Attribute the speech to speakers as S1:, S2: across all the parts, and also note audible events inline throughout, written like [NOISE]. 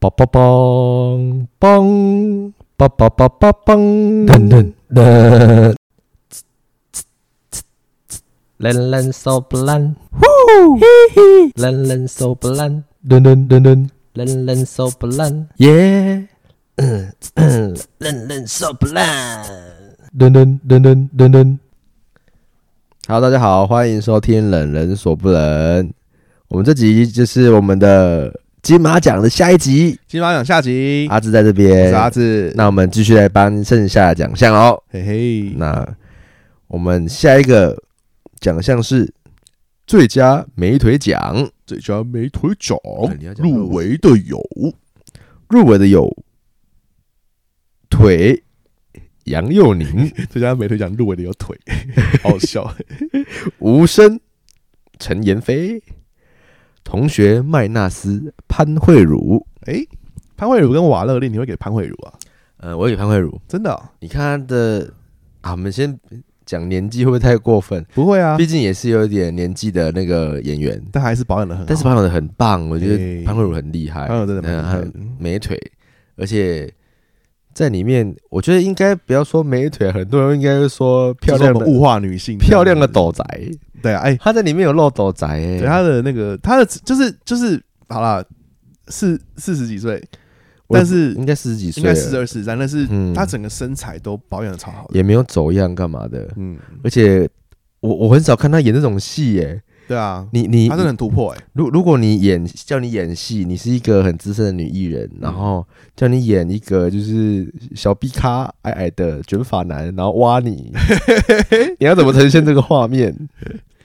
S1: 梆梆梆梆梆梆梆梆梆，噔噔噔，人人手不烂，呼，人人手不烂，噔噔噔噔，人人手不烂，耶，人人手不烂，噔噔噔噔噔噔。Hello，大家好，欢迎收听《冷人所不冷》。我们这集就是我们的金马奖的下一集，
S2: 金马奖下集，
S1: 阿志在这
S2: 嗯我
S1: 边
S2: 是。阿志，
S1: 那我们继续来颁剩下的奖项哦。
S2: 嘿嘿，
S1: 那我们下一个奖项是最佳美腿奖，
S2: 最佳美腿奖
S1: 哎你要讲
S2: 入围的有
S1: 入围的有腿杨佑宁、
S2: [LAUGHS] 最佳美腿奖入围的有腿， [LAUGHS] 好好笑，
S1: 吴声、陈妍霏、同学麦纳斯、潘慧茹。
S2: 哎，潘慧茹跟瓦勒利，你会给潘慧茹啊？
S1: 呃，我也给潘慧茹，
S2: 真的啊
S1: 你看她的啊，我们先讲年纪会不会太过分？
S2: 不会啊，
S1: 毕竟也是有一点年纪的那个演员，
S2: 但还是保养的很好，
S1: 但是潘晓的很棒，我觉得
S2: 对
S1: 潘慧茹很厉害，
S2: 潘慧茹真的蛮厉害
S1: 嗯
S2: 的，
S1: 她美腿，而且在里面，我觉得应该不要说美腿，很多人应该会说漂亮
S2: 就是我们
S1: 的
S2: 物化女性，
S1: 漂亮的，斗宅，
S2: 对啊，哎，
S1: 她在里面有露斗宅哎、
S2: 对啊她的那个，她的就是就是好啦，四四十几岁，
S1: 我也
S2: 但
S1: 不
S2: 是
S1: 应该四十几岁
S2: 应
S1: 了，
S2: 该四十二四十三，但是
S1: 嗯
S2: 她整个身材都保养的超好的，
S1: 也没有走样干嘛的，
S2: 嗯，
S1: 而且我我很少看她演这种戏哎、
S2: 对啊，
S1: 你你
S2: 她真的很突破，哎，
S1: 如如果你演叫你演戏，你是一个很资深的女艺人，然后
S2: 嗯
S1: 叫你演一个就是小逼咖矮矮的卷发男，然后挖你， [LAUGHS] 你要怎么呈现这个画
S2: [LAUGHS]
S1: 面？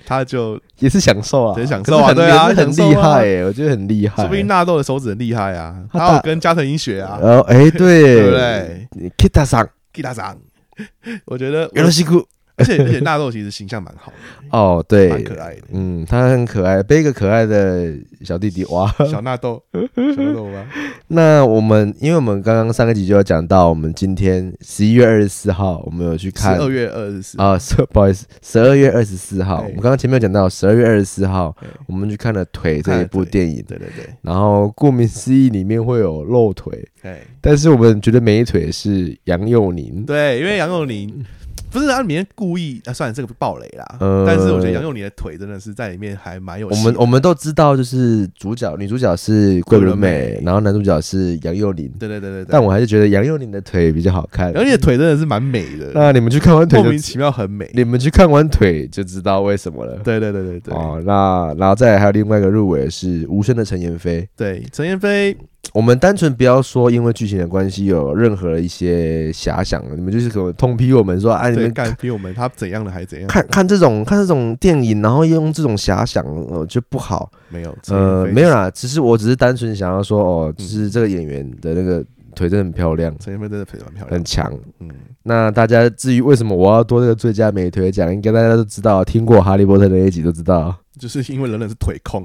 S2: 她就
S1: 也是享受啊，
S2: 很享受
S1: 可
S2: 啊
S1: 是很
S2: 对啊
S1: 也是很
S2: 享
S1: 厉
S2: 受啊
S1: 害、欸，我觉得很厉害。
S2: 说不定纳豆的手指很厉害啊，
S1: 他
S2: 他
S1: 大
S2: 有跟加藤鹰学啊，
S1: 哦，哎、对，
S2: 对不对
S1: ？Kita 上，
S2: 给他掌。我觉得，
S1: 有罗西库，
S2: 而且而且纳豆其实形象蛮好的，
S1: 哦，
S2: 蛮
S1: 对，
S2: 可爱的，
S1: 嗯，他很可爱，被一个可爱的小弟弟挖。
S2: 小纳豆，小纳豆吧，
S1: [LAUGHS] 那我们，因为我们刚刚上个集就有讲到，我们今天十一月二十四号，我们有去
S2: 十
S1: 看
S2: 二月二十四，
S1: 啊，十不好意思，十二月二十四号，
S2: 对
S1: 我们刚刚前面有讲到，十二月二十四号
S2: 对，
S1: 我们去看了《腿》这一部
S2: 哎看了腿
S1: 电影，
S2: 对对对，
S1: 然后顾名思义，里面会有露腿，
S2: 哎，
S1: 但是我们觉得美腿是杨佑宁，
S2: 对，因为杨佑宁不是他里面故意啊，算了，这个不暴雷啦
S1: 呃，
S2: 但是我觉得杨佑宁的腿真的是在里面还蛮有
S1: 我
S2: 戏的，
S1: 们我们都知道，就是主角女主角是桂纶
S2: 桂纶
S1: 镁
S2: 镁，
S1: 然后男主角是杨佑宁，
S2: 对对对对对，
S1: 但我还是觉得杨佑宁的腿比较好看。
S2: 杨佑宁的腿真的是蛮美的，
S1: 那你们去看完腿
S2: 莫
S1: 就
S2: 名，其妙很美，
S1: 你们去看完腿就知道为什么了。
S2: 对对对对对，
S1: 哦，那然后再来还有另外一个入围是无声的陈妍霏。
S2: 对，陈妍霏
S1: 我们单纯不要说因为剧情的关系有任何一些遐想，你们就是可能痛批我们说，哎，你
S2: 对
S1: 们
S2: 干比我们他怎样的还怎样，
S1: 看看这种看这种电影，然后用这种遐想，呃，就不好。
S2: 没有，陈妍
S1: 呃，
S2: 霏
S1: 没有啦，只是我只是单纯想要说，哦，
S2: 嗯
S1: 就是这个演员的那个腿真的很漂亮，
S2: 陈妍霏真的非常漂亮
S1: 很。强。
S2: 嗯，
S1: 那大家至于为什么我要多这个最佳美腿奖，应该大家都知道，听过《哈利波特》的那一集都知道，
S2: 就是因为冷冷是腿
S1: [LAUGHS]
S2: 控，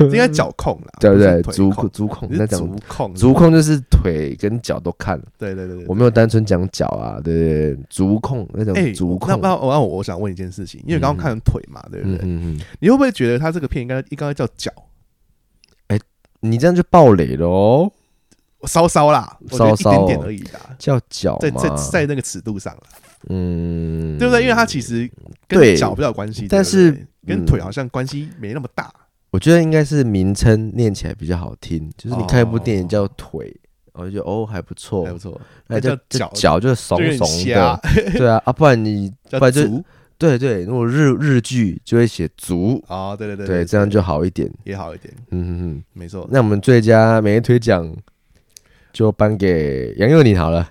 S2: 应该脚控啦，
S1: 对不对？
S2: 不是
S1: 足
S2: 腿
S1: 控
S2: 控，
S1: 足控，
S2: 你
S1: 那
S2: 是
S1: 讲
S2: 足控，
S1: 足，控就是腿跟脚都看了。
S2: 对对对对
S1: 我。没有单纯讲脚啊，对对对，足控那种
S2: 哎，
S1: 足
S2: 那
S1: 控，
S2: 那我那我想问一件事情，因为刚刚看了腿嘛，对不
S1: 嗯
S2: 对？
S1: 嗯嗯，
S2: 你会不会觉得他这个片应该应该叫脚
S1: 你这样就暴雷哦喽，
S2: 稍稍啦，我觉得一
S1: 稍稍哦
S2: 点点而已啦，
S1: 叫脚
S2: 在
S1: 嘛
S2: 在，在那个尺度上啦，
S1: 嗯，
S2: 对不对？因为它其实
S1: 对
S2: 跟脚比较有关系，
S1: 但
S2: 对不对
S1: 是
S2: 跟
S1: 嗯
S2: 腿好像关系没那么大。
S1: 我觉得应该是名称念起来比较好听，就是你看一部电影
S2: 哦
S1: 叫腿，我就觉得哦还不错
S2: 还，不错，
S1: 那叫
S2: 那叫脚
S1: 脚就是怂
S2: 就有点
S1: 怂
S2: 瞎
S1: 的，，对啊，啊不然你
S2: 叫
S1: 不然就
S2: 足
S1: 对对，如果日日剧就会写足，
S2: 哦，对对对
S1: 对，这样就好一点，
S2: 也好一点，
S1: 嗯嗯
S2: 没错
S1: 嗯，。那我们最佳美推奖就颁给杨佑宁好了，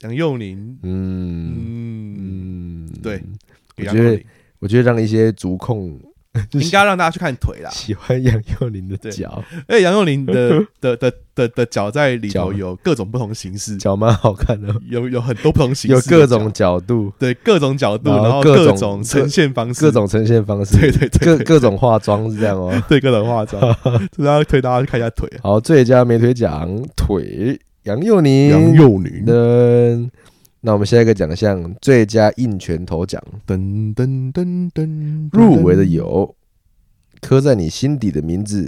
S2: 杨佑宁，
S1: 嗯。
S2: 嗯，
S1: 嗯，
S2: 对，
S1: 我
S2: 杨
S1: 觉
S2: 佑
S1: 得
S2: 宁
S1: 我觉得让一些足控
S2: 应该让大家去看腿啦。 [LAUGHS]
S1: 喜欢杨佑宁的
S2: 啊对
S1: 脚，
S2: 而且杨佑
S1: [LAUGHS]
S2: 宁的的的的的脚在里
S1: 脚
S2: 头有各种不同形式，
S1: 脚蛮好看的，
S2: 有有很多不同形
S1: 有
S2: 式的
S1: 各
S2: 脚，
S1: 种角度、
S2: 对各种角度，
S1: 然后
S2: 然后
S1: 各
S2: 各
S1: 种
S2: 种呈现方式，
S1: 各种呈现方式、
S2: 对对对
S1: 各
S2: 对
S1: 各种化妆是这
S2: [LAUGHS]
S1: 样哦。
S2: 对各种
S1: [LAUGHS]
S2: 化妆，就是要推大家去看一下腿啊。
S1: 好，最佳美腿奖腿杨佑宁，
S2: 杨佑宁，
S1: 噔那我们下一个奖项最佳硬拳头奖
S2: 噔噔噔噔，
S1: 入围的有《刻在你心底的名字》、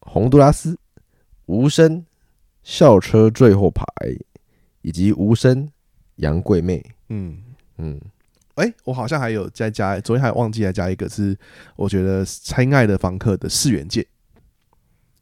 S1: 洪都拉斯、无声、校车最后排，以及无声杨贵妹。
S2: 嗯，
S1: 嗯，
S2: 哎、我好像还有再加，昨天还忘记再加一个是，我觉得《亲爱的房客》的世元界，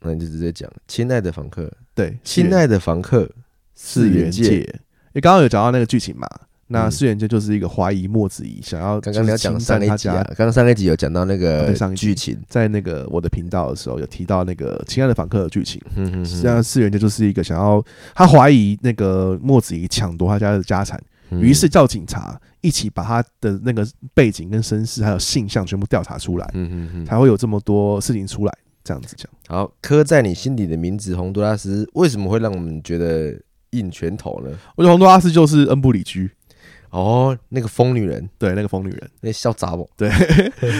S1: 那你就直接讲，亲爱的房客，
S2: 对，
S1: 亲爱的房客，
S2: 世元
S1: 世
S2: 界，你刚刚有讲到那个剧情嘛？那
S1: 嗯
S2: 世元界就是一个怀疑墨子仪想要
S1: 刚
S2: 就
S1: 刚
S2: 是
S1: 你要讲
S2: 侵
S1: 上
S2: 占
S1: 一
S2: 他
S1: 集啊
S2: 家，，
S1: 刚刚上一集有讲到那
S2: 啊
S1: 个
S2: 对上一集
S1: 剧情，
S2: 在那个我的频道的时候有提到那个《亲爱的房客》的剧情。
S1: 嗯嗯
S2: 实际上，世元界就是一个想要他怀疑那个墨子仪抢夺他家的家产，
S1: 嗯
S2: 于是，叫警察一起把他的那个背景跟身世还有性向全部调查出来，
S1: 嗯嗯嗯嗯，
S2: 才会有这么多事情出来。这样子讲，
S1: 好，刻在你心底的名字，洪都拉斯为什么会让我们觉得硬拳头呢？
S2: 我觉得洪都拉斯就是恩布里居，
S1: 哦，那个疯女人，
S2: 对那个疯女人，
S1: 那小杂包，
S2: 对，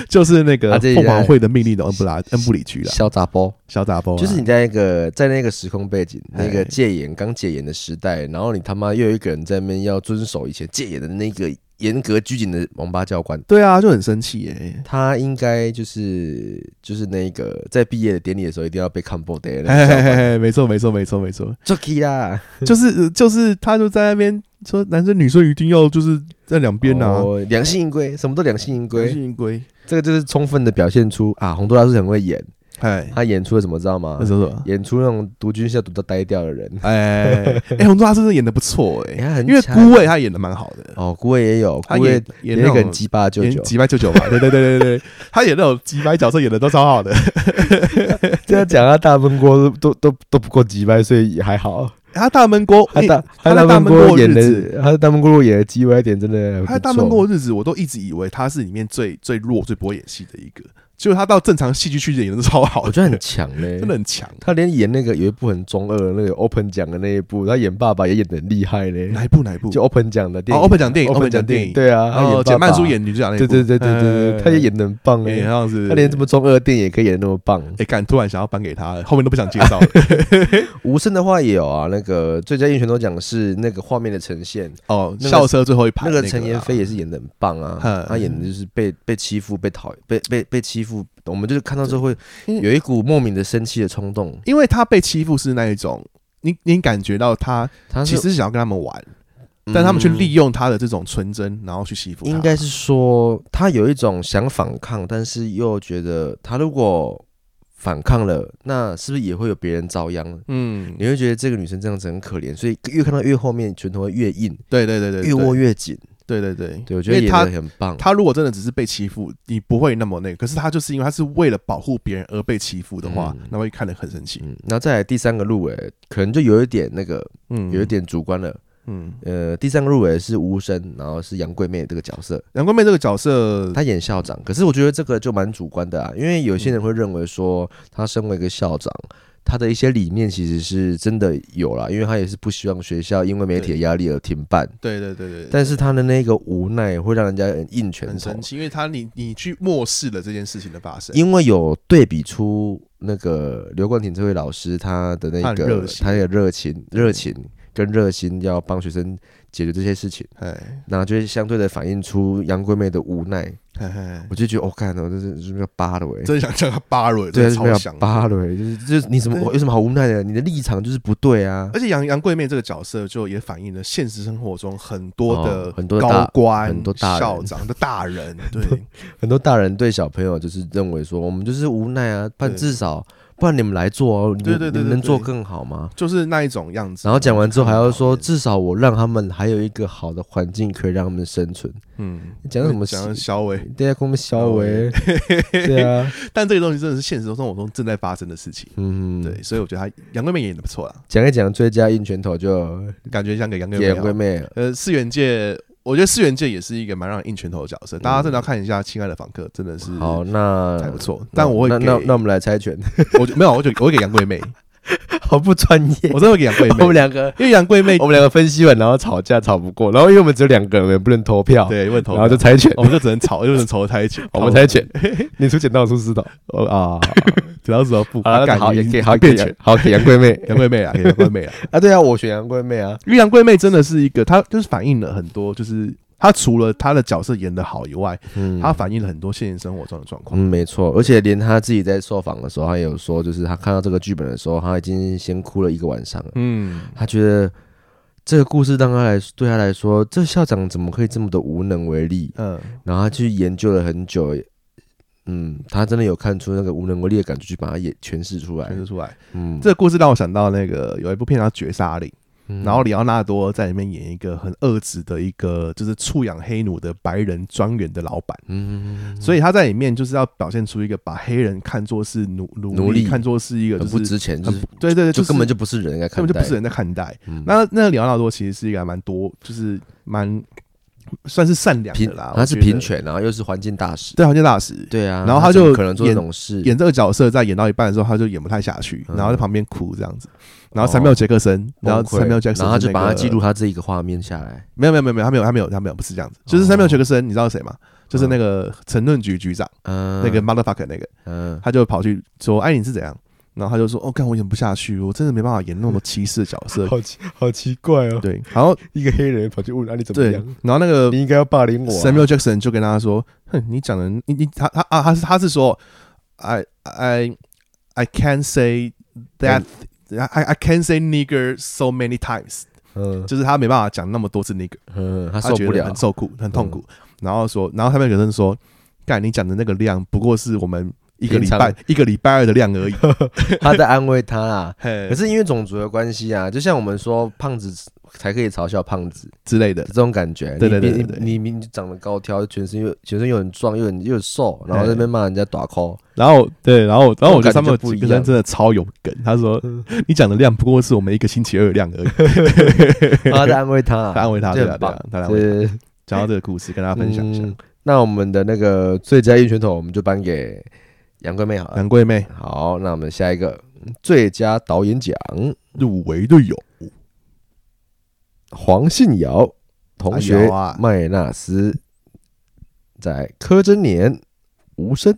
S2: 就是那个
S1: 啊这一
S2: 凤凰会的命令的恩布拉恩布里居啦，
S1: 小杂啊包，
S2: 小杂包啊，
S1: 就是你在那个在那个时空背景，
S2: 哎
S1: 那个戒严刚戒严的时代，然后你他妈又有一个人在那边要遵守以前戒严的那个严格拘谨的王八教官，
S2: 对啊，就很生气耶、
S1: 他应该就是就是那个在毕业的典礼的时候一定要被 combo day 的那
S2: 嘿
S1: 个教
S2: 哎嘿嘿
S1: 官
S2: 嘿，没错没错没错没 [LAUGHS] 错，
S1: ，Jucky 啦，
S2: 就是就是他就在那边说男生女生一定要就是在两边啊，
S1: 哦两性应规，什么都两性应
S2: 归
S1: 规，
S2: 性归，这
S1: 这个就是充分的表现出啊，洪都拉斯很会演，
S2: 哎，
S1: 他演出了什么知道吗
S2: 那？时候什么？
S1: 演出那种读军校读到呆掉的人，
S2: [LAUGHS] 哎哎，洪都拉斯真的演的不错哎、
S1: 哎他很
S2: 因为
S1: 强
S2: 孤味他演的蛮好的，
S1: 哦，姑爷也有，
S2: 他
S1: 姑爷
S2: 演演
S1: 也那
S2: 那
S1: 个很
S2: 种
S1: 鸡巴舅
S2: 演
S1: 舅，
S2: 几百九九嘛，对对对对对，对他演那种几百角色演的都超好 [LAUGHS] 的，
S1: 这样讲他大闷锅都都都都不过几百，所以也还 [LAUGHS] 好。
S2: 他大闷锅，哎
S1: 他大
S2: 他在
S1: 大
S2: 大
S1: 闷
S2: 闷锅
S1: 锅
S2: 的
S1: 演
S2: 日子，
S1: 的，他在大闷锅演的鸡歪点真的不错
S2: 他大闷锅的日子，我都一直以为他是里面最最弱、最不会演戏的一个，结果他到正常戏剧区演的都超好
S1: 我觉得很强嘞、
S2: 真的很强。
S1: 他连演那个有一部很中二的那个 Open 奖的那一部，他演爸爸也演的很厉害嘞、
S2: 哪一部？哪一部？
S1: 就 Open 奖的电
S2: 哦
S1: 影、
S2: ，Open 讲电影
S1: Open
S2: ，Open
S1: 奖
S2: 讲
S1: 电
S2: 电
S1: 影，
S2: 影，
S1: 对啊，他演
S2: 哦，简
S1: 爸爸
S2: 曼书，演女主角那一
S1: 对
S2: 部，
S1: 对对对对对，他也演的很棒
S2: 哎，
S1: 哎、
S2: 哎好像是
S1: 他连这么中二的电影也可以演得那么棒。
S2: 哎，敢突然想要颁给他，后面都不想介
S1: [LAUGHS]
S2: 绍了。
S1: 无声的话也有啊，那个最佳演员都奖是那个画面的呈现，
S2: 哦，
S1: 那个
S2: 校车最后一排
S1: 那
S2: 个哦
S1: 个陈妍霏也是演的很棒啊
S2: 嗯，
S1: 她演的就是被被欺负、被讨、被被被欺负，我们就是看到之后会有一股莫名的生气的冲动。
S2: 因为他被欺负是那一种，你你感觉到他
S1: 她
S2: 其
S1: 是，
S2: 实是想要跟他们玩，
S1: 嗯
S2: 但他们去利用他的这种纯真，然后去欺负他。
S1: 应该是说她有一种想反抗，但是又觉得她如果反抗了，那是不是也会有别人遭殃？
S2: 嗯，
S1: 你会觉得这个女生这样子很可怜，所以越看到越后面，拳头会越硬，
S2: 对对对对，对
S1: 越握越紧。
S2: 对对对，
S1: 对，我觉得
S2: 因为
S1: 演
S2: 他
S1: 的很棒。
S2: 他如果真的只是被欺负，你不会那么那个。可是他就是因为他是为了保护别人而被欺负的话
S1: 嗯，
S2: 那会看得很生气。
S1: 嗯，那再来第三个入围，可能就有一点那个，
S2: 嗯
S1: 有一，点主观了。
S2: 嗯，
S1: 呃，第三个入围是无声，然后是杨贵妹这个角色，
S2: 杨贵妹这个角色，
S1: 她演校长。可是我觉得这个就蛮主观的啊，因为有些人会认为说，她身为一个校长，她的一些理念其实是真的有啦，因为她也是不希望学校因为媒体的压力而停办，
S2: 对对对对，
S1: 但是她的那个无奈会让人家很硬拳
S2: 很
S1: 头
S2: 生，气，因为他你你去漠视了这件事情的发生。
S1: 因为有对比出那个刘冠廷这位老师他的那
S2: 她很
S1: 个
S2: 热心嗯
S1: 他的热情、热情跟热心要帮学生解决这些事情。
S2: 哎，
S1: 然后就会相对的反映出杨贵妹的无奈，
S2: 嘿嘿
S1: 我就觉得，我、哦、看，我这是是不是要扒了喂？
S2: 真想叫他扒了，
S1: 对
S2: 真
S1: 啊，
S2: 的
S1: 是不是
S2: 超
S1: 要
S2: 想。
S1: 扒了喂？就是就是你什么
S2: 对哎
S1: 有什么好无奈的？你的立场就是不对啊，
S2: 而且杨杨贵妹这个角色就也反映了现实生活中很多
S1: 哦
S2: 的
S1: 很多大
S2: 高官、
S1: 很多大人
S2: 校长的大人，
S1: [LAUGHS]
S2: 对，
S1: 很多大人对小朋友就是认为说，我们就是无奈啊，不然
S2: 对
S1: 至少不然你们来做哦、你们
S2: 对对对对
S1: 你们能
S2: 对
S1: 做更好吗？
S2: 就是那一种样子。
S1: 然后讲完之后还要说，
S2: 讨厌
S1: 至少我让他们还有一个好的环境可以让他们生存。
S2: 嗯，
S1: 你讲什么
S2: 讲哦
S1: 小
S2: 到肖伟，
S1: 对啊，跟我们小维，对
S2: [LAUGHS]
S1: 啊，
S2: 但这个东西真的是现实生活中正在发生的事情。
S1: 嗯，
S2: 对，，所以我觉得他杨贵妹演的不错啦，
S1: 讲一讲最佳硬拳头就
S2: 感觉像给杨贵妹
S1: 杨
S2: 啊。
S1: 贵妹，
S2: 呃，四元界，我觉得四元界也是一个蛮让人硬拳头的角色，大家真的要看一下《亲爱的访客》，真的是
S1: 嗯好，那
S2: 还不错。但我
S1: 那
S2: 会给，
S1: 那那我们来猜拳， [LAUGHS]
S2: 我就没有，我就我会给杨贵妹，
S1: 好不专业。
S2: 我真的会给杨贵
S1: [LAUGHS] 我们
S2: 妹，
S1: 两个，
S2: 因为杨贵妹
S1: [LAUGHS] 我们两个分析完，然后吵架吵不过，然后因为我们只有两个人，我们不能投票，，哦
S2: 对问头，
S1: 然后就猜拳，
S2: 我们就只能吵，就只能仇猜拳，
S1: [LAUGHS] 我们猜拳，你出剪刀，我出石头，[LAUGHS]
S2: 哦啊，主要是要不
S1: 好，那
S2: 干
S1: 好
S2: 你
S1: 也给好
S2: 变
S1: 给
S2: 拳，
S1: 好给杨贵 [LAUGHS] 妹
S2: 杨贵妹啊，给
S1: [LAUGHS]
S2: 杨贵妹啊，
S1: 啊，对啊，我选杨贵妹啊，
S2: 因为杨贵妹真的是一个，她就是反映了很多，就是。他除了他的角色演得好以外，
S1: 嗯
S2: 他反映了很多现实生活中的状
S1: 嗯，
S2: 况。
S1: 没错，而且连他自己在受访的时候，他也有说，就是他看到这个剧本的时候，他已经先哭了一个晚上了。
S2: 嗯，
S1: 他觉得这个故事让他来对他来说，这校长怎么可以这么的无能为力？
S2: 嗯，
S1: 然后他去研究了很久，嗯，他真的有看出那个无能为力的感觉，去把它也诠释出来
S2: 诠。释出来。
S1: 嗯，
S2: 这个故事让我想到那个有一部片叫《绝杀令》，
S1: 嗯
S2: 然后里奥纳多在里面演一个很恶质的一个，就是畜养黑奴的白人庄园的老板。
S1: 嗯，
S2: 所以他在里面就是要表现出一个把黑人看作是奴奴
S1: 奴
S2: 隶，
S1: 隶
S2: 看作是一个
S1: 很
S2: 就
S1: 不
S2: 是
S1: 值钱，就
S2: 很
S1: 是
S2: 不对对对，
S1: 就根本
S2: 就
S1: 就不是人应该
S2: 是
S1: 看
S2: 根本就
S1: 待
S2: 不是。人在看待。
S1: 嗯
S2: 那那个里奥纳多其实是一个还蛮多，就是蛮算是善良
S1: 平
S2: 的啦，
S1: 他
S2: 我
S1: 是
S2: 觉得
S1: 平权，然后又是环境大使。
S2: 对环境大使。
S1: 对啊，
S2: 然后他
S1: 他怎么
S2: 就
S1: 可能做
S2: 演
S1: 这种事，
S2: 演这个角色，在演到一半的时候，他就演不太下去，然后在旁边哭这样子。然后三
S1: 嗯哦
S2: 缪杰克森，然后
S1: 崩溃
S2: 三缪杰克森，
S1: 然后他就把它记录，他这一个画面下来。
S2: 没有没有没有没有，他没有他没有他没有，不是这样子，就是
S1: 哦
S2: 三缪杰克森，你知道谁吗？就是那个陈论局局长，
S1: 嗯，
S2: 那个 motherfucker 那个，
S1: 嗯，
S2: 他就跑去说：“哎，你是怎样？”然后他就说：“哦，看我演不下去，我真的没办法演那么歧视的角
S1: [LAUGHS]
S2: 色。
S3: 好奇好奇怪哦”，
S2: 对，然后
S3: 一个黑人跑去问啊你怎么
S2: 对，
S3: 样？
S2: 然后那个
S3: 你应该要霸凌我、啊。
S2: Samuel Jackson 就跟他说：“哼，你讲的，你你他他啊，他是他是说，I I I can say that I I can say nigger so many times，
S1: 嗯
S2: 就是他没办法讲那么多次 nigger，
S1: 嗯，他
S2: 他
S1: 受
S2: 觉
S1: 不
S2: 得
S1: 了嗯
S2: 很，受苦，很痛苦。然后说，然后 Samuel Jackson 说：‘干，你讲的那个量不过是我们一个礼
S1: 平常
S2: 拜一个礼拜二的量
S1: [LAUGHS]
S2: 而已。。
S1: 他在安慰他啊啦
S2: 嘿’
S1: 可是因为种族的关系啊，就像我们说胖子才可以嘲笑胖子
S2: 之类的。
S1: 这种感觉。
S2: 对对对
S1: 你
S2: 对对
S1: 你你你长得高挑，全身又全身又很壮，又很又很瘦，然后在那边骂人家打 call。
S2: 然后对，然后然后我觉
S1: 这
S2: 得他
S1: 种感觉
S2: 们
S1: 就不一
S2: 杰克森
S1: 样
S2: 真的超有梗。他
S1: [LAUGHS]
S2: 说：“你讲的量不过是我们一个星期二的量而已。
S1: [LAUGHS]
S2: [LAUGHS]
S1: 他啊在安慰他，
S2: 他安慰他
S1: 就
S2: 对啊
S1: 很棒
S2: 对啊他来安慰他
S1: 对，”
S2: 讲到这个故事，跟大家分享一下
S1: 嗯。那我们的那个最佳硬拳头，我们就颁给杨贵妹好了。
S2: 杨贵啊妹
S1: 好，那我们下一个最佳导演奖，
S2: 入围的有
S1: 黄信尧同
S2: 哎
S1: 学
S2: 呦啊
S1: 麦纳斯，在柯贞年、无声、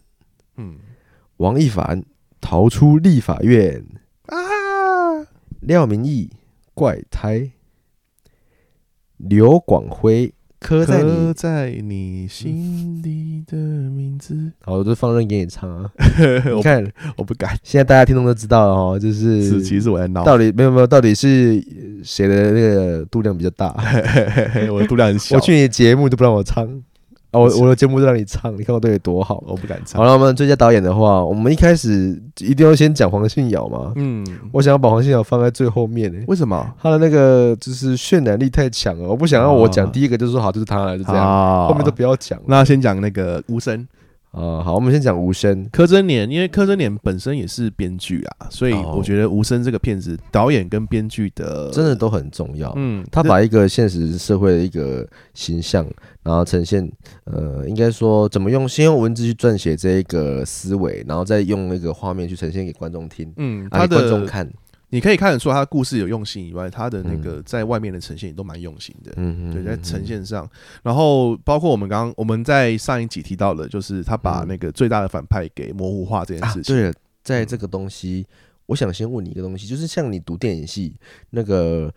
S2: 嗯
S1: 王一凡逃出立法院，
S2: 啊，
S1: 廖明义怪胎，刘广辉刻在你
S2: 刻，在你心底的名字，
S1: 好，我就放任给你唱 [LAUGHS] 啊。你
S2: 我
S1: 看，
S2: 我不敢，
S1: 现在大家听众都知道了哦，就是
S2: 嗯是其实我在闹，
S1: 到底没有没有，到底是呃谁的那个度量比较 [LAUGHS] 大？
S2: [LAUGHS] 我的度量很小，
S1: 我去你的节目都不让我唱啊，我我的节目都让你唱，你看我对你多好。
S2: 我不敢
S1: 好
S2: 唱，
S1: 了，我们最佳导演的话，我们一开始一定要先讲黄信尧嘛。
S2: 嗯，
S1: 我想要把黄信尧放在最后面呢、欸
S2: 为什么？
S1: 他的那个就是渲染力太强了，我不想让我讲
S2: 哦
S1: 第一个就说好就是他了，就这样，
S2: 啊
S1: 后面都不要讲了。
S2: 那先讲那个无声
S1: 啊，好，我们先讲无声。
S2: 柯震年，因为柯震年本身也是编剧啊，所以
S1: 哦
S2: 我觉得无声这个片子导演跟编剧的
S1: 真的都很重要。
S2: 呃嗯，
S1: 他把一个现实社会的一个形象，然后呈现，呃，应该说怎么用，先用文字去撰写这一个思维，然后再用那个画面去呈现给观众听，
S2: 嗯，
S1: 啊，
S2: 他
S1: 给观众
S2: 的
S1: 看，
S2: 你可以看得出他的故事有用心以外，他的那
S1: 嗯
S2: 个在外面的呈现也都蛮用心的。
S1: 嗯，
S2: 对，
S1: 嗯
S2: 在呈，现上，然后包括我们刚刚我们在上一集提到的，就是他把
S1: 嗯
S2: 那个最大的反派给模糊化
S1: 嗯
S2: 这件
S1: 啊
S2: 事，情。嗯
S1: 对了，在这个东西，我想先问你一个东西，就是像你读电影系那个。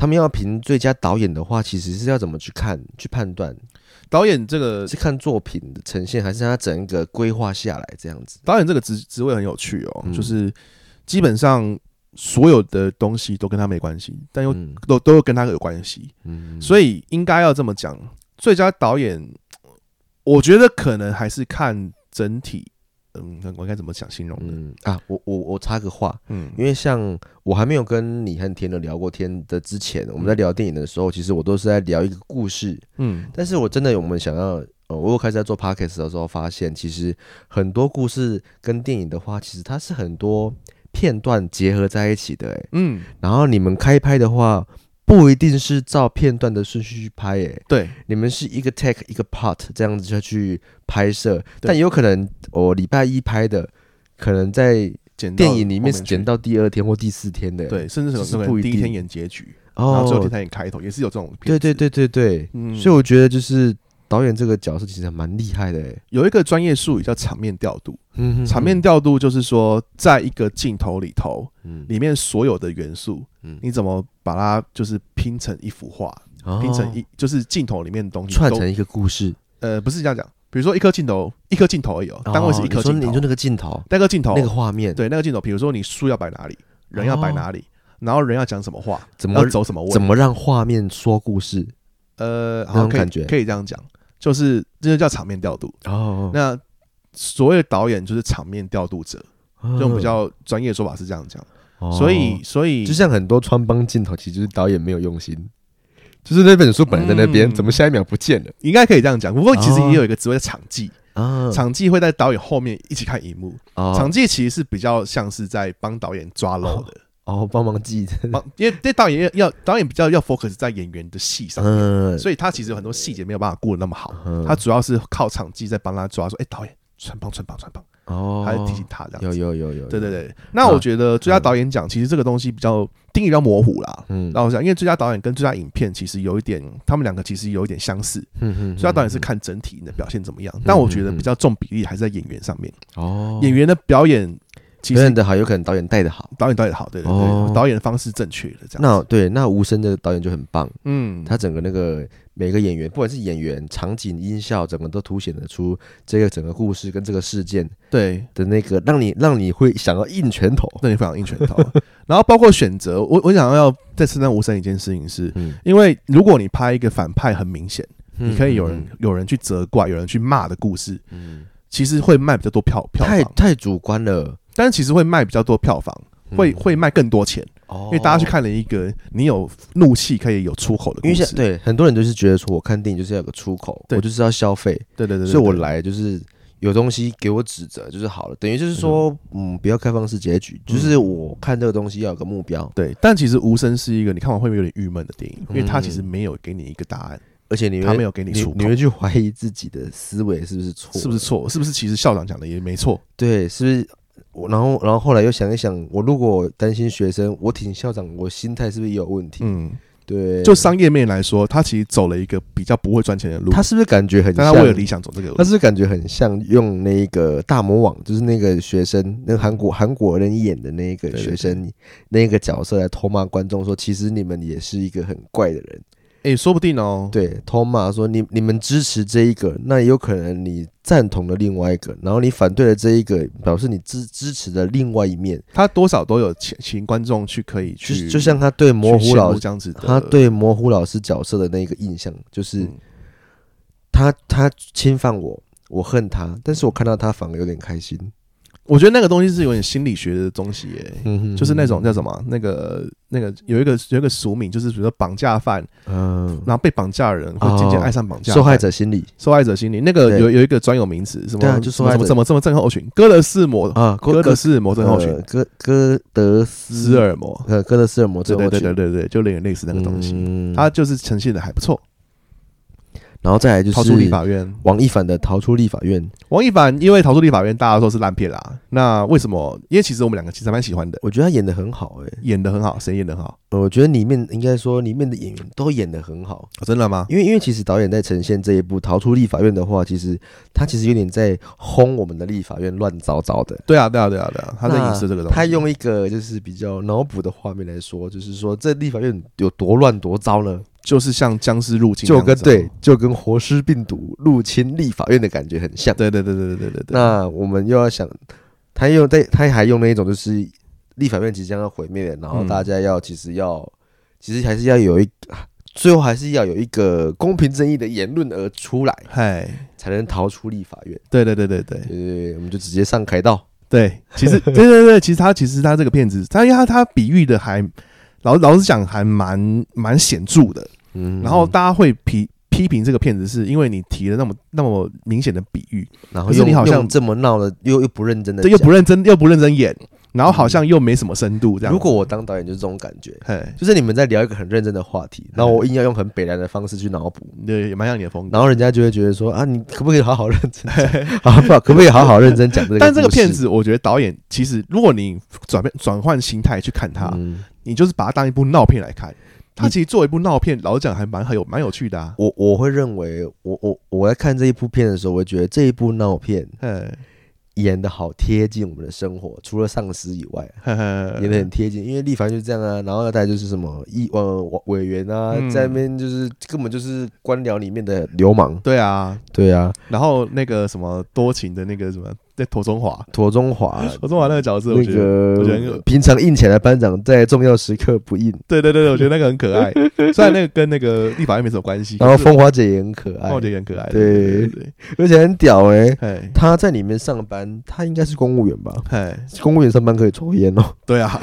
S1: 他们要评最佳导演的话，其实是要怎么去看、去判断？
S2: 导演这个
S1: 是看作品的呈现，还是他整个规划下来这样子？
S2: 导演这个职职位很有趣哦，
S1: 嗯
S2: 就是基本上所有的东西都跟他没关系，但又、
S1: 嗯
S2: 都都跟他有关系，
S1: 嗯
S2: 所以应该要这么讲，最佳导演，我觉得可能还是看整体，嗯，我该怎么想形容呢？
S1: 嗯啊，我我我插个话，
S2: 嗯
S1: 因为像我还没有跟你和天的聊过天的之前，我们在聊电影的时候，其实我都是在聊一个故事。
S2: 嗯
S1: 但是我真的有我们想要，呃，我有开始在做 podcast 的时候，发现其实很多故事跟电影的话，其实它是很多片段结合在一起的、欸。
S2: 嗯，
S1: 然后你们开拍的话，不一定是照片段的顺序去拍、欸，
S2: 对，
S1: 你们是一个 take 一个 part 这样子下去拍摄，
S2: 对
S1: 但有可能我礼拜一拍的，可能在
S2: 剪到
S1: 电影里面是
S2: 哦后去
S1: 剪到第二天或第四天的、欸。
S2: 对，甚至
S1: 这是
S2: 可
S1: 不
S2: 能
S1: 一
S2: 第一天
S1: 定
S2: 演结局，然后最后第
S1: 哦，
S2: 三演开头，也是有这种
S1: 对
S2: 片子。
S1: 对对对对，
S2: 嗯
S1: 所以我觉得就是导演这个角色其实还蛮厉害的、欸，
S2: 有一个专业术语叫场面调度。
S1: 嗯哼
S2: 场面，调度就是说，在一个镜头里头，
S1: 嗯
S2: 里面所有的元素
S1: 嗯，
S2: 你怎么把它就是拼成一幅画，
S1: 哦
S2: 拼成一，就是镜头里面的东西
S1: 串
S2: 都
S1: 成一个故事。
S2: 呃，不是这样讲，比如说一颗镜头，一颗镜头而已哦，单位是一颗
S1: 哦你
S2: 镜
S1: 说你
S2: 头
S1: 说，那个镜头，
S2: 那个镜头
S1: 那个画面，，
S2: 对那个镜头，比如说你树要摆哪里，人要摆哪里，然后人要讲什么话，
S1: 怎么
S2: 要哦走什么
S1: 怎
S2: 位，
S1: 么让画面说故事？
S2: 呃，
S1: 那
S2: 好，
S1: 种
S2: 可以
S1: 感觉
S2: 可以这样讲，就是这就叫场面调度。
S1: 哦，
S2: 那所谓的导演就是场面调度者，
S1: 那
S2: 这种比，较专业说法是这样讲。
S1: 嗯哦
S2: 所以，所以
S1: 就像很多穿帮镜头，其实就是导演没有用心，就是那本书本来在那边，
S2: 嗯
S1: 怎么下一秒不见了
S2: 应该可以这样讲。不过其实
S1: 哦
S2: 也有一个职位叫场记，
S1: 啊？
S2: 场记会在导演后面一起看荧幕。
S1: 哦
S2: 场记其实是比较像是在帮导演抓漏的，
S1: 哦，帮忙记
S2: [LAUGHS]
S1: 的，
S2: 帮因为对导演要导演比较要 focus 在演员的戏上，
S1: 嗯，
S2: 所以他其实有很多细节没有办法顾得那么好。
S1: 嗯
S2: 他主要是靠场记在帮他抓，说：“哎，导演穿帮穿帮穿帮。”
S1: 哦，
S2: 他在提醒他这样
S1: 有
S2: 子。
S1: 有有有，
S2: 对对，对，那我觉得最佳导演奖其实这个东西比较定义比较模糊啦。
S1: 嗯，
S2: 让我想，因为最佳导演跟最佳影片其实有一点，他们两个其实有一点相似。
S1: 嗯嗯
S2: 最佳导演是看整体你的表现怎么样，但我觉得比较重比例还是在演员上面。
S1: 哦，
S2: 演员的表演其
S1: 表演
S2: 实
S1: 的好，有可能导演带的好。
S2: 导演导演好，对对
S1: 哦
S2: 对，导演的方式正确的这样
S1: 那
S2: 子。
S1: 对，那无声的导演就很棒，
S2: 嗯，
S1: 他整个那个每个演员，不管是演员、场景、音效，整个都凸显得出这个整个故事跟这个事件
S2: 对，
S1: 的那个，让你让你会想要硬拳头。
S2: 那你非常硬拳头。 [LAUGHS] 然后包括选择，我我想要再称赞吴声一件事情是，
S1: 嗯，
S2: 因为如果你拍一个反派很明显，
S1: 嗯
S2: 你可以有人有人去责怪，有人去骂的故事，
S1: 嗯嗯
S2: 其实会卖比较多票票
S1: 太
S2: 房，
S1: 太主观了，
S2: 但是其实会卖比较多票房，
S1: 嗯
S2: 会会卖更多钱。
S1: 因
S2: 因为大家去，看了一个你有怒气可以有出口的
S1: 因
S2: 故
S1: 为
S2: 事
S1: 像，对很多人就是觉得说，我看电影就是要有个出口，
S2: 对
S1: 我就是要消费，
S2: 对对对，
S1: 所以我
S2: 来
S1: 来就是有东西给我指责就是好了，等于就是说，嗯，不要开放式结局，就是
S2: 嗯
S1: 我看这个东西要有个目标，
S2: 对，但其实无声是一个你看完会不会有点郁闷的电影，因为它
S1: 嗯
S2: 其实没有给你一个答案，
S1: 而且你
S2: 它没
S1: 会
S2: 有给你
S1: 你
S2: 出
S1: 你
S2: 口
S1: 会，去怀疑自己的思维是不是错，
S2: 是不是？错？是不是其实校长讲的也没错？
S1: 对，是不是？我然后然后后来又想一想，我如果担心学生，我挺校长，我心态是不是也有问题？
S2: 嗯，
S1: 对，
S2: 就商业面来说，他其实走了一个比较不会赚钱的路，
S1: 他是不是感觉很
S2: 但
S1: 像
S2: 他？为了理想走这个
S1: 他
S2: 路。
S1: 是不是感觉很像用那个大魔王，就是那个学生，那个韩国韩国人演的那个
S2: 对对
S1: 学生，那个角色来偷骂观众说，其实你们也是一个很怪的人，
S2: 哎，说不定哦，
S1: 对，偷骂说你你们支持这一个，那也有可能你赞同了另外一个，然后你反对了这一个，表示你支支持的另外一面，
S2: 他多少都有请请观众去可以
S1: 就
S2: 去，
S1: 就像他对模
S2: 去
S1: 糊
S2: 羡
S1: 老
S2: 慕这样子的，
S1: 他对模糊老师角色的那个印象，就是、
S2: 嗯
S1: 他他侵犯我，我恨他，但是我看到他反而有点开心，
S2: 我觉得那个东西是有点心理学的东西耶。
S1: 嗯哼
S2: 就是那种叫什么，那个那个有一个有一个俗名，就是比如说绑架犯，
S1: 嗯。哦
S2: 然后被绑架的人会渐渐爱上绑架、
S1: 受害、者心理
S2: 受害者心理，那个
S1: 对
S2: 有有一个专有名词，什么
S1: 对啊就
S2: 什
S1: 受害
S2: 么
S1: 者
S2: 什么什么什么症候群，哥德式摩
S1: 啊，
S2: 哥德
S1: 哥
S2: 式摩症候群
S1: 呃，哥哥德
S2: 斯
S1: 斯
S2: 尔摩，
S1: 呃哥德斯尔摩症
S2: 对对
S1: 候
S2: 对
S1: 群
S2: 对对对，就有点类似那个东西，
S1: 嗯
S2: 它就是呈现的还不错。
S1: 然后再来就是
S2: 逃出立法院，
S1: 王一凡的逃出立法院，
S2: 王一凡因为逃出立法院，大家都说是烂片啦。那为什么？因为其实我们两个其实还蛮喜欢的，
S1: 我觉得他演的很好哎，
S2: 演的很好，谁演的很好？
S1: 呃我觉得里面应该说里面的演员都演的很好，
S2: 哦真的吗？
S1: 因为因为其实导演在呈现这一部逃出立法院的话，其实他其实有点在轰我们的立法院乱糟糟的。
S2: 对啊，对啊，对啊，对啊，他在影射这个东西。
S1: 他用一个就是比较脑补的画面来说，就是说这立法院有多乱多糟呢？
S2: 就是像僵尸入侵那
S1: 就
S2: 样子
S1: 跟
S2: 哦，
S1: 对，就跟活尸病毒入侵立法院的感觉很像。
S2: 对对对对对对对对。
S1: 那我们又要想，他又在，他还用那一种就是立法院即将要毁灭了，然后
S2: 嗯
S1: 大家要其实要，其实还是要有一，最后还是要有一个公平正义的言论而出来，
S2: 嗨，
S1: 才能逃出立法院。
S2: 对对对对对
S1: 对对对，我们就直接上凯道。
S2: 对，其实对对对，其实他其实他这个片子，他因为他他比喻的还老老实讲还蛮蛮显著的，
S1: 嗯
S2: 然后大家会批批评这个片子，是因为你提了那么那么明显的比喻，
S1: 然后
S2: 可是
S1: 又
S2: 你好像
S1: 用这么闹的，又又不认真的，
S2: 这又不。认真又不认真演，然后好像又没什么深度这
S1: 嗯
S2: 样。
S1: 如果我当导演就是这种感觉，
S2: 嘿，
S1: 就是你们在聊一个很认真的话
S2: [LAUGHS]
S1: 题，然后我硬要用很北然的方式去脑补，
S2: 对，也蛮像你的风格。
S1: 然后人家就会觉得说啊，你可不可以好好认真
S2: [LAUGHS]
S1: 讲？好不好？可不可以好好认真讲这个故事？
S2: 但这个片子，我觉得导演其实，如果你转变转换心态去看它，
S1: 嗯
S2: 你就是把它当一部闹片来看。它其实作为一部闹片，老实讲还蛮很有蛮有趣的啊。
S1: 我我会认为，我我我在看这一部片的时候，我会觉得这一部闹片
S2: 嘿，
S1: 演的好贴近我们的生活，除了丧尸以外，
S2: 呵呵
S1: 演的很贴近。因为立凡就是这样啊，然后再来就是什么议呃委员啊，
S2: 嗯
S1: 在那边就是根本就是官僚里面的流氓。
S2: 对啊，
S1: 对啊，
S2: 然后那个什么多情的那个什么，在陀
S1: [LAUGHS]
S2: 中华，
S1: 陀中
S2: [LAUGHS]
S1: 华
S2: 陀中华那个角色，我
S1: 啊那
S2: 觉得，我觉得很
S1: 个
S2: 恶
S1: 平常硬起来的班长，在重要时刻不硬，
S2: 对对对对，我觉得那个很可爱。虽然那个跟那个立法院没什么关系，
S1: [LAUGHS] 然后
S2: 可是
S1: 风华姐也很可爱
S2: 但我，觉得也很可爱。
S1: 对
S2: 对对，
S1: 而且很屌哎、
S2: 哎
S1: 他在里面上班，他应该是公务员吧？
S2: 哎，
S1: 公务员上班可以抽烟哦，
S2: [LAUGHS]
S1: [LAUGHS]
S2: 对啊，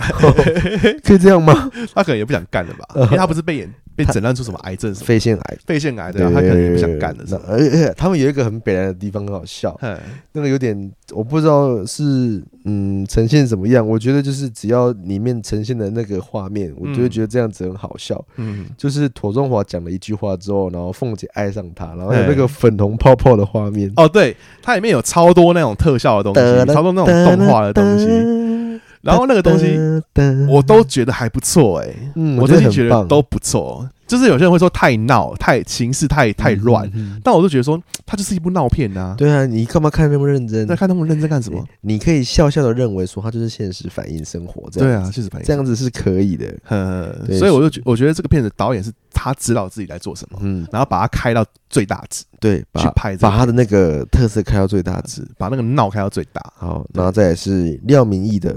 S1: 可以这样吗？ [LAUGHS]
S2: 他可能也不想干了吧，因为他不是被演被诊断出什么癌症什么
S1: 肺腺癌，
S2: 肺腺癌的，他啊可能也不想干了。是
S1: 那
S2: 吧
S1: 而且他们有一个很北南的地方很好笑，
S2: 哎
S1: 那个有点我不知道是嗯呈现怎么样，我觉得就是只要里面呈现的那个画面，我就会
S2: 嗯
S1: 觉得这样子很好笑。
S2: 嗯，
S1: 就是妥中华讲了一句话之后，然后凤姐爱上他，然后有
S2: 哎
S1: 那个粉红泡泡的画面，哦
S2: 哦，对，它里面有超多那种特效的东西，超多那种动画的东西，
S1: 西，
S2: 然后那个东西
S1: 西
S2: 我都觉得还不错哎、
S1: 嗯
S2: 我
S1: 我觉
S2: 最
S1: 得
S2: 近
S1: 很
S2: 觉得
S1: 棒
S2: 都不错。就是有些人会说太闹、太情势太太乱，，
S1: 嗯嗯嗯
S2: 但我就觉得说它就是一部闹片呐、啊。
S1: 对啊，你干嘛看那么认真
S2: 那？看他们认真干什么？
S1: 你可以笑笑的认为说它就是现实反映生活这样，
S2: 对啊，，确实反应
S1: 这样子是可以的，
S2: 呃，
S1: 对
S2: 所以我就觉我觉得这个片子导演是他知道自己在做什么，
S1: 嗯，
S2: 然后把它开到最大值
S1: 对，把
S2: 去拍这个
S1: 把他的那个特色开到最大值。
S2: 值，把那个闹开到最大。
S1: 好，然后再来是廖明义的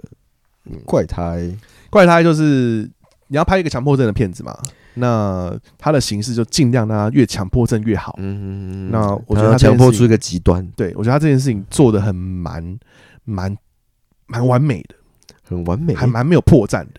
S1: 嗯怪胎，
S2: 怪胎就是你要拍一个强迫症的片子嘛，那它的形式就尽量让它越强迫症越好。
S1: 嗯，
S2: 那我觉
S1: 他
S2: 得他这件事情
S1: 强迫出一个极端，
S2: 对我觉得他这件事情做的很蛮蛮蛮完美的，
S1: 很完美，
S2: 还蛮没有破绽的，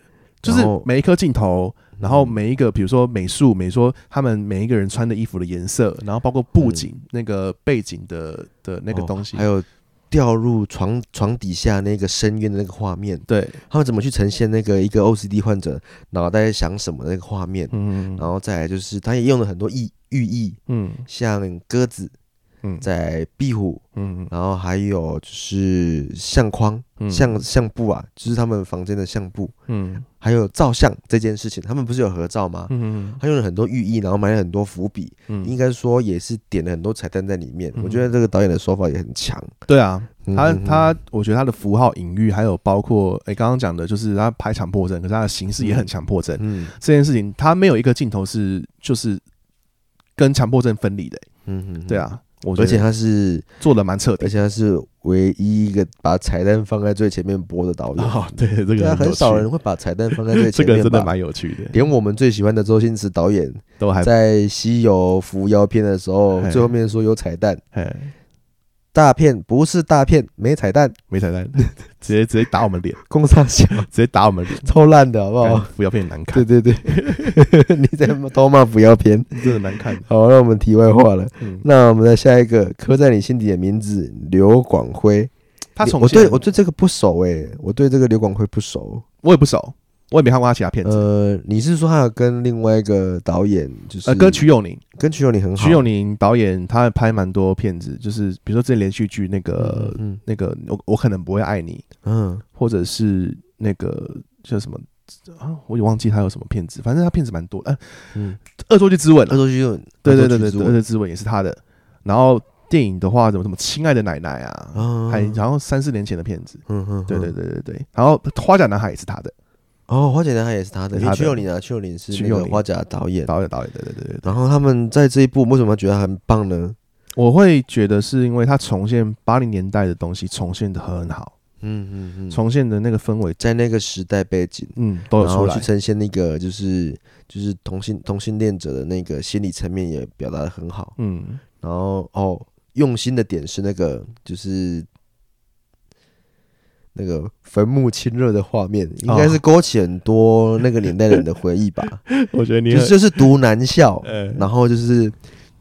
S2: 就是
S1: 然后
S2: 每一颗镜头。
S1: 嗯
S2: 然后每一个，比如说美术，美说他们每一个人穿的衣服的颜色，然后包括布景、那个背景的的那个
S1: 哦
S2: 东西，
S1: 还有掉入床床底下那个深渊的那个画面，
S2: 对，
S1: 他们怎么去呈现那个一个 OCD 患者脑袋在想什么的那个画面，
S2: 嗯
S1: 然后再来就是他也用了很多意寓意，
S2: 嗯
S1: 像鸽子，
S2: 嗯
S1: 在壁虎，
S2: 嗯
S1: 然后还有就是相框、
S2: 嗯
S1: 相相簿啊，就是他们房间的相簿。
S2: 嗯
S1: 还有照相这件事情，他们不是有合照吗？
S2: 嗯
S1: 他用了很多寓意，然后埋了很多伏笔，应
S2: 嗯，
S1: 该说也是点了很多彩蛋在里面。
S2: 嗯
S1: 我觉得这个导演的手法也很强。
S2: 对啊，他
S1: 嗯
S2: 他，我觉得他的符号隐喻，还有包括哎刚刚讲的，就是他拍强迫症，可是他的形式也很强迫症。
S1: 嗯
S2: 这件事情，他没有一个镜头是就是跟强迫症分离的、
S1: 嗯嗯
S2: 对，啊，我觉
S1: 而且
S2: 得
S1: 他是，
S2: 做的蛮彻
S1: 而
S2: 底。
S1: 且他是唯一一个把彩蛋放在最前面播的 [LAUGHS] 导演。
S2: 哦，对，这
S1: 对
S2: 个
S1: 啊，很
S2: 有
S1: 少
S2: 趣
S1: [LAUGHS] 人会把彩蛋放在最
S2: 这
S1: 前面吧。
S2: 个真的蛮有趣的，
S1: 连我们最喜欢的周星驰导演，
S2: 都还哎
S1: 在《西游伏妖篇》的时候，
S2: 嘿
S1: 最后面说有彩蛋，
S2: 哎
S1: 大片不是大片，没彩蛋，
S2: 没彩蛋， [LAUGHS] 直接直接打我们脸，
S1: 攻上小，
S2: 直接打我们脸，
S1: 超烂的好不好
S2: 干？不要变难
S1: 对
S2: 看，
S1: 对对， [LAUGHS] 你在偷骂不要偏。
S2: 真的难看。
S1: [LAUGHS] 好，那我们题外话了。
S2: 嗯，
S1: 那我们再下一个，刻在你心底的名字，刘广辉。
S2: 他重
S1: 我
S2: 现
S1: 对我对这个不熟诶、我对这个刘广辉不熟。
S2: 我也不熟，我也没看过他其他片子。
S1: 呃，你是说他有跟另外一个导演，就是
S2: 呃，跟曲友宁，
S1: 跟曲友你很好？
S2: 徐永宁导演，他拍蛮多片子，就是比如说这连续剧那个、
S1: 嗯
S2: 那个我我可能不会爱你，
S1: 嗯
S2: 或者是那个叫什么啊，我也忘记他有什么片子，反正他片子蛮多的。呃，
S1: 嗯，
S2: 恶作剧之吻
S1: 恶
S2: 啊，
S1: 作剧之吻
S2: 对对对
S1: 恶作剧
S2: 对，
S1: 之
S2: 恶作
S1: 吻
S2: 剧之吻也是他的。然后电影的话，怎么什么亲爱的奶奶啊，
S1: 啊，
S2: 还然后三四年前的片子，
S1: 嗯嗯，
S2: 对对对对对。然后花甲男孩也是他的
S1: 哦，花甲男孩也是他的，
S2: 是
S1: 因
S2: 他
S1: 为
S2: 的
S1: 曲友林啊，曲友林是
S2: 曲
S1: 那
S2: 友
S1: 个
S2: 宁
S1: 花甲导演。
S2: 导演导演，对对对对对。
S1: 然后他们在这一部为什么觉得很棒呢？
S2: 我会觉得是因为他重现八零年代的东西，重现的很好，
S1: 嗯嗯嗯，
S2: 重现的那个氛围，
S1: 在那个时代背景，
S2: 嗯，都有
S1: 然
S2: 出
S1: 后
S2: 来
S1: 去。呈现那个就是就是同性同性恋者的那个心理层面也表达的很好。
S2: 嗯，
S1: 然后哦，用心的点是那个就是那个坟墓亲热的画面，应该是
S2: 哦
S1: 勾起很多那个年代人的回忆
S2: [LAUGHS]
S1: 吧。
S2: 我觉得你
S1: 就是就是读男校，
S2: 呃，
S1: 然后就是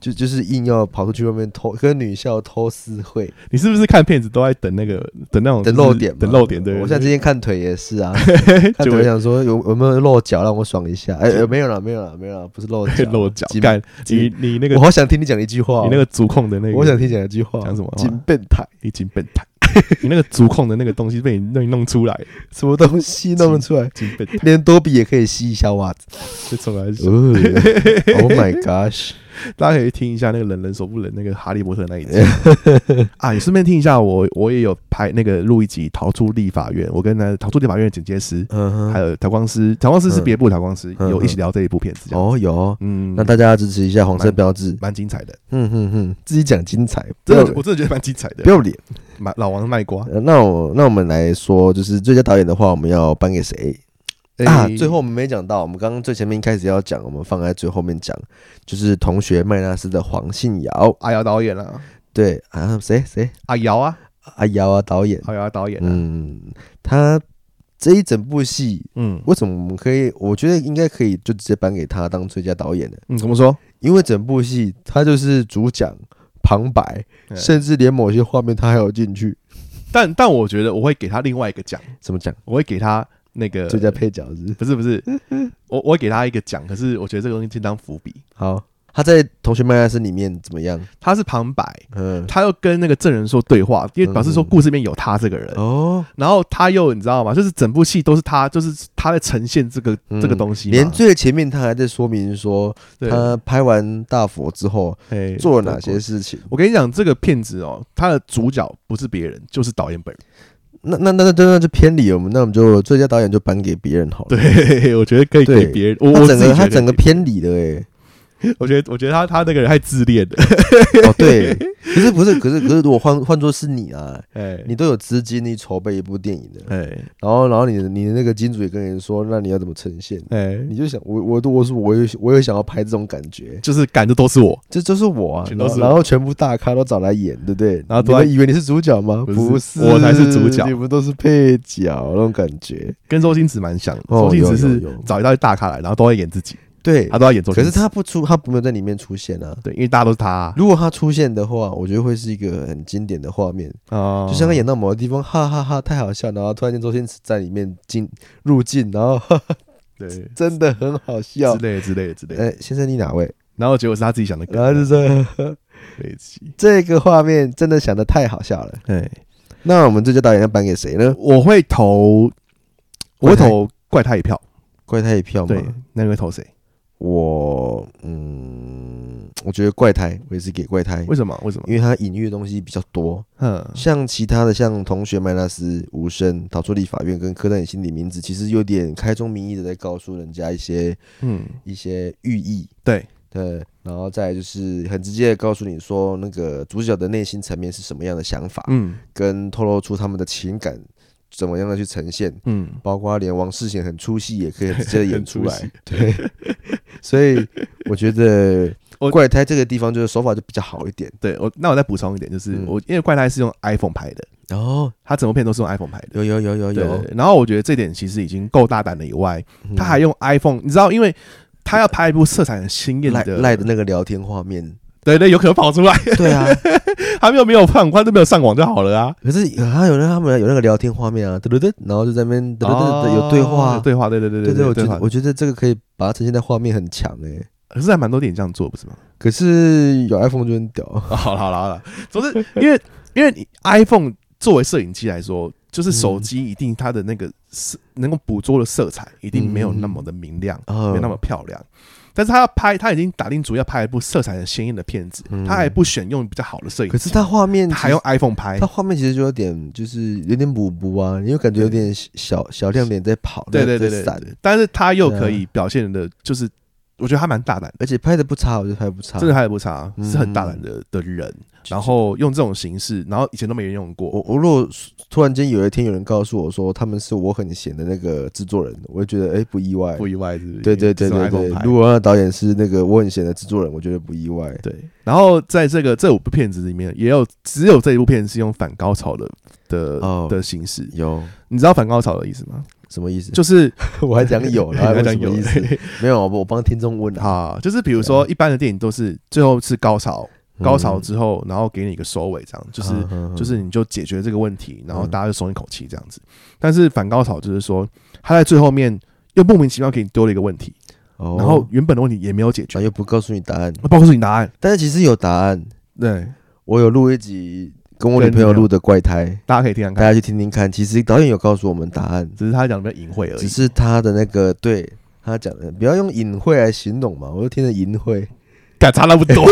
S1: 就就是硬要跑出去外面偷跟女校偷私会
S2: 你是不是看片子都在等那个等那种
S1: 的漏点嘛，
S2: 等漏点？对，
S1: 我像今天看腿也是
S2: [LAUGHS]
S1: 啊，看
S2: 就
S1: 腿想说有有没有露脚让我爽一下？哎、哎没有了，没有了，没有了，不是露脚，
S2: [LAUGHS] 漏脚
S1: 紧。
S2: 干你
S1: 紧
S2: 你那个
S1: 我好想听你讲一句话哦、
S2: 你那个足控的那个，
S1: 我想听你讲一句话，
S2: 讲什么话
S1: 金变态，
S2: 你金笨蛋， [LAUGHS] 你那个足控的那个东西被你弄弄出来，
S1: 什么东西弄得出来？
S2: 金笨蛋， [LAUGHS]
S1: 连多比也可以吸一下袜子。
S2: 就从来
S1: 哦，Oh my gosh！
S2: 大家可以听一下那个冷冷手不冷那个哈利波特
S1: [LAUGHS]
S2: 那一集啊，也顺便听一下我我也有拍那个录一集《逃出立法院》，我跟那逃出立法院的剪接师，
S1: 嗯
S2: 还
S1: 哼，
S2: 有调光师，调光师是别部调光师，
S1: 嗯
S2: 有一起聊这一部片子，这样
S1: 哦有哦，
S2: 嗯，
S1: 那大家要支持一下黄色标志，
S2: 蛮精彩的，
S1: 嗯哼哼，自己讲精彩，不
S2: 真
S1: 要
S2: 的我真的觉得蛮精彩
S1: 不
S2: 的，
S1: 要脸。
S2: 蛮老王卖瓜
S1: 呃那我那我们来说，就是最佳导演的话，我们要颁给谁啊？最后我们没讲到，我们刚刚最前面一开始要讲，我们放在最后面讲，就是同学麦纳斯的黄信尧，
S2: 阿瑶导演啊，
S1: 对啊，谁谁
S2: 阿瑶啊，
S1: 阿尧啊导演，
S2: 阿瑶导演啊，
S1: 嗯，他这一整部戏
S2: 嗯
S1: 为什么我们可以？我觉得应该可以就直接颁给他当最佳导演的，
S2: 嗯，怎么说？
S1: 因为整部戏他就是主讲、旁白，
S2: 嗯
S1: 甚至连某些画面他还有进去，
S2: 但但我觉得我会给他另外一个奖，
S1: 怎么讲？
S2: 我会给他那个
S1: 最佳配角是不是
S2: 不是不是，我我会给他一个奖，可是我觉得这个东西先当伏笔。
S1: 好。他在《同学麦纳斯》里面怎么样？
S2: 他是旁白，
S1: 嗯，
S2: 他又跟那个证人说对话，因为表示说
S1: 嗯
S2: 故事里面有他这个人，
S1: 哦，
S2: 然后他又你知道吗？就是整部戏都是他，就是他在呈现这个、
S1: 嗯
S2: 这个东西嘛，
S1: 连最前面他还在说明说，
S2: 对
S1: 他拍完大佛之后
S2: 嘿
S1: 做了哪些。事情。
S2: 我跟你讲，这个片子哦，他的主角不是别人，就是导演本人。
S1: 那那那那那那就偏离我们，那我们就最佳导演就颁给别人好了。，
S2: 对， [LAUGHS] 我觉得可以
S1: 哦对
S2: 给别人。我
S1: 他
S2: 我
S1: 整
S2: 自己
S1: 个
S2: 觉
S1: 他
S2: 得
S1: 整个
S2: 可
S1: 偏离了哎、
S2: 以，我觉得我觉得他他那个人太自恋
S1: [LAUGHS]
S2: 了。
S1: 哦，对，可是不是，可是可是，如果换换作是你啊，
S2: 哎，
S1: 你都有资金，你筹备一部电影的，
S2: 哎
S1: 然后然后你的你的那个金主也跟人说，那你要怎么呈现？
S2: 哎，
S1: 你就想我我我是我有我有想要拍这种感觉，
S2: 就是感觉都是我，
S1: 这就是我啊，
S2: 全
S1: 然
S2: 都
S1: 后
S2: 是
S1: 然
S2: 我
S1: 后全部大咖都找来演，对不对？
S2: 然后
S1: 你
S2: 都在
S1: 们以为你是主角吗？
S2: 不
S1: 不
S2: 是我才是主角
S1: 你们都是配角那种感觉。
S2: 跟周星驰蛮像的。
S1: 哦
S2: 周星驰是
S1: 有有有
S2: 找一大堆大咖来，然后都在演自己，
S1: 对
S2: 他，都要演周
S1: 可
S2: 星驰。
S1: 是他不出，他没有在里面出现啊。
S2: 对，因为大家都是他啊
S1: 如果他出现的话，我觉得会是一个很经典的画面，，
S2: 哦
S1: 就像他演到某个地方，哈哈哈太好笑，然后突然间周星驰在里面进入境，然后哈哈
S2: 对
S1: 真的很好笑
S2: 之。类的之类的之类的。
S1: 呃，先生你哪位？
S2: 然后结果是他自己想的梗，
S1: 然后就说呵呵
S2: 对起。
S1: 这个画面真的想的太好笑了。
S2: 哎，
S1: 那我们这届导演要颁给谁呢？
S2: 我会投，我会投怪他一票。
S1: 怪胎一票吗
S2: 对？，那你会投谁？
S1: 我嗯，我觉得怪胎，我也是给怪胎，
S2: 为什么？为什么？
S1: 因为它隐喻的东西比较多。
S2: 嗯，
S1: 像其他的，像同学麦纳斯、无声、逃出立法院跟柯南也心里名字，其实有点开宗明义的在告诉人家一些
S2: 嗯，
S1: 一些寓意。
S2: 对
S1: 对，然后再来就是很直接的告诉你说，那个主角的内心层面是什么样的想法，
S2: 嗯
S1: 跟透露出他们的情感怎么样的去呈现，
S2: 嗯，
S1: 包括连王世贤很出戏也可以很直接的演
S2: 很出
S1: 出来
S2: 戏。
S1: 对，所以我觉得
S2: 我
S1: 怪胎这个地方就是手法就比较好一点。
S2: 对我，那我再补充一点，就是
S1: 嗯
S2: 我因为怪他是用 iPhone 拍的，
S1: 哦，
S2: 他整部片都是用 iPhone 拍的。
S1: 有有有有
S2: 对，
S1: 有
S2: 对，对然后我觉得这点其实已经够大胆了。以外，
S1: 嗯
S2: 他还用 iPhone，你知道，因为他要拍一部色彩很鲜艳
S1: 赖
S2: 的，
S1: 赖的那个聊天画面，
S2: 对对，有可能跑出来，
S1: 对啊，
S2: 他们又没有放，他都没有上网就好了啊。
S1: 可是他有那他们有那个聊天画面啊，对对对，然后就在那边对对对有对话
S2: 哦，对话，对对对
S1: 对
S2: 对，
S1: 我觉
S2: 话
S1: 得我觉得这个可以把它呈现在画面很强诶，
S2: 可是还蛮多电影这样做，不是
S1: [LAUGHS]
S2: 吗？
S1: 可是有 iPhone 就很屌，
S2: 好了好了好了，总之，因为因为你 iPhone 作为摄影机来说，就是
S1: 嗯
S2: 手机一定它的那个色能够捕捉的色彩一定没有那么的明亮，没有
S1: 哦
S2: 那么漂亮。但是他要拍，他已经打定主意要拍一部色彩很鲜艳的片子，
S1: 嗯
S2: 他还不选用比较好的摄影
S1: 可
S2: 机，
S1: 是他画面
S2: 他
S1: 其实
S2: 还用 iPhone 拍
S1: 它。画面其实就有点，就是有点补补啊，你会感觉有点小小亮点在跑，
S2: 对
S1: 在
S2: 对对
S1: 在
S2: 对
S1: 闪，
S2: 对，但是他又
S1: 对啊
S2: 可以表现的，就是我觉得他蛮大胆的，
S1: 而且拍的不差，我觉得拍得不差。
S2: 真的，拍的不差，是很大胆
S1: 嗯
S2: 的的人。然后用这种形式，然后以前都没人用过，
S1: 我我如果突然间有一天有人告诉我说他们是我很闲的那个制作人，我会觉得哎、不意外。
S2: 不意外是不是？
S1: 对对对
S2: 是用
S1: 对
S2: iPhone
S1: 对
S2: 拍，
S1: 如果那导演是那个我很闲的制作人，我觉得不意外。
S2: 对，然后在这个这五部片子里面，也有只有这一部片是用反高潮的的、
S1: 哦
S2: 的形式。
S1: 有
S2: 你知道反高潮的意思吗？
S1: 什么意
S2: [LAUGHS]
S1: 思？
S2: 就是
S1: 我还讲有了，
S2: [LAUGHS] 还
S1: 还问
S2: 讲
S1: 什么
S2: 有
S1: 意思？ [LAUGHS] 没有，我我帮听众问啊。
S2: 啊，就是比如说一般的电影都是最后是高潮，高潮之后，然后给你一个收尾，这样就是、
S1: 嗯
S2: 就是你就解决这个问题，然后
S1: 嗯
S2: 大家就松一口气这样子。但是反高潮就是说他在最后面又莫名其妙给你丢了一个问题，
S1: 哦哎
S2: 然后原本的问题也没有解
S1: 然后
S2: 决，
S1: 又不告诉你答案，
S2: 包括你答案。
S1: 但是其实有答案。
S2: 对，
S1: 我有录一集跟我女朋友录的怪胎，
S2: 大家可以听看
S1: 大
S2: 看，
S1: 家去听听看。其实导演有告诉我们答案，
S2: 只是他讲的比较隐晦而已。
S1: 只是他的那个对他讲的，不要用隐晦来形容嘛，我就听着淫秽， [LAUGHS]
S2: 敢差那么 [LAUGHS] 多，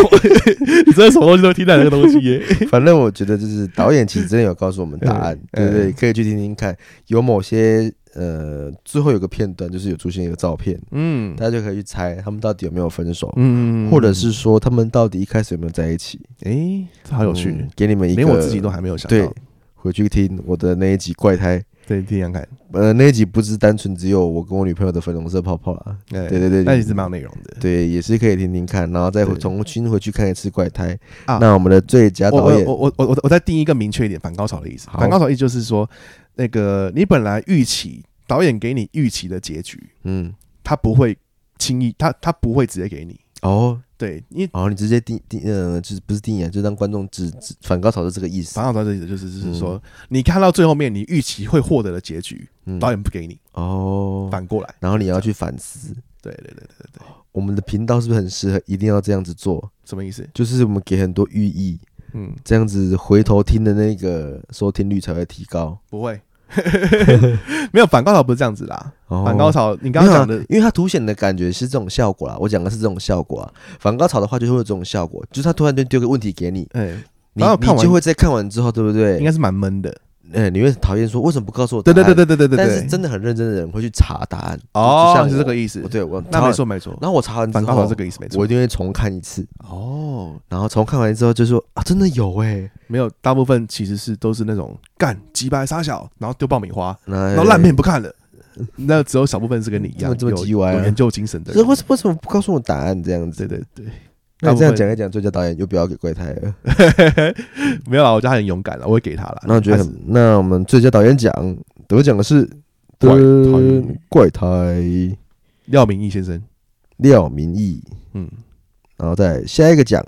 S2: 你真的什么东西都听到那个东西耶。
S1: 反正我觉得就是导演其实真的有告诉我们答
S2: [LAUGHS]
S1: 案，对不对？可以去听听看，有某些呃，最后有个片段就是有出现一个照片，
S2: 嗯
S1: 大家就可以去猜他们到底有没有分手，
S2: 嗯
S1: 或者是说他们到底一开始有没有在一起。
S2: 哎，这好有
S1: 嗯
S2: 趣，
S1: 给你们一个，
S2: 连我自己都还没有想
S1: 对
S2: 到。，
S1: 回去听我的那一集怪胎，
S2: 对，听杨凯，
S1: 呃，那一集不是单纯只有我跟我女朋友的粉红色泡泡啦，
S2: 对
S1: 对对对
S2: 哎那也是蛮有内容的。
S1: 对，也是可以听听看，然后再回
S2: 对
S1: 重新回去看一次怪胎。
S2: 啊
S1: 那我们的最佳
S2: 我
S1: 导
S2: 我
S1: 演
S2: 我我我我我再定一个明确一点反高潮的意思。
S1: 好
S2: 反高潮意思就是说，那个你本来预期导演给你预期的结局，
S1: 嗯，
S2: 他不会轻易，他他不会直接给你。
S1: 哦
S2: 对，因为
S1: 哦，你直接定定，呃，就是不是定眼，就是让观众只只反高潮的这个意思
S2: 反。高潮的意思就是就是说，你看到最后面你预期会获得的结局，
S1: 嗯
S2: 导演不给你，
S1: 哦，
S2: 反过来。
S1: 然后你要去反思，
S2: 对对对对对，
S1: 我们的频道是不是很适合一定要这样子做？
S2: 什么意思？
S1: 就是我们给很多寓意，
S2: 嗯，
S1: 这样子回头听的那个收听率才会提高。
S2: 不会， [LAUGHS] 没有反高潮不是这样子啦。
S1: 哦
S2: 反高潮，你刚刚讲
S1: 没有
S2: 的
S1: 啊，因为它凸显的感觉是这种效果啦。我讲的是这种效果啊，反高潮的话就会有这种效果，就是他突然间丢个问题给你，
S2: 哎，
S1: 你
S2: 然后
S1: 你
S2: 看完
S1: 就会在看完之后，对不对
S2: 应？该是蛮闷的。
S1: 哎、你会讨厌说为什么不告诉我？
S2: 对对对。对对对对
S1: 但是
S2: 对，
S1: 真的很认真的人会去查答案，
S2: 哦
S1: 就就像我
S2: 是这个意思
S1: 我对我查
S2: 那
S1: 完
S2: 没，错没错，
S1: 然后我查完之
S2: 反高
S1: 后，
S2: 潮这个意思没
S1: 我
S2: 错
S1: 一。定会重看一次，
S2: 哦，
S1: 然后重看完之后就说啊，真的有哎、
S2: 没有，大部分其实是都是那种干鸡巴杀小，然后丢爆米花，
S1: 那
S2: 然后烂片不看了。那只有少部分是跟你一样
S1: 哎这么这么
S2: 有
S1: 鸡歪啊
S2: 有研究精神的
S1: 这
S2: 人
S1: 为。什为什么不告诉我答案这样子？
S2: 对对对，
S1: 那你这样
S2: 大部
S1: 讲一讲，最佳导演又不要给怪胎了。
S2: [LAUGHS] 没有啦，我觉得他很勇敢了，我会给他了。
S1: 啊那我觉得
S2: 他是
S1: 很，那我们最佳导演奖得奖的是
S2: 怪胎
S1: 噔怪胎
S2: 廖明义先生，
S1: 廖明义，
S2: 嗯，
S1: 然后再下一个奖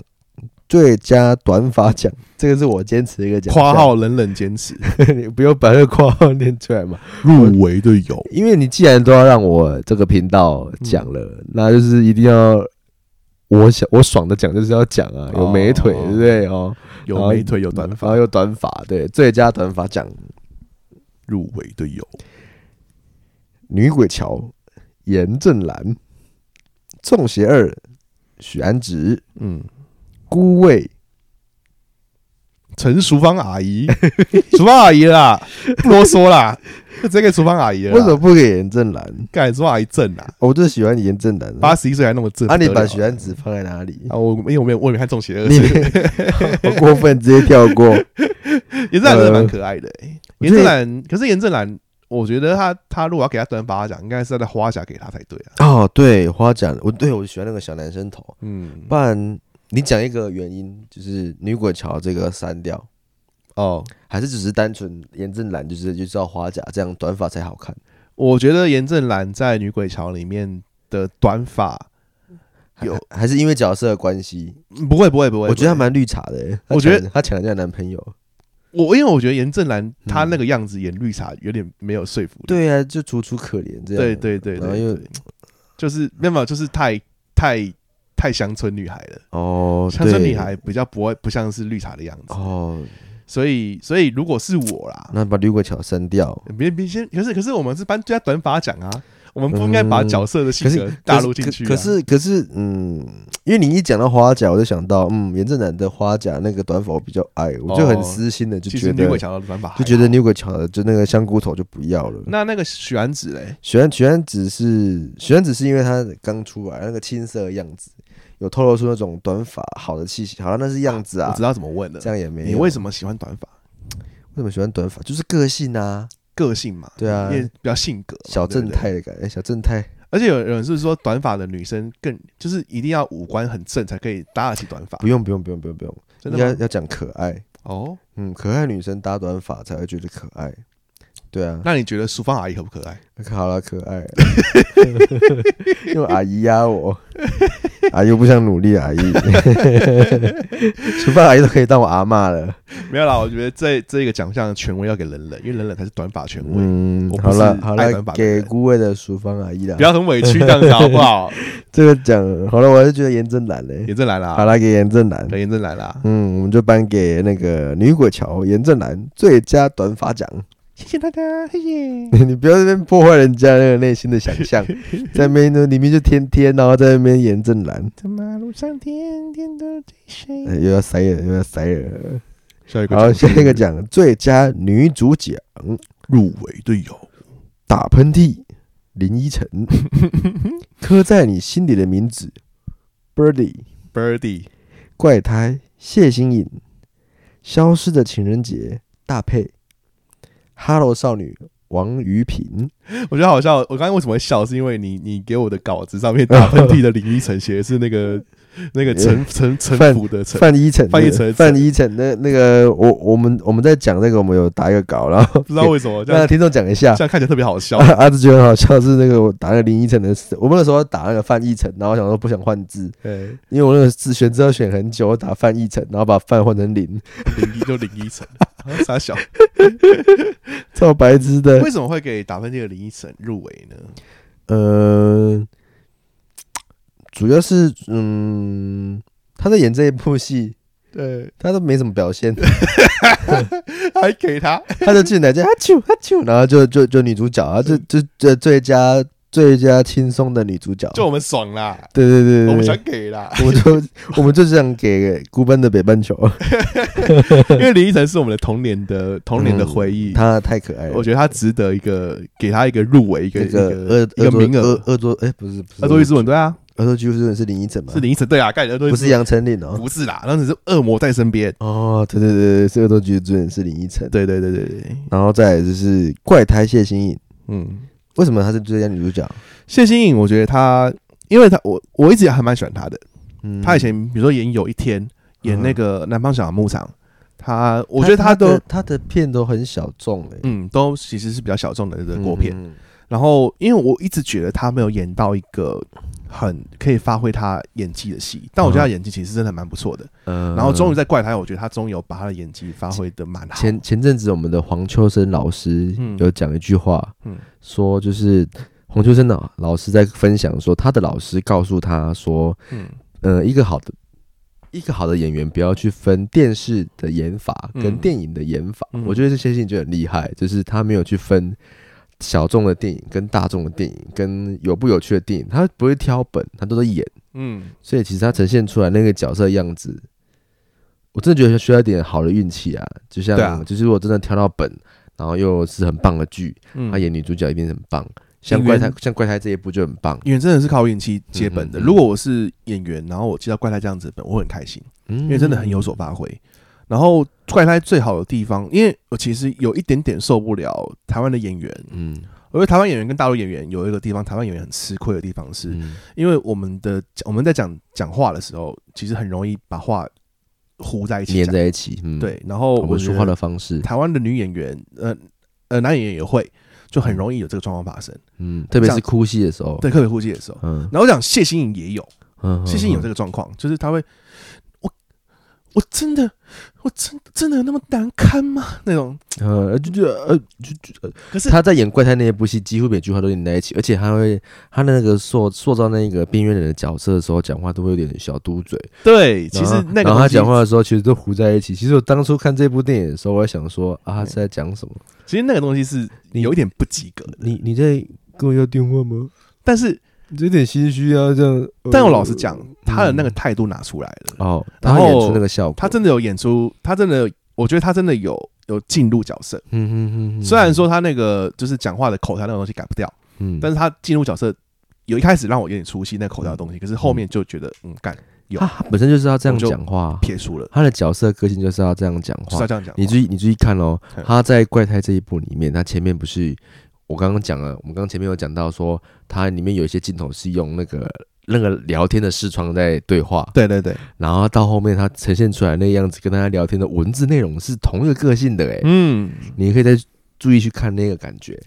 S1: 最佳短发奖，这个是我坚持的一个奖项，
S2: 括号冷冷坚持
S1: [LAUGHS] 你不用把那个括号念出来嘛，
S2: 入围的有，
S1: 因为你既然都要让我这个频道讲了，
S2: 嗯
S1: 那就是一定要。我想我爽的讲就是要讲啊，有美腿、
S2: 哦
S1: 对不对哦？
S2: 有美腿有短
S1: 然后
S2: 发，
S1: 有短发，对，最佳短发奖
S2: 入围的有
S1: 女鬼桥、严正兰、中邪二、许安植、
S2: 嗯，
S1: 孤味、
S2: 陈淑芳阿姨， [LAUGHS] 淑芳阿姨啦，不啰嗦啦，就直接给厨房阿姨了啦。
S1: 为什么不给严正兰？哦
S2: 干厨房阿姨正啊？
S1: 我就喜欢严正兰。
S2: 八十一岁还那么正，
S1: 啊，你
S2: 不得
S1: 把
S2: 了
S1: 许安植放在哪里？
S2: 啊，我因为我没有我也没看《中邪二
S1: [LAUGHS] 你》， [LAUGHS] 好过分，直接跳过。
S2: 严正兰真的蛮可爱的、欸。
S1: 呃我
S2: 严
S1: 觉得
S2: 正兰，可是严正兰，我觉得他他如果要给他短发奖，应该是要在花甲给他才对啊。
S1: [LAUGHS] 哦，对，花甲，我对我喜欢那个小男生头。
S2: 嗯，
S1: 不然你讲一个原因，就是女鬼桥这个删掉，
S2: 哦，
S1: 还是只是单纯严正兰就是就是要花甲，这样短发才好看，
S2: 我觉得严正兰在《女鬼桥》里面的短发有
S1: 还还是因为角色的关系？
S2: 嗯不会不会不会，
S1: 我觉得他
S2: 不会
S1: 蛮绿茶的欸。
S2: 我觉得
S1: 他抢人家的男朋友。
S2: 我因为我觉得严正兰她
S1: 嗯
S2: 那个样子演绿茶有点没有说服力。
S1: 对啊，就楚楚可怜这样。
S2: 对对对
S1: 然后又
S2: 对，对就是没有没有，就是太太太乡村女孩了。
S1: 哦，
S2: 乡村
S1: 对
S2: 女孩比较不会不像是绿茶的样子，
S1: 哦，
S2: 所以所以如果是我啦，
S1: 那把吕鬼桥删掉。
S2: 别别先，可是可是我们是颁最佳短发奖啊，我们不应该把角色的性格纳入进去、
S1: 嗯
S2: 啊
S1: 可是可是嗯，因为你一讲到花甲，我就想到嗯，严正南的花甲那个短发我比较爱，我就很私心的就
S2: 哦其
S1: 觉
S2: 实女
S1: 得
S2: 鬼桥的短发还好
S1: 就觉得牛鬼桥的就那个香菇头就不要了。
S2: 那那个许安子嘞，
S1: 许安许安只是许安只是因为他刚出来那个青涩的样子，有透露出那种短发好的气息。好了，那是样子
S2: 我
S1: 啊
S2: 知，道怎么问了
S1: 这。样也没有。
S2: 你为什么喜欢短发？
S1: 为什么喜欢短发？就是个性啊，
S2: 个性嘛，
S1: 对啊
S2: 也比较性格嘛，
S1: 小
S2: 对
S1: 正
S2: 不对。
S1: 太的感觉，哎小正太。
S2: 而且有有人是说，短发的女生更就是一定要五官很正才可以搭得起短发
S1: 不，用不用不用不用不用，
S2: 真
S1: 应该
S2: 的吗？
S1: 要讲可爱。
S2: 哦，
S1: 嗯，可爱女生搭短发才会觉得可爱。对啊，
S2: 那你觉得淑芳阿姨可不可爱？
S1: 好了，可 [LAUGHS] 爱。用阿姨压我，阿姨我不想努力， [LAUGHS] 阿姨。厨房阿姨都可以当我阿嬷了。
S2: [LAUGHS] 没有啦，我觉得这这个奖项的权威要给冷冷，因为冷冷才是短发权威。
S1: 嗯
S2: 我，不
S1: 好了
S2: 是
S1: 好
S2: 爱
S1: 了
S2: 短发，的
S1: 给
S2: 人
S1: 孤味的厨房阿姨了
S2: 不。要很委屈这样子好不 [LAUGHS] 好？
S1: 这个奖好了，我还是觉得严正男嘞。
S2: 严正来啦，
S1: 好了，给严正男。
S2: 严正来啦，
S1: 嗯，我们就颁给那个女鬼桥严正男最佳短发奖。 [LAUGHS]
S2: 谢谢大家，谢谢。
S1: 你不要在那边破坏人家那个内心的想象，在那边呢里面就天天，然后在那边严正蓝，
S2: 在马路上天天都在睡。
S1: 呃又要塞人，又要塞人。
S2: 哎下一嗯个，
S1: 好，下一个讲最佳女主角，
S2: 入围的有
S1: 打喷嚏，林依晨，刻在你心底的名字，Birdy，
S2: Birdy，
S1: 怪胎，谢欣颖，消失的情人节，大佩，Hello 少女，王于平，
S2: 我觉得好笑。我刚才为什么会笑，是因为你你给我的稿子上面打喷嚏的林依晨写的是那 [LAUGHS] 个那个城城城府的城，
S1: 范依晨，
S2: 哎范依晨
S1: 范依晨，那那个我我们我们在讲那个，我们有打一个稿，然后
S2: 不知道为什么这
S1: 让
S2: 样
S1: 听众讲一下
S2: 这。样看起来特别好笑
S1: 阿。阿志觉得很好笑，是那个我打那个林依晨的，我们那时候打那个范逸臣，然后想说不想换字，
S2: 对，
S1: 因为我那个字选字要选很久，我打范逸臣，然后把范换成林，
S2: 林依就林依 [LAUGHS] 晨，啊傻小。
S1: 超白痴的。
S2: 为什么会给打喷嚏的林依晨入围呢？
S1: 呃，主要是嗯，他在演这一部戏，
S2: 对，
S1: 他都没什么表现，
S2: 还给他
S1: [LAUGHS] 他就进来就啊啾啊啾，然后就就就女主角啊，就就就最佳最佳轻松的女主角，啊
S2: 就我们爽啦，
S1: 对对对
S2: 我
S1: 对对
S2: 们想给啦，
S1: 我们
S2: [LAUGHS]
S1: 就我们就这样给孤奔的北半球，
S2: 因为林依晨是我们的童年的童年的回忆。
S1: 她太可爱了
S2: 我。觉得他值得一个，给他一个入围，一个
S1: 那
S2: 一个
S1: 恶
S2: 一个名额。
S1: 恶恶作哎，不是不是
S2: 恶作剧之吻，对啊，
S1: 恶作剧之吻是林依晨吗？
S2: 是林依晨，对啊，盖恶作剧
S1: 不
S2: 之
S1: 是
S2: 吻
S1: 杨丞琳哦？
S2: 不是啦，那只是恶魔在身边。
S1: 哦，对对对对，是恶作剧之吻是林依晨，
S2: 对对对对对，
S1: 然后再来就是怪胎谢欣颖，
S2: 嗯，
S1: 为什么她是最佳女主角？
S2: 谢欣颖，我觉得她，因为她我我一直还蛮喜欢她的。
S1: 嗯，
S2: 她以前比如说演有一天，演那个南方小牧场，她我
S1: 她
S2: 觉得她
S1: 她
S2: 都
S1: 的她的片都很小众诶，
S2: 嗯都其实是比较小众的的国片。
S1: 嗯，
S2: 然后因为我一直觉得她没有演到一个很可以发挥她演技的戏，但我觉得她演技其实真的蛮不错的。
S1: 嗯
S2: 然后终于
S1: 于
S2: 在怪胎，我觉得她终于有把她的演技发挥的蛮好。
S1: 前前阵子我们的黄秋生老师
S2: 嗯
S1: 有讲一句话，
S2: 嗯
S1: 说就是黄秋生老老师在分享说，他的老师告诉他说，
S2: 嗯
S1: 呃，一个好的一个好的演员，不要去分电视的演法跟
S2: 嗯
S1: 电影的演法。
S2: 嗯
S1: 我觉得这些事情就很厉害，就是他没有去分小众的电影跟大众的电影，跟有不有趣的电影，他不会挑本，他都在演。
S2: 嗯，
S1: 所以其实他呈现出来那个角色的样子，我真的觉得需要一点好的运气啊。就像，
S2: 对啊
S1: 就是我真的挑到本，然后又是很棒的剧，
S2: 嗯
S1: 他演女主角一定很棒。像
S2: 演
S1: 怪
S2: 员
S1: 胎，像怪胎这一部就很棒。
S2: 演员真的是靠运气接本
S1: 嗯
S2: 的。
S1: 嗯嗯
S2: 如果我是演员，然后我接到怪胎这样子的本，我会很开心，
S1: 因
S2: 嗯因为真的很有所发挥。然后怪胎最好的地方，因为我其实有一点点受不了台湾的演员。
S1: 嗯，
S2: 我觉得台湾演员跟大陆演员有一个地方，台湾演员很吃亏的地方是，
S1: 嗯
S2: 因为我们的我们在讲讲话的时候，其实很容易把话糊在一起
S1: 粘
S2: 讲。
S1: 在一起。嗯，
S2: 对，然后
S1: 我们
S2: 觉
S1: 说
S2: 得
S1: 话的方式，
S2: 台湾的女演员，呃呃，男演员也会，就很容易有这个状况发生。
S1: 嗯，特别
S2: 这
S1: 是
S2: 样
S1: 哭戏的时候，
S2: 对，特别呼吸的时候。
S1: 嗯，
S2: 然后我讲谢欣颖也有。
S1: 嗯，
S2: 谢欣颖有这
S1: 个，
S2: 个状况，就是他会，我我真的我真真的有那么难堪吗？那种，
S1: 呃，就就呃，就就呃
S2: 可是
S1: 他在演怪胎那一部戏，几乎每句话都连在一起，而且他会他的那个塑塑造那个边缘人的角色的时候，讲话都会有点小嘟嘴。
S2: 对，
S1: 然
S2: 其
S1: 后
S2: 实那个
S1: 嗯啊然后他
S2: 东西
S1: 讲，话的时候，其实都糊在一起。其实我当初看这部电影的时候，我还想说啊，他
S2: 嗯
S1: 是在讲什么？
S2: 其实那个东西是
S1: 你
S2: 有一点不及格的，
S1: 你你在跟我要电话吗？
S2: 但是
S1: 你有点心虚啊，这样。
S2: 但我老实讲，他的那
S1: 嗯
S2: 个态度拿出来了，
S1: 哦，
S2: 然
S1: 他
S2: 后
S1: 演出那个效果，
S2: 他真的有演出，他真的，我觉得他真的有有进入角色。
S1: 嗯，嗯嗯嗯，
S2: 虽然说他那个就是讲话的口条那个东西改不掉，
S1: 嗯，
S2: 但是他进入角色有一开始让我有点出戏那个口条的东西，可是后面就觉得嗯干有
S1: 他他本身就是要这样
S2: 我就
S1: 讲话，
S2: 撇除了，
S1: 他的角色个性就是要这样讲
S2: 就是
S1: 话
S2: 要。这样讲话。
S1: 你注意，你注意看哦
S2: 嘿，
S1: 他在怪胎这一部里面，他前面不是我刚刚讲了，我们刚刚前面有讲到说，他里面有一些镜头是用那个那个聊天的视窗在对话，
S2: 对对对，
S1: 然后到后面他呈现出来那个样子，跟大家聊天的文字内容是同一个个性的哎，
S2: 嗯，
S1: 你可以再注意去看那个感觉。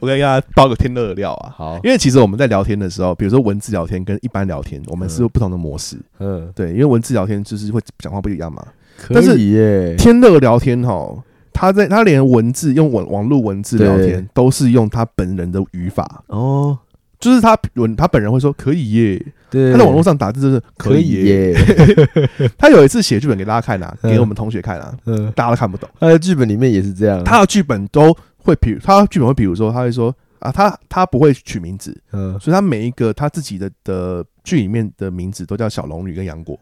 S2: 我跟大家爆个天热的料啊，
S1: 好，
S2: 因为其实我们在聊天的时候，比如说文字聊天跟一般聊天，我们是有不同的模式。
S1: 嗯，
S2: 对，因为文字聊天就是会讲话不一样嘛。
S1: 可
S2: 但是
S1: 以耶，
S2: 天乐聊天哈，他在他连文字用网网络文字聊天
S1: 对
S2: 都是用他本人的语法，
S1: 哦，
S2: 就是他文他本人会说可以耶，
S1: 对，
S2: 他在网络上打字就是
S1: 可以
S2: 耶。
S1: 耶，
S2: 他有一次写剧本给大家看啊，
S1: 嗯
S2: 给我们同学看啊，
S1: 嗯，
S2: 大家都看不懂，
S1: 他的剧本里面也是这样，
S2: 他的剧本都会比如他剧本会比如说他会说啊，他他不会取名字，
S4: 嗯，
S2: 所以他每一个他自己的的剧里面的名字都叫小龙女跟杨
S1: [LAUGHS]
S2: 过。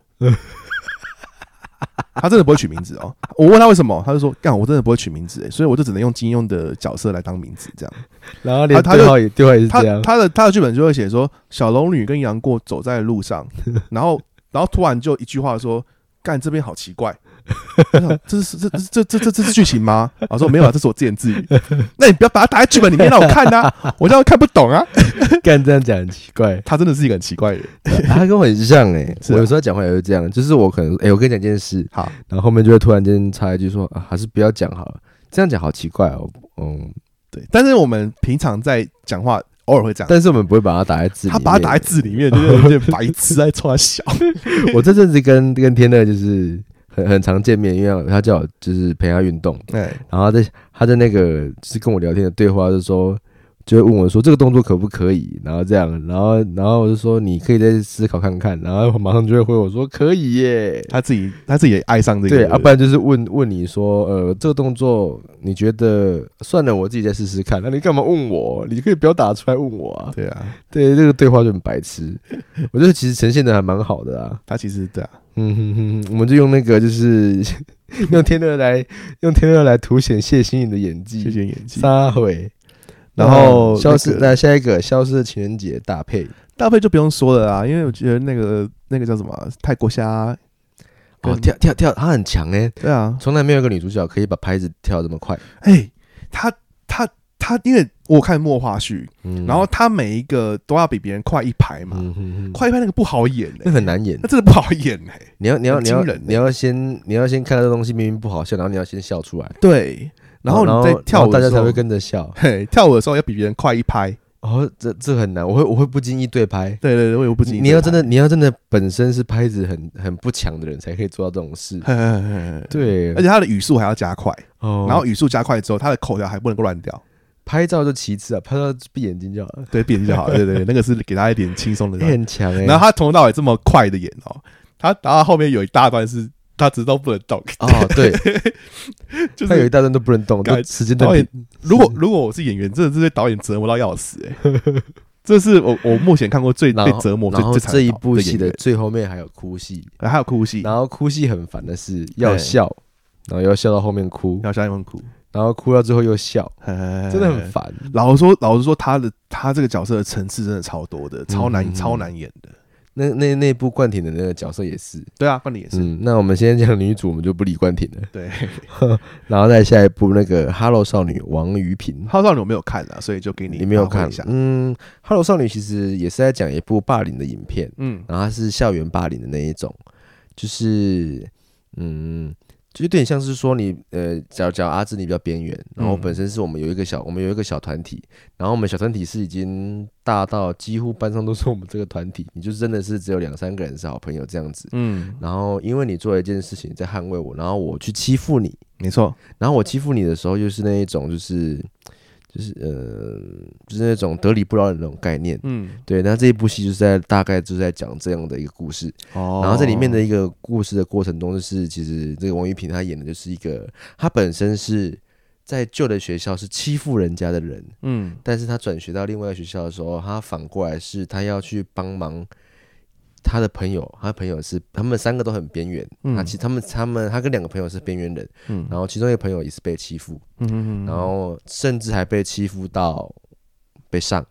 S2: 他真的不会取名字哦。我问他为什么，他就说：“干，我真的不会取名字、欸，所以我就只能用金庸的角色来当名字。”这样，
S4: 然后连
S2: 他他就
S4: 对话也对话也是
S2: 他
S4: 这样，
S2: 他的他的剧本就会写说：小龙女跟杨过走在
S1: [LAUGHS]
S2: 路上，然后然后突然就一句话说：“干，这边好奇
S1: [LAUGHS]
S2: 怪。”我想这是这这这这这是剧情吗？我说没有啊，这是我自言自
S1: [LAUGHS]
S2: 语。那你不要把它打在剧本里面让我看啊，我这样看不懂啊。
S4: 干这样讲很奇怪，
S2: 他真的是一个很奇怪的人。
S1: 他跟我很像 [LAUGHS] 哎、
S2: 是啊
S1: 我有时候讲话也会这样，就是我可能哎、我跟你讲一件事，
S2: 好，
S1: 然后后面就会突然间插一句说啊，还是不要讲好了，这样讲好奇怪哦，嗯，
S2: 对，但是我们平常在讲话偶尔会这样，
S1: 但是我们不会把它打在字里
S2: 他
S1: 面，
S2: 把它打在字里面，就是
S1: [LAUGHS]
S2: 有点白痴啊在冲他笑。
S1: 我这阵子跟跟天乐就是很很常见面，因为他叫我就是陪他运动，
S2: 哎，
S1: 然后他在他在那个就是跟我聊天的对话，就说就会问我说这个动作可不可以，然后这样，然后然后我就说你可以再思考看看，然后马上就会回我说可以耶，
S2: 他自己他自己也爱上这个，
S1: 对，啊，
S2: 不
S1: 不然就是问问你说呃这个动作你觉得算了，我自己再试试看，那你干嘛问我？你可以不要打出来问我啊，
S2: 对啊，
S1: 对，这个对话就很白痴，我觉得其实呈现的还蛮好的啊。
S2: 他其实对啊，
S1: 嗯哼哼，哼，我们就用那个就是 [LAUGHS] 用天乐来用天乐来凸显谢欣颖的演技，
S2: 谢谢演技。
S1: 撒毁，
S2: 然后
S1: 消失。
S2: 那个
S1: 那下一个消失的情人节搭配
S2: 搭配就不用说了啊，因为我觉得那个那个叫什么啊泰国虾，
S1: 哦，
S2: 跟
S1: 跳跳跳，她很强哎，
S2: 对啊，
S1: 从来没有一个女主角可以把拍子跳得这么快。
S2: 哎，他他他，因为我有看默化序，
S1: 嗯
S2: 然后他每一个都要比别人快一排嘛，
S1: 嗯哼哼，
S2: 快一拍那个不好演
S1: 那
S2: 哎，
S1: 很难演
S2: 那，真的不好演哎。
S1: 你要你要
S2: 很
S1: 你
S2: 惊
S1: 要
S2: 人欸
S1: 你要先你要先看到这东西明明不好笑，然后你要先笑出来，
S2: 对，然后你在跳
S1: 然
S2: 舞
S1: 后大
S2: 的
S1: 家
S2: 时
S1: 才
S2: 候
S1: 会，跟着笑。
S2: 嘿，跳舞的时候要比别人快一拍。
S1: 哦，这这很难，我会我会不经意对拍。
S2: 对对对，我也不
S1: 你
S2: 仅
S1: 你要真的，你要真的本身是拍子很很不强的人，才可以做到这种事。
S2: 对，
S1: 对，
S2: 而且他的语速还要加快，
S1: 哦
S2: 然后语速加快之后，他的口条还不能够乱掉，
S1: 拍照就其次啊，拍照闭眼睛就好了。
S2: 对，变就好了。对对对，那个是给他一点轻松的。
S1: 欸很强哎、
S2: 然后他从头到尾这么快的演哦，他然后后面有一大段是他直到不能动， [LAUGHS]
S1: 哦，对，
S2: 就
S1: 他有一
S2: 是
S1: 大段都不能动，
S2: 感
S1: 都时间都
S2: 导演。如果如果我是演员，真的是被导演折磨到要死哎。这是我我目前看过最
S1: 然
S2: 被
S1: 后
S2: 折磨
S1: 然后
S2: 最最惨
S1: 这一部戏
S2: 的
S1: 的
S2: 演
S1: 最后面还有哭戏，
S2: 员，还有哭戏，
S1: 然后哭戏很烦的是要
S2: 对
S1: 笑，然后要笑到后面哭，
S2: 要笑一门哭，
S1: 然后哭到最后又笑，
S2: 真
S1: 真的很烦。
S2: 老实说，老实说，他的他这个角色的层次真的超多的，超难、
S1: 嗯嗯嗯
S2: 超难演的。
S1: 那那那部冠廷的那个角色也是，
S2: 对啊，范你也是。
S1: 嗯，那我们先讲女主，我们就不理冠廷了，
S2: 对， [LAUGHS]
S1: 然后再下一部那个《Hello 少女》王于平。
S2: 浩少女我没有看啊，所以就给你
S1: 你没有
S2: 发挥
S1: 看
S2: 一下？。
S1: 嗯，《Hello 少女》其实也是在讲一部霸凌的影片，
S2: 嗯，
S1: 然后它是校园霸凌的那一种，就是嗯，就有点像是说你呃，假如假如阿志你比较边缘，然后
S2: 嗯
S1: 本身是我们有一个小我们有一个小团体，然后我们小团体是已经大到几乎班上都是我们这个团体，你就真的是只有两三个人是好朋友这样子。
S2: 嗯，
S1: 然后因为你做了一件事情在捍卫我，然后我去欺负你，
S2: 没错。
S1: 然后我欺负你的时候又是那一种就是。就是呃，就是那种得理不饶人的那种概念，
S2: 嗯，
S1: 对。那这一部戏就是在大概就是在讲这样的一个故事，
S2: 哦
S1: 然后这里面的一个故事的过程中，就是其实这个王一平他演的就是一个，他本身是在旧的学校是欺负人家的人，
S2: 嗯，
S1: 但是他转学到另外一个学校的时候，他反过来是他要去帮忙他的朋友，他的朋友是他们三个都很边缘，
S2: 嗯
S1: 他其他们他们他跟两个朋友是边缘人，
S2: 嗯
S1: 然后其中一个朋友也是被欺负，
S2: 嗯嗯嗯
S1: 然后甚至还被欺负到被上，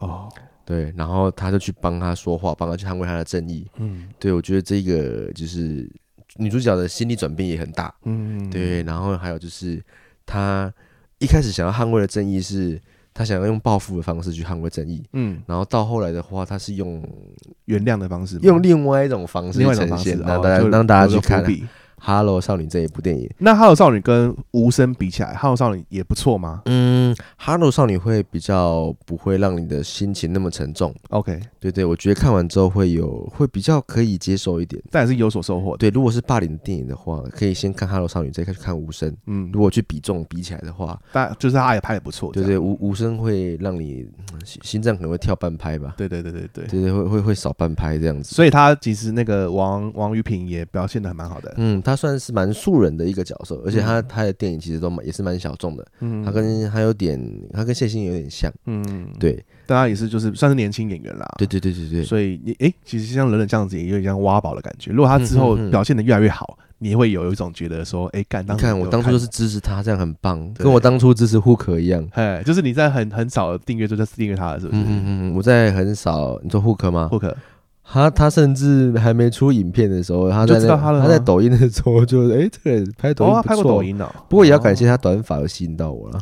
S2: 哦，
S1: 对，然后他就去帮他说话，帮他去捍卫他的正义，
S2: 嗯
S1: 对，我觉得这个就是女主角的心理转变也很大，
S2: 嗯，
S1: 对。然后还有就是她一开始想要捍卫的正义是，她想要用报复的方式去捍卫正义，
S2: 嗯，
S1: 然后到后来的话，她是用
S2: 原谅的方式吗，
S1: 用另外一种方式
S2: 另外一种
S1: 呈
S2: 方式
S1: 现，让
S2: 哦
S1: 大家
S2: 就
S1: 让大家
S2: 留
S1: 去
S2: 个伏
S1: 看《啊
S2: 笔
S1: Hello 少女》这一部电影。
S2: 那《哈喽少女》跟《无声》比起来，《哈喽少女》也不错吗
S1: 嗯，《Hello 少女》会比较不会让你的心情那么沉重，
S2: ？OK，
S1: 对对，我觉得看完之后会有会比较可以接受一点。
S2: 但也是有所收获的。
S1: 对，如果是霸凌的电影的话，可以先看《Hello 少女》，再去看《无声》。
S2: 嗯
S1: 如，果去比重比起来的话，
S2: 但就是他也拍的不错。
S1: 对
S2: 这样
S1: 对，无无声会让你嗯心心脏可能会跳半拍吧，
S2: 对对对对对。
S1: 对对，会会会少半拍这样子。
S2: 所以他其实那个王王于平也表现的还蛮好的。
S1: 嗯，他他算是蛮素人的一个角色，而且他、他的电影其实都蛮也是蛮小众的。
S2: 嗯
S1: 他跟他有点，他跟谢欣有点像。
S2: 嗯，
S1: 对，
S2: 大家也是就是算是年轻演员啦，
S1: 对对对对对，
S2: 所以你诶，其实像冷冷这样子，也有点像挖宝的感觉。如果他之后
S1: 嗯嗯嗯
S2: 表现的越来越好，你也会有一种觉得说，诶，干，
S1: 你
S2: 当
S1: 看
S2: 年
S1: 我
S2: 有
S1: 当初就是支持他，这样很棒，
S2: 对
S1: 跟我当初支持户口一样。
S2: 哎，就是你在很很少的订阅就在订阅他了，是不是
S1: 嗯？嗯嗯，我在很少你说户口吗？
S2: 或可
S1: 他他甚至还没出影片的时候，他
S2: 就
S1: 在
S2: 知
S1: 那
S2: 道他了吗
S1: 在抖音的时候就哎、这个人拍抖
S2: 哦，
S1: 音、
S2: 他拍过抖，音哦，
S1: 不过也要感谢他短发有吸引到我
S2: [LAUGHS]
S1: 了。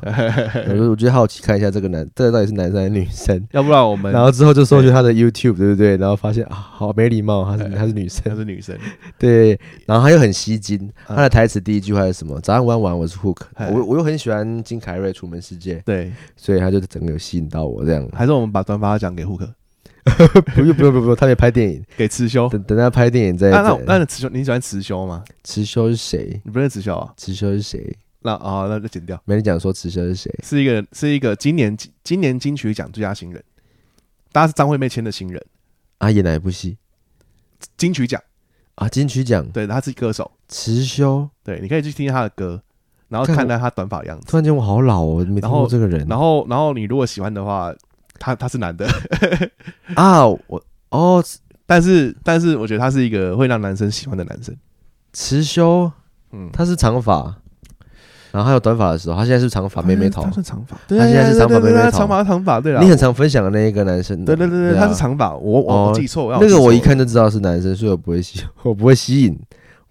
S1: 我就我就好奇看一下这个男，这个到底是男生还是女生。
S2: 要不然我们
S1: 然后之后就搜去他的 YouTube，对不对？然后发现啊，好没礼貌，她是她是女
S2: 她
S1: 生，
S2: 是女生，
S1: 对。然后她又很吸睛，她的台词第一句话是什么？早安，晚安，晚安，我是 Hook
S2: 嗯哎。
S1: 我我又很喜欢金凯瑞《楚门世界》，
S2: 对，
S1: 所以他就整个有吸引到我
S2: [LAUGHS]
S1: 这样。
S2: 还是我们把短发奖给胡可，
S1: 不用不用不用不用，他没拍电影，
S2: 给慈修。
S1: 等等他拍电影再。
S2: 那那那慈修，你喜欢慈修吗？
S1: 池修是谁？
S2: 你不认识慈修啊？
S1: 池修是谁？
S2: 那啊，那就剪掉。
S1: 没人讲说池修是谁？
S2: 是一个是一个今年今年金曲奖最佳新人，大家是张惠妹签的新人，
S1: 啊，演哪一部戏
S2: 金曲奖，
S1: 啊？金曲奖
S2: 对，他是歌手，
S1: 池修，
S2: 对，你可以去听他的歌，然后
S1: 看
S2: 看到他短发的样子，
S1: 突然间我好老哦，没听
S2: 然后
S1: 过这个人。
S2: 然后然后你如果喜欢的话，他他是男的，
S1: 啊，我哦，
S2: 但是但是我觉得他是一个会让男生喜欢的男生，
S1: 池修
S2: 嗯，
S1: 他是长发，然后他有短发的时候，他现在是长发妹妹头
S2: 他。算长发，
S1: 他现在是
S2: 对
S1: 长发
S2: 对对
S1: 妹妹
S2: 对
S1: 头
S2: 长发长发，对了，啊
S1: 你很常分享的那一个男生，
S2: 对对对
S1: 啊哦
S2: 对，他是长发，我我我记错，
S1: 那个我一
S2: 记错
S1: 看就知道是男生，所以我不会吸， [LAUGHS] 我不会吸引，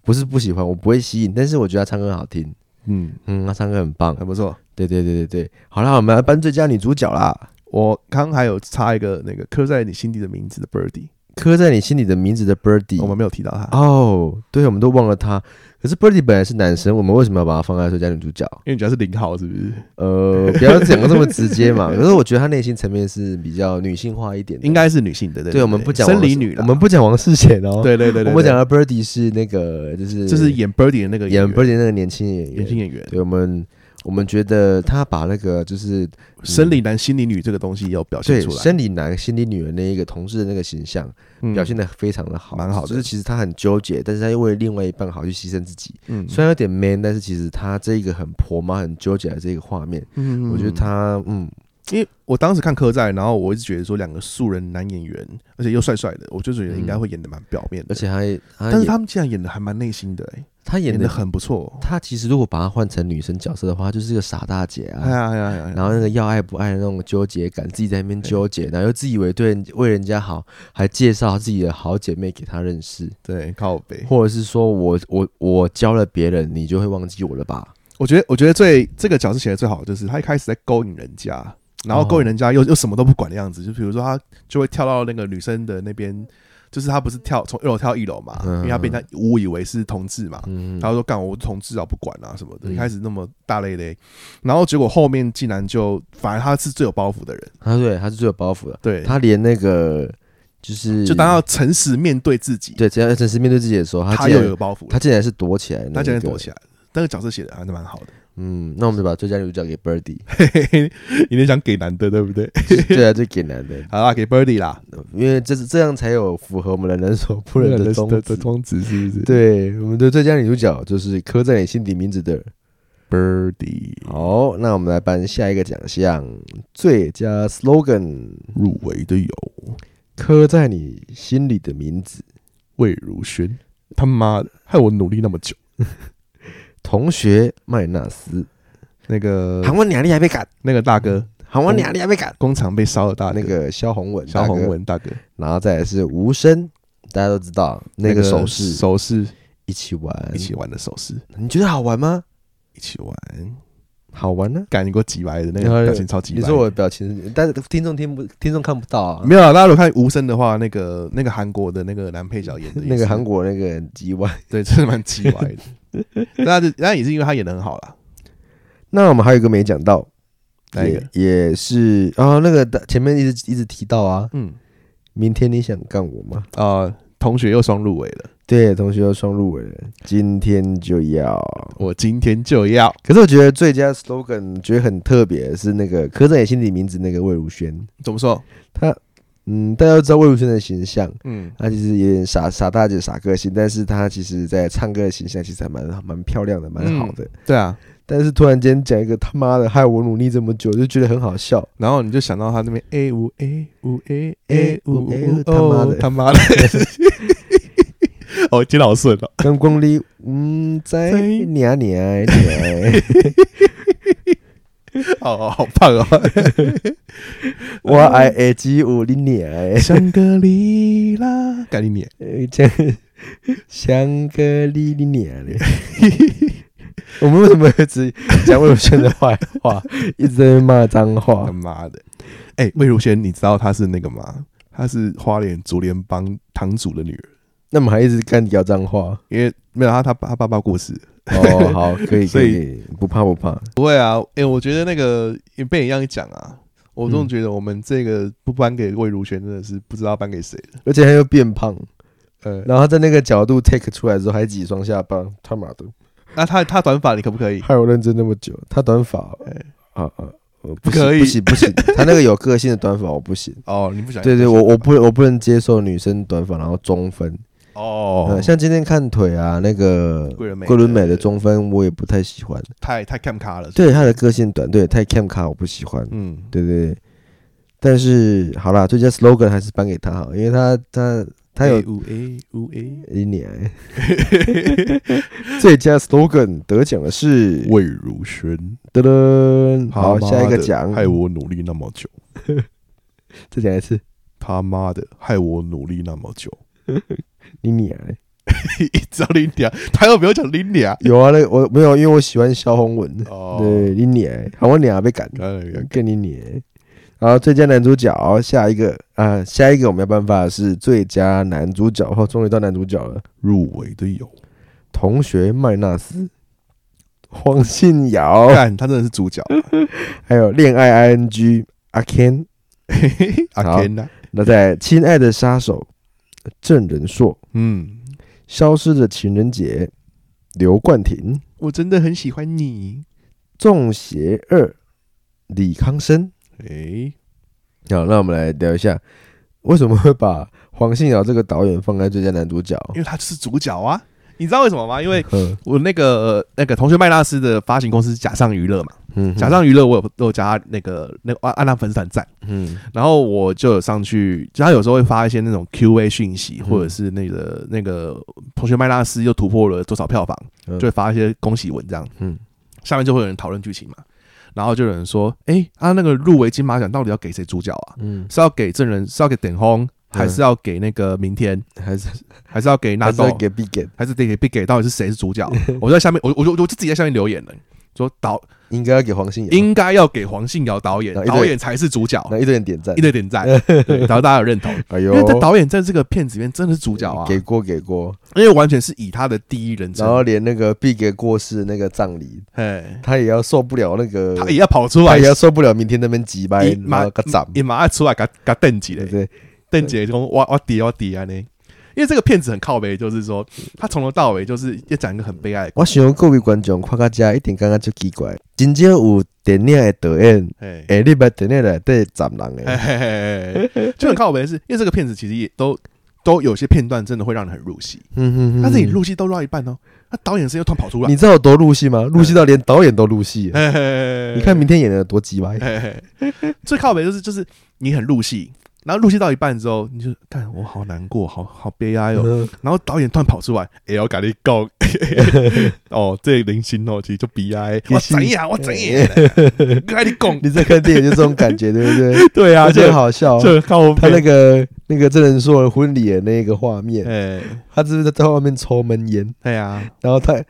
S1: 不是不喜欢，我不会吸引，但是我觉得他唱歌很好听，
S2: 嗯，
S1: 嗯，他唱歌很棒，
S2: 很不错。
S1: 对对对对对，好啦，我们来颁最佳女主角啦，
S2: 我刚还有插一个那个刻在你心底的名字的 Birdy，
S1: 刻在你心里的名字的 Birdy，
S2: 我们没有提到他，
S1: 哦，对，我们都忘了他，可是 Birdy 本来是男生，我们为什么要把他放在最佳女主角？
S2: 因为你觉得是零号是不是？
S1: 呃，不要讲的这么直接
S2: [LAUGHS]
S1: 嘛，可是我觉得他内心层面是比较女性化一点的，
S2: 应该是女性的，对
S1: 对我们不讲
S2: 生
S1: 王
S2: 理
S1: 世
S2: 女啦
S1: 我们不讲王世贤哦，
S2: 对对对对，对
S1: 我们讲的 Birdy 是那个就是
S2: 就是演 Birdy 的那个
S1: 演
S2: 演
S1: Birdy 那个年轻演员
S2: 年轻，演员，
S1: 对我们我们觉得他把那个就是
S2: 生理男、心理女这个东西要表
S1: 嗯
S2: 现
S1: 对
S2: 出来，
S1: 生理男、心理女人那一个同志的那个形象
S2: 嗯
S1: 表现的非常的好，
S2: 蛮好的
S1: 就是其实他很纠结，但是他又为了另外一半好去牺牲自己，
S2: 嗯
S1: 虽然有点 man，但是其实他这个很婆妈、很纠结的这个画面，
S2: 嗯
S1: 我觉得，他嗯
S2: 因为我当时看柯在，然后我一直觉得说两个素人男演员，而且又帅帅的，我就觉得应该会演的蛮表面的，
S1: 嗯而且他也他
S2: 但是
S1: 演
S2: 他们竟然演的还蛮内心的，哎，
S1: 他演
S2: 演
S1: 的
S2: 的很不错，
S1: 他其实如果把他换成女生角色的话，她就是个傻大姐啊。
S2: 哎呀哎呀哎呀，
S1: 然后那个要爱不爱的那种纠结感，自己在那边纠结，然后又自以为对人为人家好，还介绍自己的好姐妹给她认识，
S2: 对靠背，
S1: 或者是说我我我教了别人，你就会忘记我了吧？
S2: 我觉得我觉得最这个角色写的最好的就是他一开始在勾引人家。然后勾引人
S1: 哦
S2: 家又、又什么都不管的样子，就比如说他就会跳到那个女生的那边，就是他不是跳从一楼跳一楼嘛，
S1: 嗯
S2: 因为他被人家误以为是同志嘛，
S1: 嗯
S2: 他，就说干我是同志啊，不管啊什么的，
S1: 嗯
S2: 一开始那么大咧咧，然后结果后面竟然就反而他是最有包袱的人，
S1: 他对他是最有包袱的，
S2: 对，
S1: 他连那个就是
S2: 就当要诚实面对自己，
S1: 对，只要真实面对自己的时候，
S2: 他
S1: 竟
S2: 又
S1: 然
S2: 有包袱了，
S1: 他竟然是躲起来的那一个，
S2: 他竟然躲起来了，那个角色写的还是蛮好的，
S1: 嗯，那我们就把最佳女主角给
S2: [LAUGHS]
S1: Birdy，
S2: 嘿嘿，有点想给男的，对不对？
S1: 对啊，最给男的，
S2: 好啦，给 Birdy 啦，
S1: 因为这是这样才有符合我们的人所不
S4: 不
S1: 能
S4: 然
S1: 的
S4: 的
S1: 宗
S4: 的
S1: 旨
S4: 的。宗旨是不是？
S1: 对，我们的最佳女主角就是刻在你心底名字的。
S2: Birdy
S1: 好，那我们来颁下一个奖项，最佳 slogan，
S2: 入围的有
S1: 刻在你心里的名字。
S2: 魏如萱，他妈的，害我努力那么久，
S1: 同学麦纳斯，
S2: 那个
S1: 韩文娘厉还被赶，
S2: 那个大哥，
S1: 韩文娘厉还被赶。
S2: 工厂被烧的大
S1: 那
S2: 那个
S1: 个萧红文，
S2: 萧
S1: 大
S2: 宏
S1: 哥，
S2: 文大哥，
S1: 然后再来是无声，大家都知道那个手势，
S2: 手势，
S1: 一起玩
S2: 一，起玩的手势，
S1: 你觉得好玩吗？
S2: 一起玩。
S1: 好玩呢、
S2: 干你给我挤白的那
S1: 然后
S2: 个表情超级
S1: 哎
S2: 白。
S1: 你说我的表情，但是听众听不，听众看不到啊。
S2: 没有啊？大家如果看无声的话，那个那个韩国的那个男配角演的也是
S1: 那个韩国那个意外。
S2: 对，真的蛮奇怪的。
S1: [LAUGHS]
S2: 那就那也是因为他演的很好啦。
S1: 那我们还有一个没讲到，
S2: 哪一个
S1: 也也是啊、那个的前面一直一直提到啊，
S2: 嗯
S1: 明天你想干我吗？
S2: 啊，同学又双入围了，
S1: 对，同学要双入围了，今天就要。
S2: 我今天就要
S1: 可是我觉得最佳 slogan 觉得很特别，是那个柯震也心里名字那个魏如萱，
S2: 怎么说？
S1: 他嗯，大家都知道魏如萱的形象，
S2: 嗯，
S1: 她其实有点傻傻大姐傻个性，但是她其实在唱歌的形象其实还蛮蛮漂亮的，蛮好的。
S2: 对啊。
S1: 但是突然间讲一个他妈的，害我努力这么久，就觉得很好 [LAUGHS] 笑。
S2: 然后你就想到他那边 A 五 A 五 A A 五
S1: 哎
S2: A，
S1: 他妈的 [LAUGHS]
S2: 他妈的，哦，接的好顺哦，
S1: 刚光里，嗯，在
S2: 在
S1: 娘娘娘， [LAUGHS]
S2: 好好棒哦，
S1: 我爱耳机五零娘，
S2: 香格里 [LAUGHS] 拉，赶紧念，
S1: 呃这样香格里里娘 [LAUGHS] 嘞。我们为什么一直讲魏如萱的坏话， [LAUGHS] 一直在骂脏话
S2: 他？妈的，哎，魏如萱，你知道她是那个吗？她是花莲竹联帮堂主的女儿，
S1: 那么还一直干屌脏话？
S2: 因为没有她，她她爸爸过世，
S1: 哦，好，可以，
S2: 所
S1: 可
S2: 以
S1: 以，可以不怕不怕。
S2: 不会啊，哎、我觉得那个也被你一样讲啊，我总觉得我们这个不颁给魏如萱真的是不知道颁给谁了。
S1: 而且他又变胖，
S2: 呃，
S1: 然后他在那个角度 take 出来之后还挤双下巴，他妈的，
S2: 那他他短发你可不可以？
S1: 害我认真那么久。他短发哦，啊啊，我不行
S2: 可以
S1: 不行不 [LAUGHS] 行，他那个有个性的短发我不行。
S2: 哦，你不想
S1: 对对，我我不我不能接受女生短发然后中分，
S2: 哦
S1: 呃，像今天看腿啊，那个
S2: 桂纶镁
S1: 桂纶镁的中分我也不太喜欢，
S2: 太太 cam 卡了，
S1: 对她的个性短，对太 cam 卡我不喜欢，
S2: 嗯，
S1: 对对对。但是好啦，最佳 slogan 还是颁给他好，因为他他他有
S2: 五 A 五 A，
S1: 一
S2: [LAUGHS]
S1: 年。最佳 slogan 得奖的是
S2: 魏如萱，
S1: 噔噔，好，
S2: 他妈
S1: 下一个
S2: 的
S1: 奖，
S2: 害我努力那么久，
S1: 再讲一次，
S2: 他妈的，害我努力那么久， [LAUGHS]
S1: 你年
S2: 只要林嗲，他又没有讲林嗲，
S1: 有啊，那个我没有，因为我喜欢萧红文，
S2: 哦，
S1: 对，你年，好，我俩被赶，
S2: 哎，
S1: 跟你年。然后最佳男主角，下一个啊、下一个我们要颁发的是最佳男主角，哦，终于到男主角了，
S2: 入围的有，
S1: 同学麦纳斯、黄信尧，
S2: [LAUGHS] 干，他真的是主角，
S1: 还有恋爱 ing 阿 Ken，
S2: 嘿嘿嘿阿
S1: 好
S2: Ken 啊呐，
S1: 那在《亲爱的杀手》，郑仁硕，
S2: 嗯。
S1: 《消失的情人节》，刘冠廷，《
S2: 我真的很喜欢你。
S1: 中邪二》，李康生。
S2: 诶，
S1: 好，那我们来聊一下，为什么会把黄信尧这个导演放在最佳男主角？
S2: 因为他就是主角啊，哦你知道为什么吗？因为
S1: 嗯
S2: 我那个、呃那个同学麦纳斯的发行公司是假上娱乐嘛，
S1: 嗯
S2: 假上娱乐我有我有加那个那个按按他粉丝团赞，
S1: 嗯
S2: 然后我就有上去，就他有时候会发一些那种 Q A 讯息，或者
S1: 嗯
S2: 是那个那个同学麦纳斯又突破了多少票房，
S1: 嗯
S2: 就会发一些恭喜文这样，
S1: 嗯
S2: 下面就会有人讨论剧情嘛，然后就有人说，诶，啊那个入围金马奖到底要给谁主角啊？
S1: 嗯，
S2: 是要给证人，是要给等轰，还是要给那个明天？
S1: [LAUGHS] 还是
S2: 还是要给
S1: 嗯
S2: 纳
S1: 还是
S2: 豆
S1: 要，给 B 给，
S2: 还是得给被给到底是谁是主角？
S1: [LAUGHS]
S2: 我就在下面，我我就我就自己在下面留言了，说导
S1: 应该要给黄信尧，
S2: 应该要给黄信尧导演
S1: 嗯啊，一堆嗯
S2: 导演才是主角，
S1: 那一堆人点赞
S2: 一，堆
S1: [LAUGHS]
S2: 点赞，对然后大家有认同，
S1: 哎
S2: 因
S1: 呦，
S2: 为这导演在这个片子里面真的是主角啊，
S1: 给过给过，
S2: 因为完全是以他的第一人
S1: 然后
S2: 称，
S1: 连那个 B 给过世那个葬礼，
S2: 哎，
S1: 他也要受不了那个，
S2: 他也要跑出
S1: 他
S2: 来
S1: 也，要受不了明天那边急掰，
S2: 一
S1: 然后个斩，
S2: 也马上出来给他给他瞪起
S1: 对
S2: 来
S1: 不，对？
S2: 邓姐说：“哇哇底哇底啊呢。”因为这个片子很靠背，就是说他从头到尾就是要讲一个很悲哀的故
S1: 我想各位观众看到这一定感觉足奇怪，真正有电影的导演，
S2: 事，
S1: 下礼拜电影内底斩人
S2: 嘿
S1: 诶，
S2: 嘿嘿嘿嘿就很靠背的是，因为这个片子其实也都都有些片段真的会让人很入戏，
S1: 嗯
S2: 但是你，入戏都入到一半哦，那导演声又突然跑出来
S1: 你，知道有多入戏吗？入戏到连导演都入戏，
S2: 嘿嘿嘿嘿
S1: 你看明天演的有多鸡歪，
S2: 嘿嘿嘿 [LAUGHS] 最靠背就是就是你很入戏，然后入戏到一半之后，你就看我好难过，好好悲哀哦，
S1: [LAUGHS] 嗯
S2: 然后导演突然跑出来，哎、我跟你讲， [LAUGHS] 哦，这零星哦，其实就悲哀，我怎样，我怎样，
S1: 哎
S2: 我跟你讲，
S1: 你在看电影就这种感觉，对不 [LAUGHS] 对？
S2: 对啊，
S1: 而且
S2: 就
S1: 很好笑哦，
S2: 就靠
S1: 他
S2: 背，
S1: 那个那个真人说婚礼的那个画面，
S2: 哎，
S1: 他是不是在外面抽闷烟？
S2: 对啊，
S1: 然后他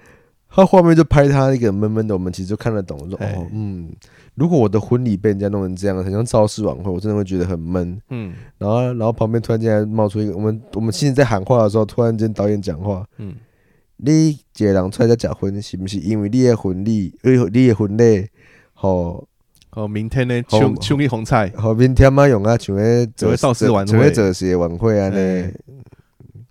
S1: 他画面就拍他那个闷闷的，我们其实就看得懂，说
S2: 哎
S1: 哦，嗯，如果我的婚礼被人家弄成这样，很像造势晚会，我真的会觉得很闷。
S2: 嗯
S1: 然后，然后旁边突然间还冒出一个，我们我们现在在喊话的时候，突然间导演讲话，
S2: 嗯。
S1: 你一个人出来才结婚，是不是因为你的婚礼，你你的婚礼，吼、
S2: 哦，明天呢，
S1: 好
S2: 秋秋丽红菜，
S1: 后面天妈用啊，像个
S2: 像个造势晚会
S1: 像个造势的晚会安尼
S2: 哎，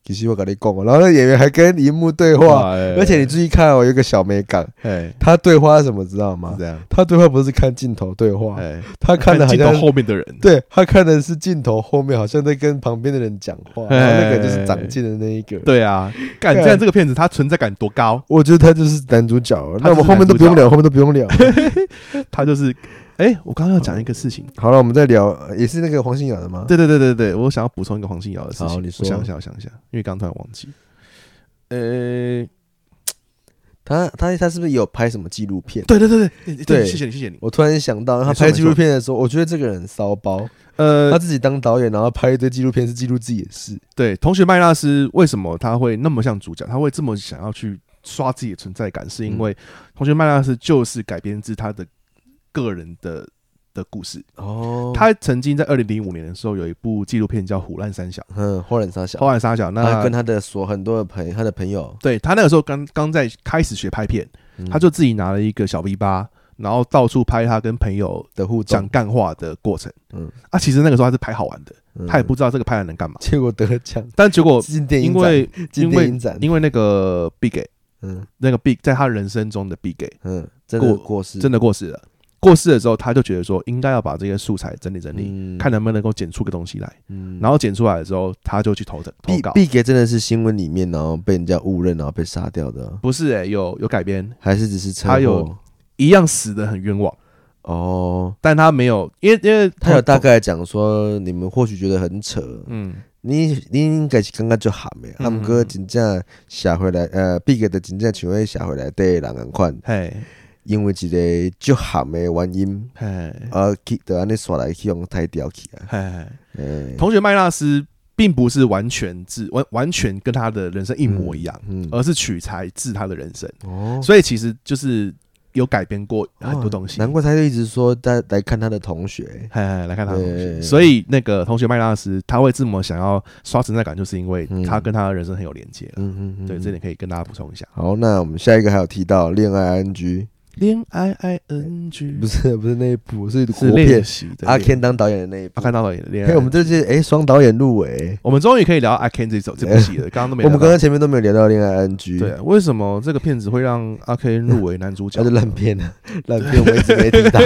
S1: 其实我跟你讲哦，然后那演员还跟荧幕对话，而
S4: 而
S1: 且你注意看哦，有一个小美感，
S4: 哎
S1: 他对话是什么知道吗
S4: 是？这样，
S1: 他对话不是看镜头对话，
S4: 哎
S1: 他看的好
S2: 镜头
S1: 像
S2: 后面的人，
S1: 对他看的是镜头后面，好像在跟旁边的人讲话，
S2: 哎
S1: 然后那个就是长进的那一个。，
S2: 对啊，干，
S1: 干
S2: 现在这个片子它存在感多高？
S1: 我觉得他就是男主角了。那我们后面都
S2: 他就是
S1: 不用
S2: 男主角
S1: 聊，后面都不
S2: [LAUGHS]
S1: 用聊。
S2: 它就是，哎，我刚刚要讲一个事情，
S1: 好了，我们再聊，呃也是那个黄信尧的吗？
S2: 对对对对对，我想要补充一个黄信尧的事情。
S1: 好你说
S2: 我想一下，我想一下，因为刚刚突然忘记。呃，
S1: 他他他是不是有拍什么纪录片？
S2: 对对对对对
S1: 对
S2: 谢谢你，谢谢你。
S1: 我突然想到，他
S2: 没错
S1: 拍纪录片的时候，我觉得这个人很骚包，
S2: 呃
S1: 他，自己当导演，然后拍一堆纪录片是记录自己的事。
S2: 对，同学麦纳斯为什么他会那么像主角？他会这么想要去刷自己的存在感，是因
S1: 嗯
S2: 为同学麦纳斯就是改编自他的个人的的故事。
S1: 哦
S2: 他曾经在二零零五年的时候有一部纪录片叫《虎烂三小
S1: 嗯，花人沙》，小
S2: 《花，烂三小》。
S1: 他
S2: 那
S1: 跟他的所很多的朋友他的朋友，
S2: 对他那个时候刚刚在开始学拍片，
S1: 嗯
S2: 他就自己拿了一个小 V 八，然后到处拍他跟朋友
S1: 的互
S2: 讲
S1: 动，
S2: 干话的过程。
S1: 嗯
S2: 啊，其实那个时候他是拍好玩的，
S1: 嗯
S2: 他也不知道这个拍完能干嘛。
S1: 结果得奖，
S2: 但结果
S1: 进电影
S2: 因
S1: 展，
S2: 为
S1: 进
S2: 因
S1: 电
S2: 为
S1: 影展，
S2: 因为那个 Big Gay，
S1: 嗯
S2: 那个 Big 在他人生中的 Big Gay
S1: 嗯，真的
S2: 过
S1: 过世，
S2: 真的过世了。过世的时候，他就觉得说应该要把这些素材整理整理，
S1: 嗯
S2: 看能不能够剪出个东西来。
S1: 嗯
S2: 然后剪出来的时候，他就去投的投
S1: 毕
S2: 稿。
S1: 毕给真的是新闻里面，然后被人家误认，然后被杀掉的，
S2: 不是诶、欸有有改编，
S1: 还是只是车
S2: 他
S1: 祸
S2: 有？一样死的很冤枉，
S1: 哦，
S2: 但他没有，因为因为
S1: 他有大，概讲说，你们或许觉得很扯，
S2: 嗯，
S1: 你你应该是刚刚就喊的，
S2: 嗯
S1: 他们哥真正写回来，呃，毕给的真正像会写回来对人共款，
S2: 嘿，
S1: 因为一个就喊的原因，
S2: 嘿，
S1: 呃，去就安尼刷来去用太掉去啊，
S2: 嘿，嘿
S1: 诶，
S2: 同学麦纳斯并不是完全自完完全跟他的人生一模一样，
S1: 嗯，
S2: 而是取材自他的人生，
S1: 哦，
S2: 所以其实就是有改编过很多东西。
S1: 难怪他就一直说他来看他的同学，
S2: 嘿嘿，来看他的东西。
S1: 对
S2: 所以那个同学麦纳斯他会这么想要刷存在感，就是因为
S1: 嗯
S2: 他跟他的人生很有连接了。
S1: 嗯嗯嗯，
S2: 对，
S1: 嗯
S2: 这点可以跟大家补充一下。
S1: 好，那我们下一个还有提到恋爱 [LAUGHS] NG，
S2: 恋爱 I N G
S1: 不是不是那一部，是
S2: 是
S1: 国
S2: 练
S1: 片，
S2: 习的
S1: 阿
S2: 练
S1: Ken 当导演的那一部
S2: 阿。看到了恋爱
S1: 嘿，我们这次哎双导演入围，
S2: 我们终于可以聊 I Can 这首这部戏了，刚刚都没
S1: 我
S2: 聊到。
S1: 们刚刚前面都没有聊到恋爱 NG，
S2: 对，为什么这个片子会让阿 K 入围男主角
S1: 那？就烂片了，烂片我们一直没提
S2: [LAUGHS]
S1: 到。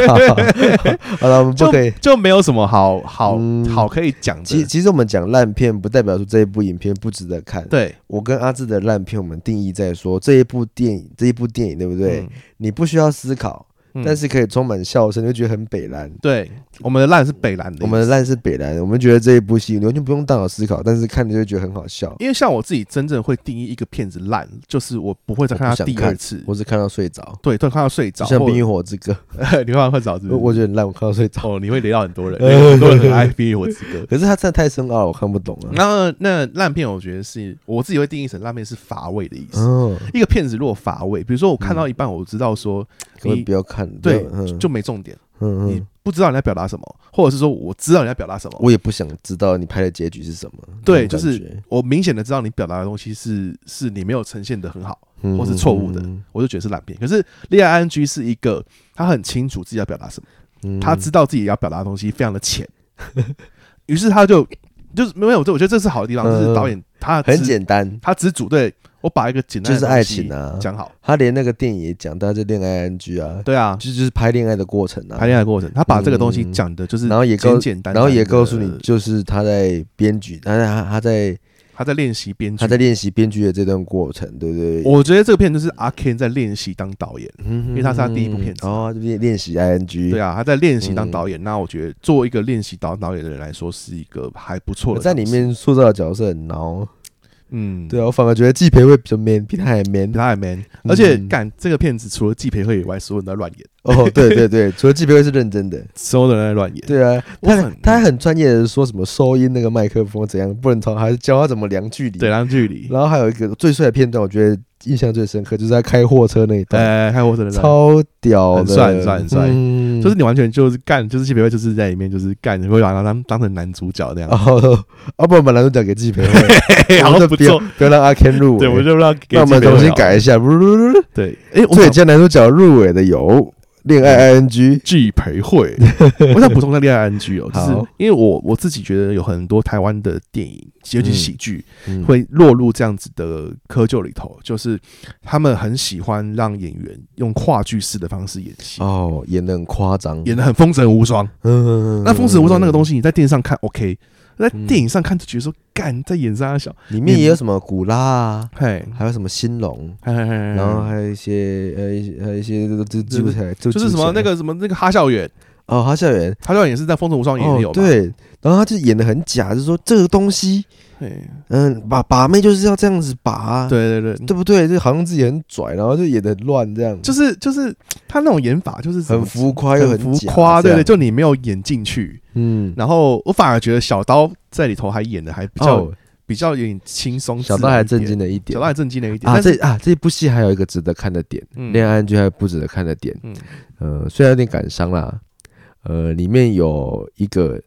S1: 好了，我们不
S2: 就
S1: 可以。
S2: 就没有什么好好
S1: 嗯
S2: 好可以讲
S1: 其
S2: 的
S1: 实。其实我们讲烂片，不代表说这一部影片不值得看。
S2: 对
S1: 我跟阿志的烂片，我们定义在说这一部电影，这一部电影对不对？，你不需要思考，
S2: 嗯
S1: 但是可以充满笑声，你会觉得很北蓝。
S2: 对我们的烂是北蓝的意思，
S1: 我们的烂是北蓝，我们觉得这一部戏你完全不用大脑思考，但是看你就会觉得很好笑。
S2: 因为像我自己真正会定义一个片子烂，就是我不会再看它第二次，
S1: 我是看到睡着，
S2: 对，都看到睡着，
S1: 就像《
S2: 或
S1: 冰与火之歌》
S2: [LAUGHS] 你会会找是不是
S1: 我，我觉得很烂，我看到睡着。
S2: 哦，你会雷到很多
S1: [LAUGHS]
S2: 人，因为很多人很爱《冰与火之歌》。
S1: 可是它真的太深奥了，我看不懂啊。
S2: 然后那烂片，我觉得是我自己会定义成烂片是乏味的意思。
S1: 嗯，
S2: 一个片子如果乏味，比如说我看到一半，我知道说
S1: 可不可以
S2: 你
S1: 不要看？不要
S2: 对
S1: 嗯
S2: 就没重点，
S1: 嗯
S2: 你
S1: 嗯，
S2: 不知道你在表达什么，或者是说我知道你在表达什么，
S1: 我也不想知道你拍的结局是什么。
S2: 对，
S1: 那种
S2: 就
S1: 感觉
S2: 是我明显的知道你表达的东西是是你没有呈现的很好，或是错误的，
S1: 嗯
S2: 我就觉得是烂片。可是《恋爱 NG》是一个他很清楚自己要表达什么。
S1: 嗯
S2: 他知道自己要表达的东西非常的浅，于是他就就是没有，这我觉得这是好的地方，
S1: 嗯
S2: 就是导演他
S1: 很
S2: 啊只，
S1: 简单，
S2: 他只组队，我把一个简单
S1: 就
S2: 的
S1: 是爱情啊
S2: 东西。讲好，
S1: 他连那个电影也讲到这恋爱 NG 啊，
S2: 对啊，
S1: 就就是拍恋爱的过程啊，
S2: 谈恋爱的过程，他把这个东西
S1: 嗯
S2: 讲的就是
S1: 然后也告
S2: 简简单单，
S1: 然后也告诉你，就是他在编剧，他在他他在
S2: 他在练习编剧
S1: 他，在练习编剧的这段过程，对不对？
S2: 我觉得这个片就是阿 Ken 在练习当导演，
S1: 嗯，因
S2: 哦因为他是他第一部片子
S1: 哦，他就练练习 ING，
S2: 对
S1: 啊，
S2: 啊，他在练习当导演，那我觉得作为一个练习导导演的人来说，是一个还不错
S1: 我
S2: 的，
S1: 在里，面塑造的角色很孬，
S2: 嗯，
S1: 对啊，我反而觉得季培会比较 man，比他还 man
S2: 比。他还 man，而且
S1: 嗯
S2: 干这个片子除了季培慧以外，所有人都在乱演，
S1: 哦，对对对，除了季培会是认真的，
S2: 所有人都在乱演，
S1: 对啊，
S2: 我
S1: 他
S2: 很
S1: 他还很专业的说什么收音那个麦克风怎样不能吵，还是教他怎么量距离。
S2: 对，然啊后距离，
S1: 然后还有一个最帅的片段，我觉得印象最深刻，就是他开货车那一段，
S2: 哎，看我真的在，
S1: 超屌的，
S2: 很帅很帅很帅
S1: 嗯
S2: 就是你完全就是干，就是谢培慧就是在里面就是干，你会把他当当成男主角那样，
S1: 哦，啊，不然把男主角给季培慧，
S2: 嘿
S1: 我
S2: [LAUGHS] 好
S1: 们
S2: 像
S1: 就
S2: 不
S1: 不要
S2: 错，
S1: 不要让阿 Ken 入
S2: 对，我
S1: 围。
S2: 就让给
S1: 那我们
S2: 季培
S1: 重
S2: 慧
S1: 新
S2: 好
S1: 改一下，不不不不
S2: 对，哎，我嗯
S1: 最
S2: 想
S1: 佳男主角入围的有恋爱 ing，
S2: 季
S1: [LAUGHS]
S2: 培慧，我想补充一下恋爱 NG 哦，就是
S1: 好
S2: 因为我我自己觉得有很多台湾的电影，尤其是喜剧，
S1: 嗯
S2: 会落入这样子的窠臼里头，就是他们很喜欢让演员用话剧式的方式演戏，
S1: 哦，演的很夸张，
S2: 演的很风尘无双。
S1: 嗯，
S2: 那风尘无双那个东
S1: 西
S2: 西，你在电视上看 OK，在电影上看就觉得说，干在演啥小，
S1: 里面也有什么古拉啊，
S2: 嘿，
S1: 还有什么兴隆，
S2: 嘿嘿嘿
S1: 然后
S2: 嘿
S1: 还有一些呃一些还有一些都都记不起来，就
S2: 嗯就是什么那个什么那个哈校园，
S1: 哦，哈校园
S2: 哈校园也是在风尘无双也有
S1: 哦
S2: 嘛，
S1: 对，然后他就演的很假，就是说这个东西，
S2: 嘿
S1: 嗯，把把妹就是要这样子把啊，
S2: 对对对，
S1: 对不对？就好像自己很拽，然后就演的乱这样，
S2: 就是就是他那种演法就是怎
S1: 很
S2: 么
S1: 浮夸又
S2: 很浮
S1: 假
S2: 夸，
S1: 这
S2: 对
S1: 样
S2: 对，就你没有演进去。
S1: 嗯，
S2: 然后我反而觉得小刀在里头还演的还比较、
S1: 哦
S2: 比较有点轻松，
S1: 小刀还震惊，了一点
S2: 小刀还震惊了一点。
S1: 啊，
S2: 但是
S1: 这啊这部戏还有一个值得看的点，恋
S2: 爱，
S1: 爱剧还有不值得看的点，
S2: 嗯
S1: 呃，虽然有点感伤啦，呃，里面有一个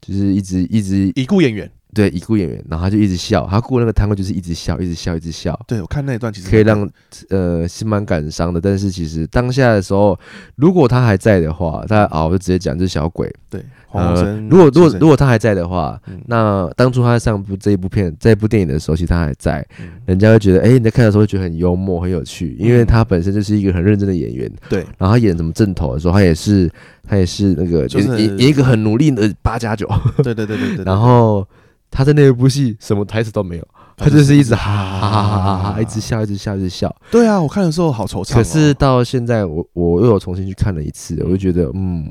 S1: 就是一直一直
S2: 已故演员，
S1: 对已故演员，然后他就一直笑，他雇那个摊位就是一直笑，一直笑，一直笑，
S2: 对我看那一段其实
S1: 可以让呃是蛮感伤的。但是其实当下的时候，如果他还在的话，他啊我就直接讲这是小鬼。
S2: 对黄鸿
S1: 呃
S2: 升，
S1: 如果如
S2: 先
S1: 果
S2: 生
S1: 如果他还在的话，
S2: 嗯
S1: 那当初他在上部这一部片这一部电影的时候，其实他还在，
S2: 嗯
S1: 人家会觉得哎、你在看的时候会觉得很幽默很有趣，因为他本身就是一个很认真的演员。
S2: 对
S1: 然后他演什么正头的时候，他也是他也是那个
S2: 就是
S1: 演演演一个很努力的八加九，
S2: 对对对对对，
S1: 然后他在那一部戏什么台词都没有，他就是一直哈哈哈哈哈哈哈，一直笑一直笑一直笑。
S2: 对啊，我看的时候好惆怅哦。
S1: 可是到现在我我又有重新去看了一次，我就觉得嗯，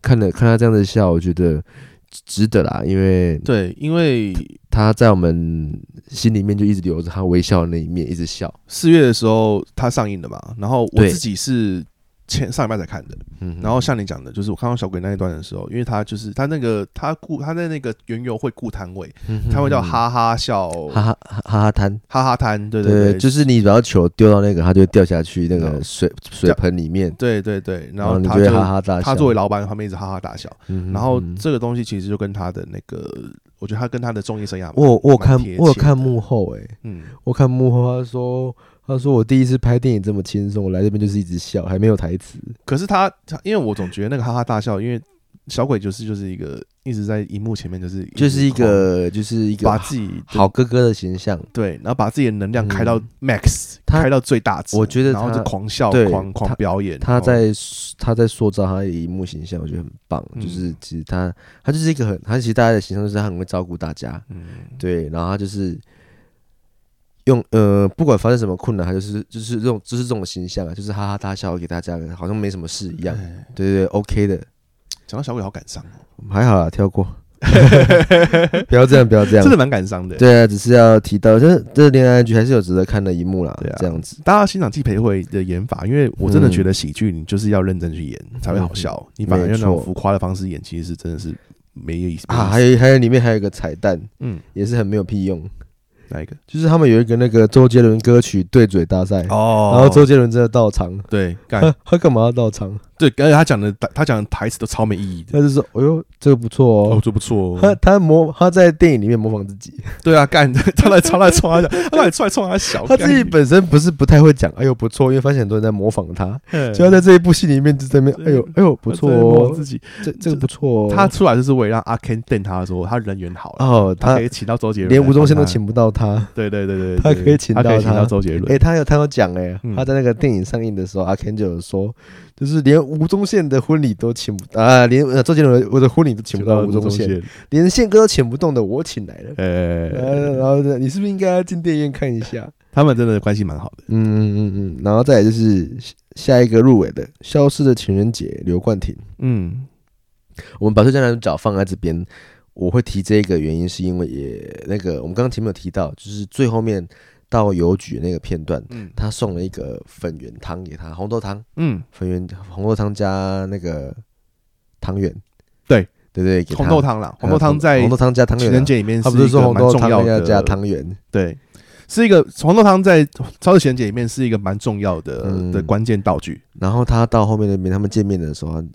S1: 看了看他这样子笑，我觉得值得啦，因为
S2: 对，因为
S1: 他在我们心里面就一直留着他微笑的那一面，一直笑。
S2: 四月的时候它上映了嘛，然后我
S1: 对
S2: 自己是前上礼拜才看的，
S1: 嗯哼，
S2: 然后像你讲的，就是我看到小鬼那一段的时候，因为他就是他那个他雇他在那个原油会雇摊位，
S1: 嗯哼
S2: 摊位叫。哈哈笑
S1: 哈哈哈哈摊，
S2: 哈哈摊，对
S1: 对，
S2: 对，
S1: 就是你把球丢到那个，它就会掉下去那个
S2: 嗯
S1: 水水盆里面，
S2: 对对对，然
S1: 然
S2: 后
S1: 哦你就
S2: 他
S1: 会
S2: 就
S1: 哈哈大笑。
S2: 他作为老板，他们一直哈哈大笑。
S1: 嗯，
S2: 然后
S1: 嗯
S2: 这个东西其实就跟他的那个，我觉得他跟他的综艺生涯，
S1: 我有我有看
S2: 蛮贴切的
S1: 我有看幕后哎、
S2: 嗯，
S1: 我看幕后他说他说我第一次拍电影这么轻松，我来这边就是一直笑，还没有台词。
S2: 可是他他，因为我总觉得那个哈哈大笑，因为小鬼就是就是一个一直在荧幕前面，就是
S1: 就是一个就是一
S2: 把
S1: 个
S2: 自己的
S1: 好哥哥的形象，
S2: 对，然后把自己的能量开到
S1: 嗯
S2: max，
S1: 他
S2: 开到最大值，
S1: 我觉得
S2: 然后
S1: 他
S2: 就狂笑
S1: 对、
S2: 狂狂
S1: 他
S2: 表演，
S1: 他
S2: 然后
S1: 在他在塑造他的荧幕形象，我觉得很棒。
S2: 嗯
S1: 就是其实他他就是一个很他其实大家的形象就是他很会照顾大家，
S2: 嗯
S1: 对，然后他就是用呃，不管发生什么困难，他就是就是这种就是这种形象啊，就是哈哈大笑，给大家好像没什么事一样。
S2: 哎
S1: 对对对，OK 的，
S2: 讲到小鬼好感伤哦，
S1: 还好啦，跳
S2: [LAUGHS]
S1: 过，不要这样，不要这样
S2: 真。的蛮感伤的。
S1: 对啊，只是要提到，这这恋爱剧还是有值得看的一幕啦。
S2: 对啊
S1: 这样子，
S2: 大家欣赏季培慧的演法，因为我真的
S1: 嗯
S2: 觉得喜剧你就是要认真去演才会好笑，你反而用那种浮夸的方式演，其实是真的是没意思
S1: 啊，还有还有里面还有一个彩蛋，
S2: 嗯，
S1: 也是很没有屁用，
S2: 哪一个？
S1: 就是他们有一个那个周杰伦歌曲对嘴大赛，
S2: 哦哎
S1: 然后周杰伦真的到场，
S2: 对干
S1: 他 [LAUGHS] 他干嘛要到
S2: [LAUGHS]
S1: 场？
S2: 对，而且他讲的他讲的台词都超没意义的。
S1: 他就说：“哎呦，这个不错哦。”
S2: 这不
S1: [LAUGHS]
S2: 错
S1: 他他模他在电影里面模仿自己，
S2: 对啊，干他来冲他冲他小，他来出来冲他小，
S1: 他自己
S2: 干
S1: 本身不是不太会讲，哎呦不错，因为发现很多人在模仿他，
S2: 嗯
S1: 就他在这一部戏里面就在那边，哎呦哎呦不错
S2: 他在摸
S1: 哦，
S2: 自己
S1: 这这个不错哦。
S2: 他出来就是为了让阿 Ken 瞪他说他人缘好了，
S1: 哦，
S2: 他
S1: 他
S2: 可以请到周杰伦，
S1: 连吴宗宪都，请不到他，
S2: 对对对对，对
S1: 他可以请
S2: 他可以
S1: 到
S2: 请到
S1: 他
S2: 周杰
S1: 哎，
S2: 伦，
S1: 他有他有讲哎
S2: 嗯，
S1: 他在那个电影上映的时候，阿 Ken 就有说，就是连吴宗宪的婚礼都请不啊，连呃周杰伦的我的婚礼都请不到吴宗宪，，连宪哥都请不动的我请来了。呃，
S2: 呃，
S1: 然后你是不是应该要进电影院看一下？
S2: 他们真的关系蛮好的。
S1: 嗯嗯嗯，嗯，然后再来就是下下一个入围的《消失的情人节》，刘冠廷。
S2: 嗯，
S1: 我们把最佳男主角放在这边，我会提这个原因是因为也那个我们刚刚前面有提到，就是最后面到邮局那个片段，
S2: 嗯
S1: 他送了一个粉圆汤给他，红豆汤，
S2: 嗯，
S1: 粉圆红豆汤加那个汤圆，
S2: 对
S1: 对对，给他
S2: 红豆汤啦，
S1: 呃
S2: 红豆汤在
S1: 红豆汤加汤圆
S2: 情
S1: 啊，
S2: 人节里面
S1: 他
S2: 是
S1: 不是
S2: 一
S1: 说
S2: 个
S1: 红
S2: 蛮
S1: 豆
S2: 重要
S1: 汤要
S2: 的，
S1: 加汤圆，
S2: 对，是一个红豆汤在超市情人节里面是一个蛮重要的
S1: 嗯
S2: 的关键道具。
S1: 然后他到后面那边他们见面的时候，他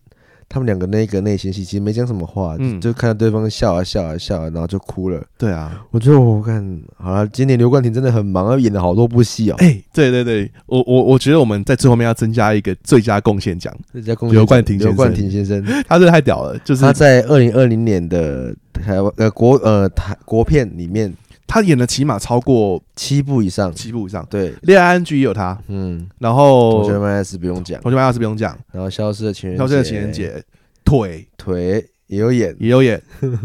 S1: 他们两个那个内心戏其实没讲什么话，
S2: 嗯
S1: 就就看到对方笑啊笑啊笑啊，然后就哭了。
S2: 对啊，
S1: 我觉得我看好了，今年刘冠廷真的很忙，要演了好多部戏哦。
S2: 哎、对对对，我我我觉得我们在最后面要增加一个最佳贡献奖， [LAUGHS]
S1: 这家公司
S2: 哎刘冠廷
S1: 刘
S2: 先生
S1: 冠廷先生，
S2: 他真的太屌了，就是
S1: 他在二零二零年的台湾呃国呃台国片里面
S2: 他演了起码超过
S1: 七部以上，
S2: 七部以上，
S1: 对，
S2: 恋爱 NG 也有他，
S1: 嗯，
S2: 然
S1: 同学
S2: 后
S1: 们还是不用讲，
S2: 同学们要是不用讲，
S1: 然后消失的情人，
S2: 消失的情人，节，腿
S1: 腿也有演，
S2: 也
S1: [LAUGHS]
S2: 有演，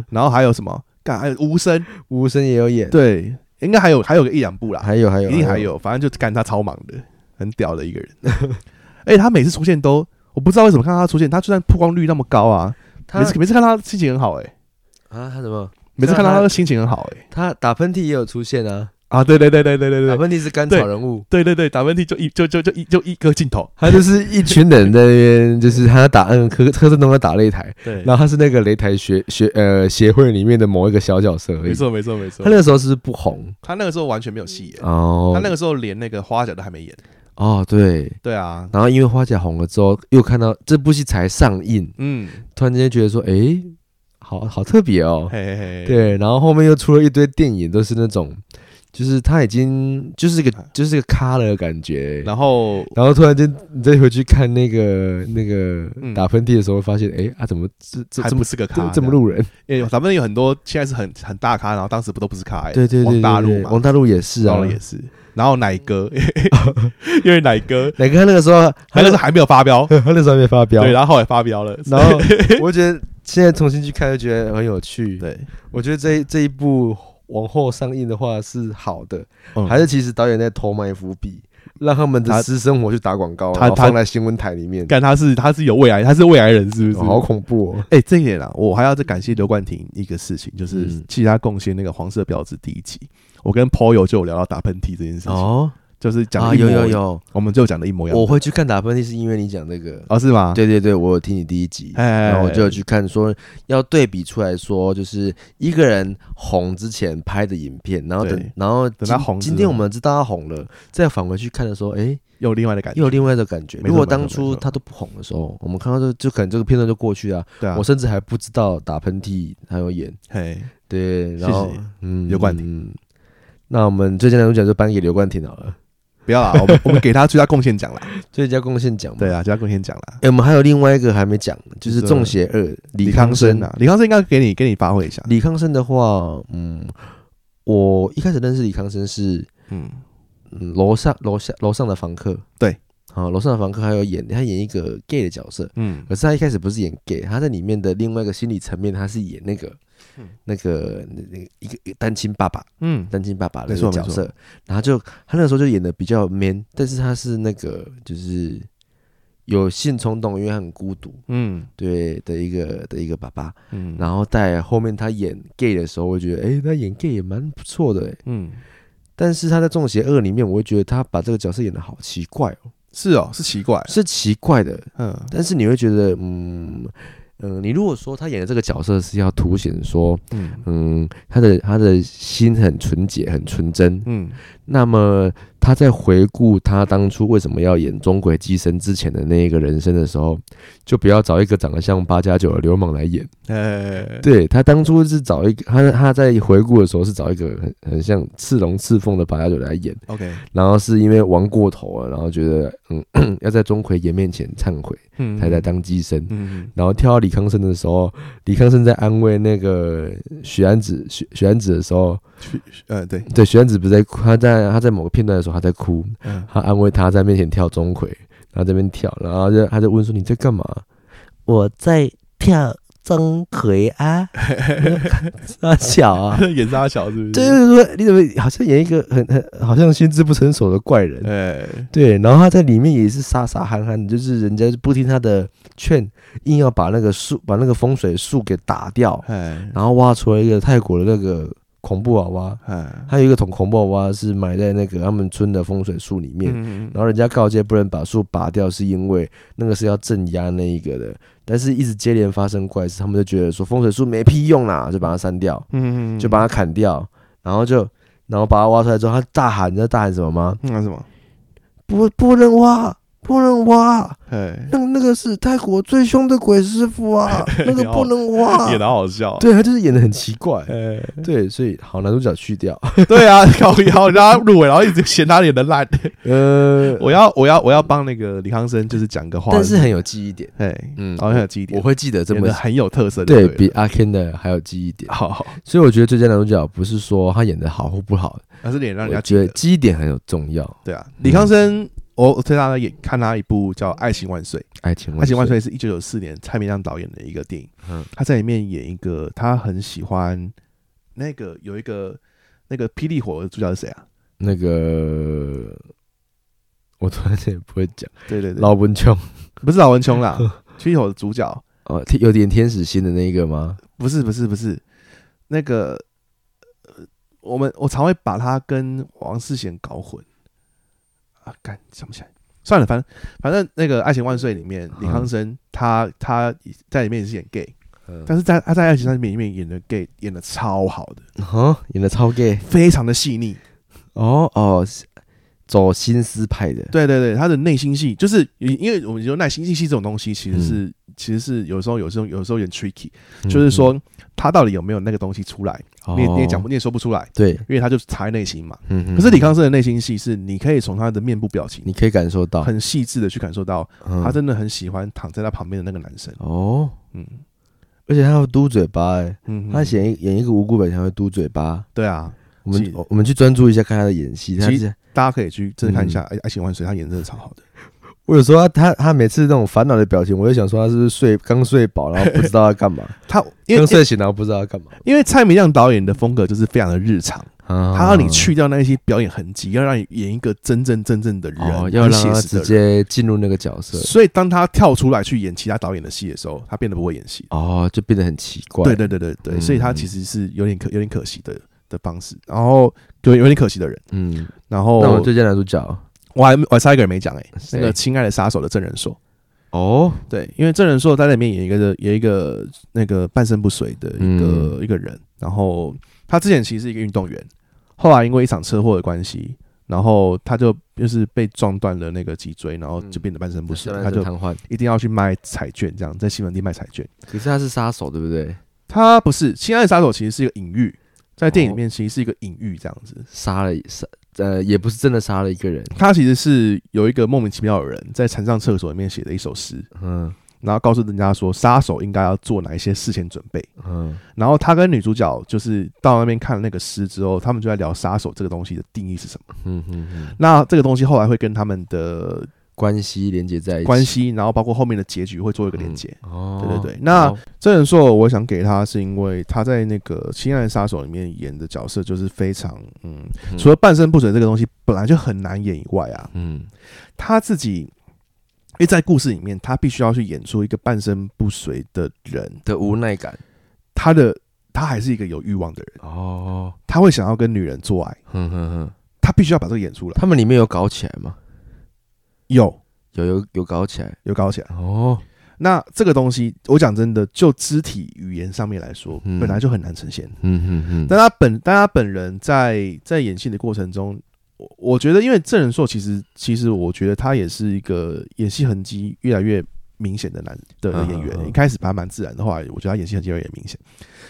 S2: 然后还有什么？干还有无声，
S1: 无声也有演，
S2: 对，应该还有还有个一两部啦，
S1: 还有还有
S2: 一定还，有，反正就干他超忙的，很屌的一个人。 [LAUGHS] 哎、他每次出现都，我不知道为什么看到他出现，他就算曝光率那么高啊，
S1: 他
S2: 每次每次看到他心情很好、哎，
S1: 啊他什么？
S2: 每次看
S1: 那
S2: 到他
S1: 他
S2: 都心情很好、哎。
S1: 他打喷嚏也有出现啊，
S2: 啊，对对对对对对
S1: 打
S2: 对
S1: 喷嚏是甘草人物，
S2: 对对对，打喷嚏就一就就就一就一个镜头，
S1: 他就是一群人在那边，就是他打嗯柯柯震东在打擂台，
S2: 对
S1: 然后他是那个擂台学学呃协会里面的某一个小角色而
S2: 没
S1: 已。
S2: 错没错没
S1: 他
S2: 错
S1: 那。个时候是不是不红
S2: 他那个时候完全没有戏演，
S1: 哦，
S2: 他那个时候连那个花甲都还没演。
S1: 哦对，
S2: 对啊，
S1: 然后因为花甲红了之后，又看到这部戏才上映，
S2: 嗯，
S1: 突然间觉得说，诶，好好特别哦。
S2: 嘿嘿嘿，
S1: 对，然后后面又出了一堆电影，都是那种，就是他已经就是个就是个咖了的感觉。
S2: 哎然后
S1: 然后突然间，你再回去看那个那个
S2: 嗯
S1: 打喷嚏的时候，会发现，诶，啊，怎么这这
S2: 还
S1: 这
S2: 不
S1: 么
S2: 是个
S1: 这
S2: 咖
S1: 么，这么路人？
S2: 这样，哎，咱们有很多现在是很很大咖，然后当时不都不是咖，哎
S1: 对对对，
S2: 王大
S1: 对对
S2: 陆嘛
S1: 王大陆也是
S2: 然
S1: 啊
S2: 后，也是，然后奶哥， [LAUGHS] 因为奶 [LAUGHS] 哥
S1: 哪个他那个时候，
S2: 他
S1: 他
S2: 那
S1: 那
S2: 时候还没有发飙，
S1: 他那时候还 [LAUGHS] 没发飙，
S2: 对，然后后来发飙了，
S1: 然
S2: [LAUGHS]
S1: 后我觉得现在重新去看，就觉得很有趣。
S2: 对，
S1: 我觉得这一这一部往后上映的话是好的，
S2: 嗯
S1: 还是其实导演在偷埋伏笔，让他们
S2: 他
S1: 的私生活去打广告，
S2: 他
S1: 然后
S2: 他
S1: 放在新闻台里面，
S2: 干他是他是有未来，他是未来人是不
S1: 哦
S2: 是？
S1: 好恐怖哦！
S2: 哎、这一点啊，我还要再感谢刘冠廷一个事情，就是
S1: 嗯
S2: 替他贡献那个黄色标志第一集，我跟 p o 友就有聊到打喷嚏这件事情，
S1: 哦，
S2: 就是讲
S1: 啊，
S2: 的一模
S1: 有
S2: 一样、
S1: 有有，
S2: 我们就讲的一模一样的。
S1: 我会去看打喷嚏，是因为你讲这个。
S2: 哦，是吗？
S1: 啊对对对，我有听你第一集，
S2: 哎
S1: 然后我就有去看说要对比出来说，就是一个人红之前拍的影片，然后
S2: 对
S1: 等然后
S2: 等他
S1: 今
S2: 红之
S1: 今天
S2: 后
S1: 我们知道他红了，再返回去看的时候，哎，
S2: 有另外的感觉
S1: 又有，另外的感觉。
S2: 没错
S1: 如果
S2: 没错
S1: 当
S2: 没
S1: 初
S2: 错
S1: 他都不红的时候，我们看到这就可能这个片段就过去啊，
S2: 对啊，
S1: 我甚至还不知道打喷嚏还有演。
S2: 嘿，
S1: 对，然后
S2: 谢谢
S1: 嗯，
S2: 刘冠
S1: 廷。那我们最佳男主角就颁给刘冠廷好
S2: [LAUGHS]
S1: 了，
S2: 不要啦，我们我们给他最佳贡献
S1: [LAUGHS]
S2: 奖啦，
S1: 最佳贡献奖嘛。
S2: 对啊，最佳贡献奖啦。
S1: 哎，我们还有另外一个还没讲，就是《
S2: 是
S1: 中邪二》李
S2: 康
S1: 康生。
S2: 啊，李康生应该给你给你发挥一下，
S1: 李康生的话，嗯，我一开始认识李康生是
S2: 嗯，
S1: 嗯楼上楼下楼上的房客，
S2: 对，
S1: 啊，楼上的房客还有演他演一个 gay 的角色，
S2: 嗯，
S1: 可是他一开始不是演 gay，他在里面的另外一个心理层面，他是演那个、那个那那一个一个单亲爸爸、
S2: 嗯，
S1: 单亲爸爸的
S2: 没
S1: 那个
S2: 错
S1: 角
S2: 没错
S1: 色，然后就他那个时候就演的比较 man，但是他是那个就是有性冲动，因为他很孤独，
S2: 嗯，
S1: 对的一个的一个爸爸。
S2: 嗯，
S1: 然后在后面他演 gay 的时候，我觉得诶，他演 gay 也蛮不错的诶。欸
S2: 嗯，
S1: 但是他在《中邪二》里面，我会觉得他把这个角色演的好奇怪哦，
S2: 是哦，是奇怪，
S1: 是奇怪的，
S2: 嗯，
S1: 但是你会觉得，嗯嗯、呃你如果说他演的这个角色是要凸显说，
S2: 嗯，
S1: 嗯，他的他的心很纯洁、很纯真，
S2: 嗯，
S1: 那么他在回顾他当初为什么要演《中鬼寄生》之前的那一个人生的时候，就不要找一个长得像八加九的流氓来演。
S2: 呃，
S1: 对他当初是找一个他他在回顾的时候是找一个很很像赤龙赤凤的八加九来演，
S2: ，OK，
S1: 然后是因为玩过头了，然后觉得嗯 [COUGHS] 要在钟馗爷面前忏悔，
S2: 嗯，
S1: 才在，当机身。
S2: 嗯，
S1: 然后跳到李康生的时候，李康生在安慰那个许安子许许安子的时候，
S2: 呃，对， [LAUGHS]
S1: 对许安子不是在哭，他在他在某个片段的时候他在哭，
S2: 嗯，
S1: 他安慰他在面前跳钟馗，然后这边跳，然后就他就问说你在干嘛？
S5: 我在跳钟馗
S1: [LAUGHS]
S5: 啊，
S1: 他小啊， [LAUGHS]
S2: 演杀小是不是？
S1: 就是说你怎么好像演一个很很好像心智不成熟的怪人，
S2: 哎，
S1: 对，然后他在里面也是傻傻憨憨的，就是人家就不听他的劝，硬要把那个树把那个风水树给打掉，
S2: 哎，
S1: 然后挖出了一个泰国的那个恐怖娃娃，
S2: 哎，
S1: 还有一个桶恐怖娃娃是埋在那个他们村的风水树里面，
S2: 嗯，
S1: 然后人家告诫不能把树拔掉，是因为那个是要镇压那一个的，但是一直接连发生怪事，他们就觉得说风水树没屁用啦，就把它删掉，
S2: 嗯，
S1: 就把它砍掉，然后就然后把它挖出来之后，他大喊，你知道大喊什么吗？
S2: 那什么，
S1: 不不能挖，不能挖，
S2: 哎，
S1: 那那个是泰国最凶的鬼师傅
S2: [LAUGHS]
S1: 啊，那个不能挖。
S2: 演的好笑，
S1: 啊
S2: 啊
S1: 对他就是演的很奇怪，
S2: 哎，
S1: 对，所以好男主角去掉，
S2: 对啊， [LAUGHS] 搞搞让他入围，然后一直嫌他演的烂。
S1: 呃，
S2: [LAUGHS] 我要我要我要帮那个李康生，就是讲个话，
S1: 但是很有记忆点，
S2: 哎，
S1: 嗯
S2: 好像有记忆点
S1: 我，会记得这
S2: 演
S1: 么
S2: 的很有特色，
S1: 对
S2: 对了
S1: 比阿 Ken 的还有记忆点，
S2: 好，好
S1: 所以我觉得最佳男主角不是说他演的好或不好，
S2: 但是脸让人
S1: 我
S2: 家记
S1: 觉
S2: 得
S1: 得，嗯记忆点很有重要。
S2: 对啊，李康生。我我推大家也看他一部叫《爱情万岁》，
S1: 爱情
S2: 《
S1: 万
S2: 爱情万岁》是一九九四年蔡明亮导演的一个电影，
S1: 嗯
S2: 他在里面演一个他很喜欢那个有一个那个霹雳火的主角是谁啊？
S1: 那个，我突然间也不会讲
S2: 对对对，
S1: 老文琼
S2: 不是老文
S1: [LAUGHS]
S2: 琼啦，霹雳火的主角
S1: 哦，天有点天使心的那一个吗？
S2: 不是不是不是那个，呃我们我常会把他跟王世贤搞混啊，干想不起来，算了，反正反正那个《爱情万岁》里面李康生他他在里面也是演 gay，
S1: 嗯
S2: 但是在他在《爱情三》里面演的 gay 演的超好的，
S1: 哦，演的超 gay
S2: 非常的细腻。
S1: 哦哦，是走心思派的，
S2: 对对对，他的内心戏就是因为我们说耐心戏戏这种东西，其实
S1: 嗯
S2: 是、其实是有时候有时候有时候有点 tricky，、就是说他到底有没有那个东西出来，
S1: 嗯
S2: 你也你也讲
S1: 哦
S2: 不你也说不出来，
S1: 对，
S2: 因为他就藏在内心嘛。
S1: 嗯哼
S2: 可是李康生的内心戏是你可以从他的面部表情
S1: 你可以感受到，
S2: 很细致的去感受到，
S1: 嗯
S2: 他真的很喜欢躺在他旁边的那个男生。
S1: 哦，
S2: 嗯
S1: 而且他要嘟嘴巴，哎，
S2: 嗯，
S1: 他演一演一个无辜本才会嘟嘴巴。
S2: 对啊，
S1: 我们
S2: 是
S1: 我们去专注一下看他的演戏，他
S2: 其
S1: 是
S2: 大家可以去真的看一
S1: 嗯
S2: 下《爱哎爱情万岁》，他演得真的超好的。
S1: 我有时候啊他他他每次那种烦恼的表情，我就想说他是不是睡刚睡饱，然后不知道要干 [LAUGHS] 嘛，
S2: 他因为
S1: 刚睡醒然后不知道要干嘛。
S2: 因为蔡明亮导演的风格就是非常的日常。他
S1: 他
S2: 要你去掉那些表演痕迹，要让你演一个真正真正的人，
S1: 哦，要让
S2: 很写
S1: 他
S2: 实
S1: 直
S2: 的人。
S1: 接进入那个角色，
S2: 所以当他跳出来去演其他导演的戏的时候，他变得不会演戏。
S1: 哦，就变得很奇怪。
S2: 对对对对对，
S1: 嗯
S2: 所以他其实是有点可有点可惜的的方式，然后对有点可惜的人。
S1: 嗯，
S2: 然
S1: 那我们
S2: 后
S1: 最佳男主角
S2: 我还我还差一个人没讲哎、欸
S1: 谁
S2: 那个《亲爱的杀手》的郑仁硕，
S1: 哦，
S2: 对，因为郑仁硕在里面演一个演一个那个半身不遂的一个、一个人，然后他之前其实是一个运动员，后来因为一场车祸的关系，然后他就就是被撞断了那个脊椎，然后就变得半身不遂，他就
S1: 瘫痪。
S2: 一定要去卖彩券，这样在西门町卖彩券。
S1: 可是他是杀手，对不对？
S2: 他不是《亲爱的杀手》，其实是一个隐喻，在电影里面其实是一个隐喻这样子。
S1: 杀了杀呃，也不是真的杀了一个人。
S2: 他其实是有一个莫名其妙的人在缠上厕所里面写的一首诗，
S1: 嗯
S2: 然后告诉人家说杀手应该要做哪一些事前准备。
S1: 嗯，
S2: 然后他跟女主角就是到那边看那个诗之后，他们就在聊杀手这个东西的定义是什么。
S1: 嗯嗯嗯，
S2: 那这个东西后来会跟他们的
S1: 关系连接在一起。
S2: 关系，然后包括后面的结局会做一个连接。
S1: 哦，
S2: 对对对那
S1: 好
S2: 郑仁硕，我想给他是因为他在那个《亲爱的杀手》里面演的角色就是非常，嗯，
S1: 嗯
S2: 除了半身不遂这个东西本来就很难演以外啊，
S1: 嗯
S2: 他自己因为在故事里面，他必须要去演出一个半身不遂的人，
S1: 的无奈感
S2: 他的他还是一个有欲望的人，
S1: 哦，
S2: 他会想要跟女人做爱，
S1: 哼哼哼，
S2: 他必须要把这个演出来。
S1: 他们里面有搞起来吗？
S2: 有
S1: 有有有搞起来
S2: 有搞起来。
S1: 哦，
S2: 那这个东西，我讲真的，就肢体语言上面来说，
S1: 嗯
S2: 本来就很难呈现。
S1: 嗯哼哼，
S2: 但他本但他本人在在演戏的过程中，我我觉得，因为郑仁硕其实其实我觉得他也是一个演戏痕迹越来越明显的男的
S1: 嗯
S2: 演员。
S1: 嗯嗯
S2: 一开始把他蛮自然的话，我觉得他演戏痕迹越来越明显。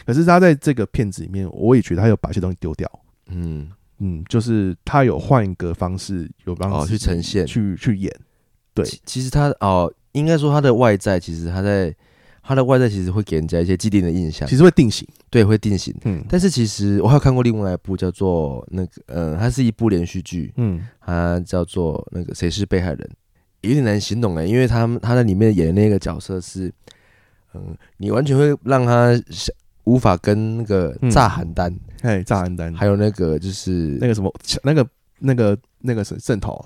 S2: 可是他在这个片子里面，我也觉得他有把一些东西丢掉。
S1: 嗯，
S2: 嗯，就是他有换一个方式，有让
S1: 哦
S2: 自己
S1: 去呈现
S2: 去去演。对
S1: 其其实他哦，应该说他的外在，其实他在他的外在其实会给人家一些既定的印象
S2: 其，实会定型，
S1: 对，会定型。
S2: 嗯
S1: 但是其实我还有看过另外一部叫做那个，呃，它是一部连续剧，
S2: 嗯，
S1: 它叫做那个谁是被害人，有点难形容哎，因为他们他在里面演的那个角色是，嗯，你完全会让他想无法跟那个
S2: 嗯
S1: 炸邯郸，
S2: 哎，炸邯郸，
S1: 还有那个就是
S2: 那个什么，那个那个那个是正头，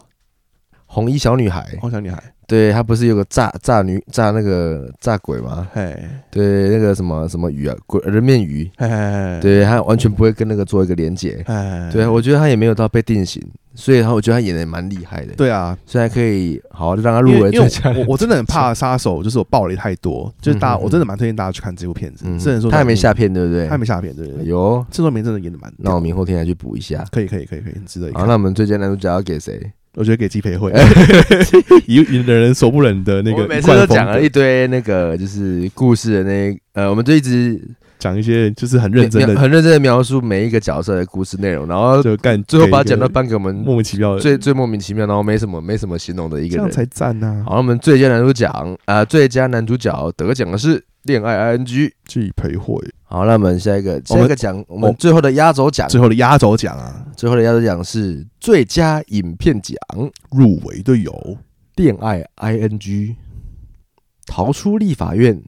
S1: 红衣小女孩，
S2: 黄小女孩，
S1: 对她不是有个炸炸女炸那个炸鬼吗？
S2: 嘿，
S1: 对，那个什么什么鱼啊，鬼人面鱼，
S2: 嘿嘿，
S1: 对她完全不会跟那个做一个连接。
S2: 哎，
S1: 对，啊我觉得她也没有到被定型，所以她我觉得她演的蛮厉害的，
S2: 对啊，
S1: 虽然可以好让她
S2: 因
S1: 入围
S2: 为因
S1: 最
S2: 为
S1: 佳。
S2: 我我真的很
S1: [LAUGHS]
S2: 怕杀手，就是我爆雷太多，就是大家
S1: 嗯嗯嗯嗯
S2: 我真的蛮推荐大家去看这部片子。虽然说
S1: 他还没下，片，对不对？
S2: 他还没下片，对对对，
S1: 有，
S2: 郑多明真的演的蛮屌，
S1: 那我明后天来去补一下。啊
S2: 可以可以可以可以，很值得一
S1: 好，
S2: 看
S1: 那。我们最佳男主角要给谁？
S2: 我觉得给鸡
S1: [LAUGHS]
S2: 培会，以以忍人所不忍的那个
S1: 我每次都
S2: 惯风
S1: 讲了
S2: 格
S1: 一堆那个就是故事的那呃，我们就一直
S2: 讲一些就是很认真
S1: 描
S2: 的，
S1: 很认真的描述每一个角色的故事内容，然后
S2: 就干
S1: 最后
S2: 给
S1: 把它
S2: 一
S1: 讲
S2: 个
S1: 到颁给我们
S2: 莫名其妙的，
S1: 最最莫名其妙，然后没什么没什么形容的一个
S2: 这样
S1: 人。
S2: 才赞啊呐
S1: 好，。那我们最佳男主角啊、呃最佳男主角得奖的是《恋爱 ING》。
S2: 鸡培会
S1: 好，那我们下一个
S2: 我
S1: 下
S2: 们
S1: 一个奖，我们最后的压轴奖，
S2: 最后的压轴奖啊，
S1: 最后的压轴奖是最佳影片奖，《
S2: 入围的有
S1: 恋爱 ING》，逃出立法院，《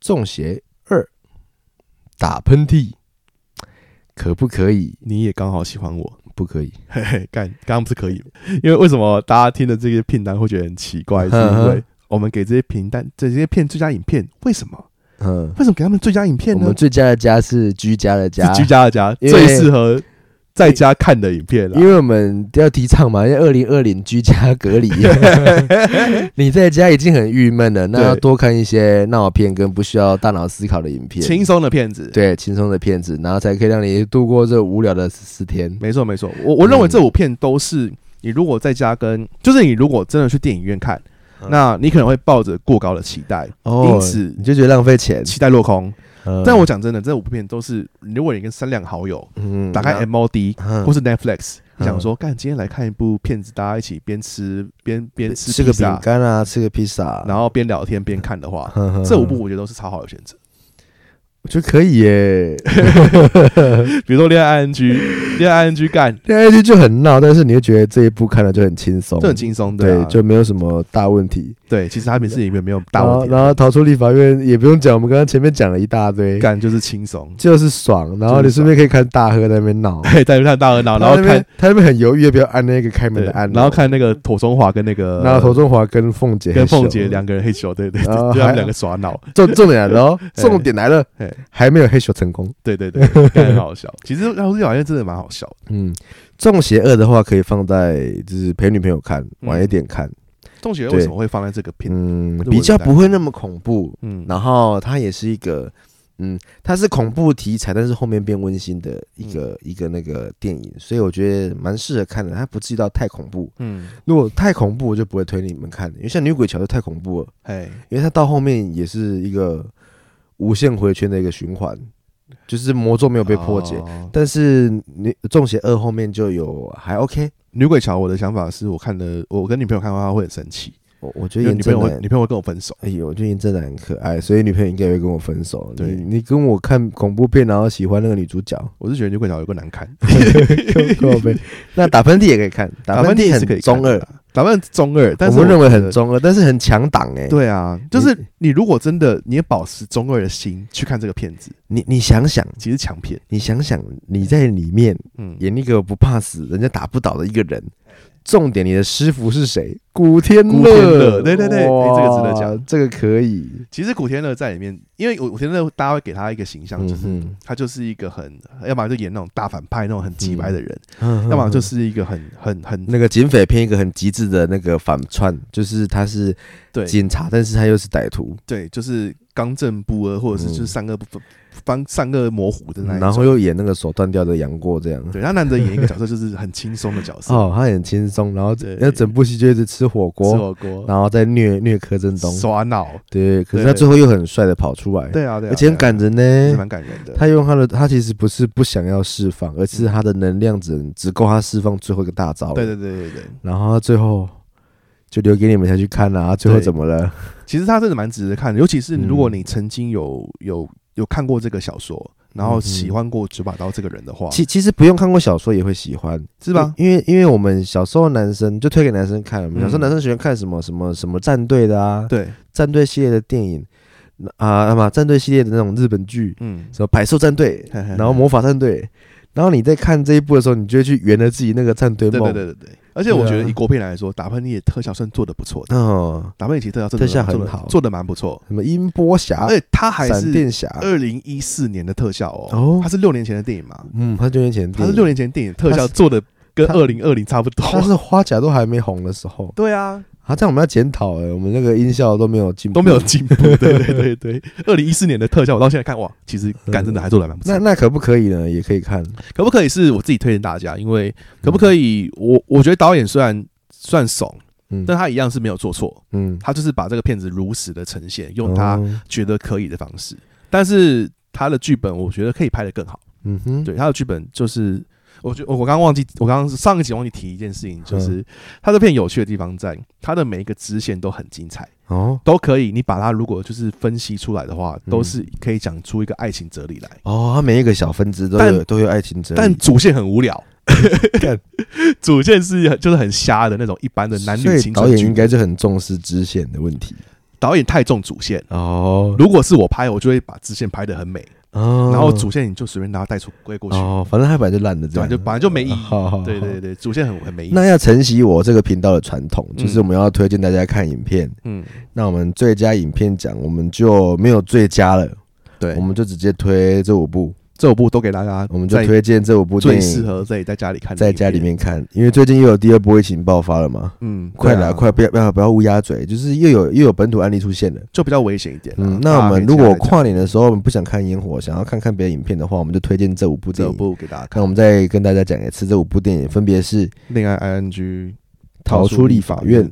S1: 中邪二》，打喷嚏，可不可以？
S2: 你也刚好喜欢我，
S1: 不可以。
S2: 嘿嘿，干，刚刚不是可以吗？ [LAUGHS] 因为为什么大家听的这些片单会觉得很奇怪， [LAUGHS] 是因
S1: 嗯
S2: 为
S1: 哼
S2: 我们给这些片单这些片最佳影片，为什么？
S1: 嗯，
S2: 为什么给他们最佳影片
S1: 我
S2: 呢
S1: 们？最佳的家是居家的
S2: [LAUGHS] 是
S1: 家，
S2: 居家的家
S1: 因为
S2: 最适合在家看的影片啊
S1: 因
S2: 了。
S1: 为我们要提倡嘛，因为二零二零居家隔 [LAUGHS] 离，你在家已经很郁闷了，那
S2: 对
S1: 要多看一些闹片跟不需要大脑思考的影片，
S2: 轻松的片子，，
S1: 对轻松的片子，然后才可以让你度过这无聊的十四天。
S2: 没错没错。我我认
S1: 嗯
S2: 为这五片都是你如果在家跟，就是你如果真的去电影院看，那你可能会抱着过高的期待，
S1: 哦，
S2: 因此
S1: 你就觉得浪费钱。
S2: 期待落空。
S1: 嗯
S2: 但我讲真的，这五部片都是，如果你跟三两好友
S1: 嗯
S2: 打开 MOD
S1: 嗯
S2: 或是 Netflix，
S1: 嗯
S2: 想说干今天来看一部片子，大家一起边吃边边吃
S1: 吃个
S2: 披
S1: 饼
S2: 萨，
S1: 干嗯啊，吃个披萨，
S2: 然后边聊天边看的话，
S1: 哼哼
S2: 这五部我觉得都是超好的选择。
S1: 我觉得可以
S2: [LAUGHS]
S1: 耶。
S2: 比如说恋
S1: [LAUGHS]
S2: 爱 ING，恋爱 ING 干，
S1: 恋爱剧就很闹，但是你会觉得这一部看了就很轻松，
S2: 这很轻松的
S1: 对
S2: 啊，，
S1: 就没有什么大问题。
S2: 对，其实他们是里面没有大问题
S1: 然后然后逃出立法院也不用讲，我们刚刚前面讲了一大堆，
S2: 的，干就是轻松。 [LAUGHS]
S1: 就是爽。然后你顺便可以看大亨在那边闹，
S2: 嘿，在那边看大二闹，然后
S1: 他那边
S2: 看
S1: 他那边很犹豫要不要按那个开门
S2: 对
S1: 的按，钮，
S2: 然后看那个妥中华跟那个
S1: 然后头中华跟凤姐
S2: 跟凤
S1: 很
S2: 姐
S1: 熟
S2: 两个人黑球，对对对，
S1: 啊
S2: 对
S1: 还
S2: 他们两个耍闹，
S1: 重重点来了哦，重点来了
S2: [LAUGHS] 嘿，
S1: 还没有黑手成功。
S2: 对
S1: [LAUGHS]
S2: 对对，干很好笑。其实《然后这好像真的蛮好笑的，
S1: 嗯，中邪二的话可以放在就是陪女朋友看，晚一点看，
S2: 洞穴为什么会放在这个片？
S1: 嗯，
S2: 这
S1: 比较
S2: 我也在
S1: 不会那么恐怖。
S2: 嗯，
S1: 然后它也是一个，嗯，它是恐怖题材，但是后面变温馨的一
S2: 嗯
S1: 个、一个那个电影，所以我觉得蛮适合看的。它不至于到太恐怖，
S2: 嗯，
S1: 如果太恐怖，我就不会推你们看，因为像《女鬼桥》就太恐怖了，
S2: 哎，
S1: 因为它到后面也是一个无限回圈的一个循环，就是魔咒没有被破解。
S2: 哦。
S1: 但是你中邪二后面就有还 OK，
S2: 女鬼桥，我的想法是我看了，我跟女朋友看的话会很生气，
S1: 我我觉
S2: 因
S1: 得
S2: 为
S1: 严
S2: 女朋
S1: 正
S2: 友会
S1: 男
S2: 女，朋友会跟我分手。
S1: 哎呦，我觉得严正男很可爱，所以女朋友应该也会跟我分手。
S2: 对
S1: 你你跟我看恐怖片，然后喜欢那个女
S2: [LAUGHS]
S1: 主角，
S2: 我是觉得女鬼桥有个难看，
S1: 够呗。那打喷嚏也可以看，打喷
S2: 喷
S1: 嚏
S2: 嚏是可
S1: 很
S2: 以看
S1: 中
S2: 的
S1: 二，
S2: 啦，打扮中二，但
S1: 我
S2: 是
S1: 们认为很
S2: 中。
S1: 中二，但是很强档哎。，
S2: 对啊，就是你如果真的你也保持中二的心去看这个片子，
S1: 你你想想，
S2: 其实强片，
S1: 你想想，你在里面
S2: 嗯，
S1: 演一个不怕死、人家打不倒的一个人，重点你的师傅是谁？古天
S2: 古天乐对对对
S1: 哇
S2: 哎这个值得讲，
S1: 这个可以。
S2: 其实古天乐在里面，因为古天乐大家会给他一个形象，就
S1: 嗯
S2: 是
S1: 哼
S2: 他就是一个很，要么就演那种大反派那种很鸡白的人，
S1: 嗯，
S2: 要么就是是一个很很很
S1: 那个警匪片一个很极致的那个反串，就是他是
S2: 对
S1: 警察，但是他又是歹徒，
S2: 对，就是刚正不阿，或者是就是
S1: 嗯
S2: 善恶不分，方善恶模糊的那一种。
S1: 然后又演那个手断掉的杨过这样。
S2: 对他难得演一个角色，就是很轻松的
S1: [LAUGHS]
S2: 角色，
S1: 哦，他很轻松，然后
S2: 对
S1: 那整部戏就一直吃火
S2: 吃
S1: 锅，
S2: 火锅、
S1: 然后再虐虐柯震东，
S2: 哦耍脑，
S1: 对，可是
S2: 对
S1: 他最后又很帅的跑出来，
S2: 对啊，对啊，
S1: 而且很感
S2: 对
S1: 人
S2: 啊，是
S1: 呢。
S2: 蛮感人的。
S1: 他用他的，他其实不是不想要释放，而是他的能量只能只够他释放最后一个大招了。
S2: 对对对对对，
S1: 然后他最后就留给你们下去看啦、他最后
S2: 对
S1: 怎么了？
S2: 其实它真的蛮值得看的，尤其是如果
S1: 嗯
S2: 你曾经有有有看过这个小说，然后喜欢过九把刀这个人的话，
S1: 其其实不用看过小说也会喜欢，
S2: 是吧？
S1: 因为因为我们小时候男生就推给男生看，我们小时候
S2: 嗯
S1: 男生喜欢看什么什么什么战队的啊，
S2: 对，
S1: 战队系列的电影那啊，那么战队系列的那种日本剧，
S2: 嗯，
S1: 什么百兽战队，
S2: [LAUGHS] 嘿嘿嘿
S1: 然后魔法战队，然后你在看这一部的时候，你就会去圆了自己那个战队
S2: 对
S1: 梦。
S2: 对对对对。而且我觉
S1: 对
S2: 得
S1: 啊
S2: 以国片来说，打喷嚏的特效算做的不错的，
S1: 哦，
S2: 打喷嚏其实特效真
S1: 特
S2: 的
S1: 效很
S2: 做得
S1: 好
S2: 做的蛮不错，
S1: 什么音波侠、
S2: 而且它哎还
S1: 闪
S2: 是哎
S1: 电侠，
S2: 二零一四年的特效哦
S1: 哦，
S2: 它是六年前的电影嘛，
S1: 嗯，他六年前的
S2: 它
S1: 电
S2: 是
S1: 影
S2: 六年前的电影特
S1: 它
S2: 效
S1: 是
S2: 做的跟
S1: 他
S2: 二零二零差不多。
S1: 但是花甲都还没红的时候，
S2: 对啊，
S1: 啊，这样我们要检讨哎，我们那个音效都没有进步，
S2: 都没有进步。对对对对，二零一四年的特效，我到现在看哇，其实感真的还做的蛮不错
S1: 那。那可不可以呢？也可以看，
S2: 可不可以是我自己推荐大家？因为可不可以，我我觉得导演虽然算怂，
S1: 嗯
S2: 但他一样是没有做错，
S1: 嗯，
S2: 他就是把这个片子如实的呈现，用他
S1: 哦，
S2: 觉得可以的方式。但是他的剧本，我觉得可以拍得更好。
S1: 嗯哼，
S2: 对，他的剧本就是，我觉我我刚刚忘记，我刚刚上一集忘记提一件事情，
S1: 嗯
S2: 就是他这片有趣的地方在，他的每一个支线都很精彩。
S1: 哦
S2: 都可以，你把它如果就是分析出来的话，
S1: 嗯
S2: 都是可以讲出一个爱情哲理来。
S1: 哦，他每一个小分支都有
S2: 但
S1: 都有爱情哲理，
S2: 但主线很无聊
S1: [LAUGHS] 干，
S2: 主线是很就是很瞎的那种一般的男
S1: 所
S2: 女
S1: 以
S2: 情
S1: 导
S2: 纯
S1: 演
S2: 剧
S1: 应。该就很重视支线的问题
S2: 导演太重主线，
S1: 哦
S2: 如果是我拍，我就会把支线拍得很美，
S1: 哦，
S2: 然后主线你就随便拿它带出归过去，
S1: 哦，反正他本来就烂的这
S2: 对
S1: 样，
S2: 吧？
S1: 哦
S2: 就本来就没意义。
S1: 好好，好
S2: 对对。对，主线很很没意义。
S1: 那要承袭我这个频道的传统，就是我们要推荐大家看影片。
S2: 嗯，
S1: 那我们最佳影片奖，我们就没有最佳了，
S2: 对
S1: 我，们就直接推这五部，
S2: 这五部都给大家，
S1: 我们就推荐这五部电
S2: 最适
S1: 影，
S2: 合自己在家里看，
S1: 在家里。面看，因为最近又有第二波疫情爆发了嘛，
S2: 嗯，
S1: 快
S2: 对啊
S1: 了，，快不要不要不要乌鸦嘴，就是又有又有本土案例出现了。
S2: 就比较危险一点啊。
S1: 嗯，那我们
S2: 大家可以
S1: 如果
S2: 这样
S1: 跨年的时候我们不想看烟火，想要看看别的影片的话，我们就推荐这五部
S2: 这
S1: 电
S2: 五
S1: 影。
S2: 部给大家看，
S1: 那我们再跟大家讲一次，这五部电影分别是《
S2: 《恋爱 ING》《
S1: 逃出立法院》《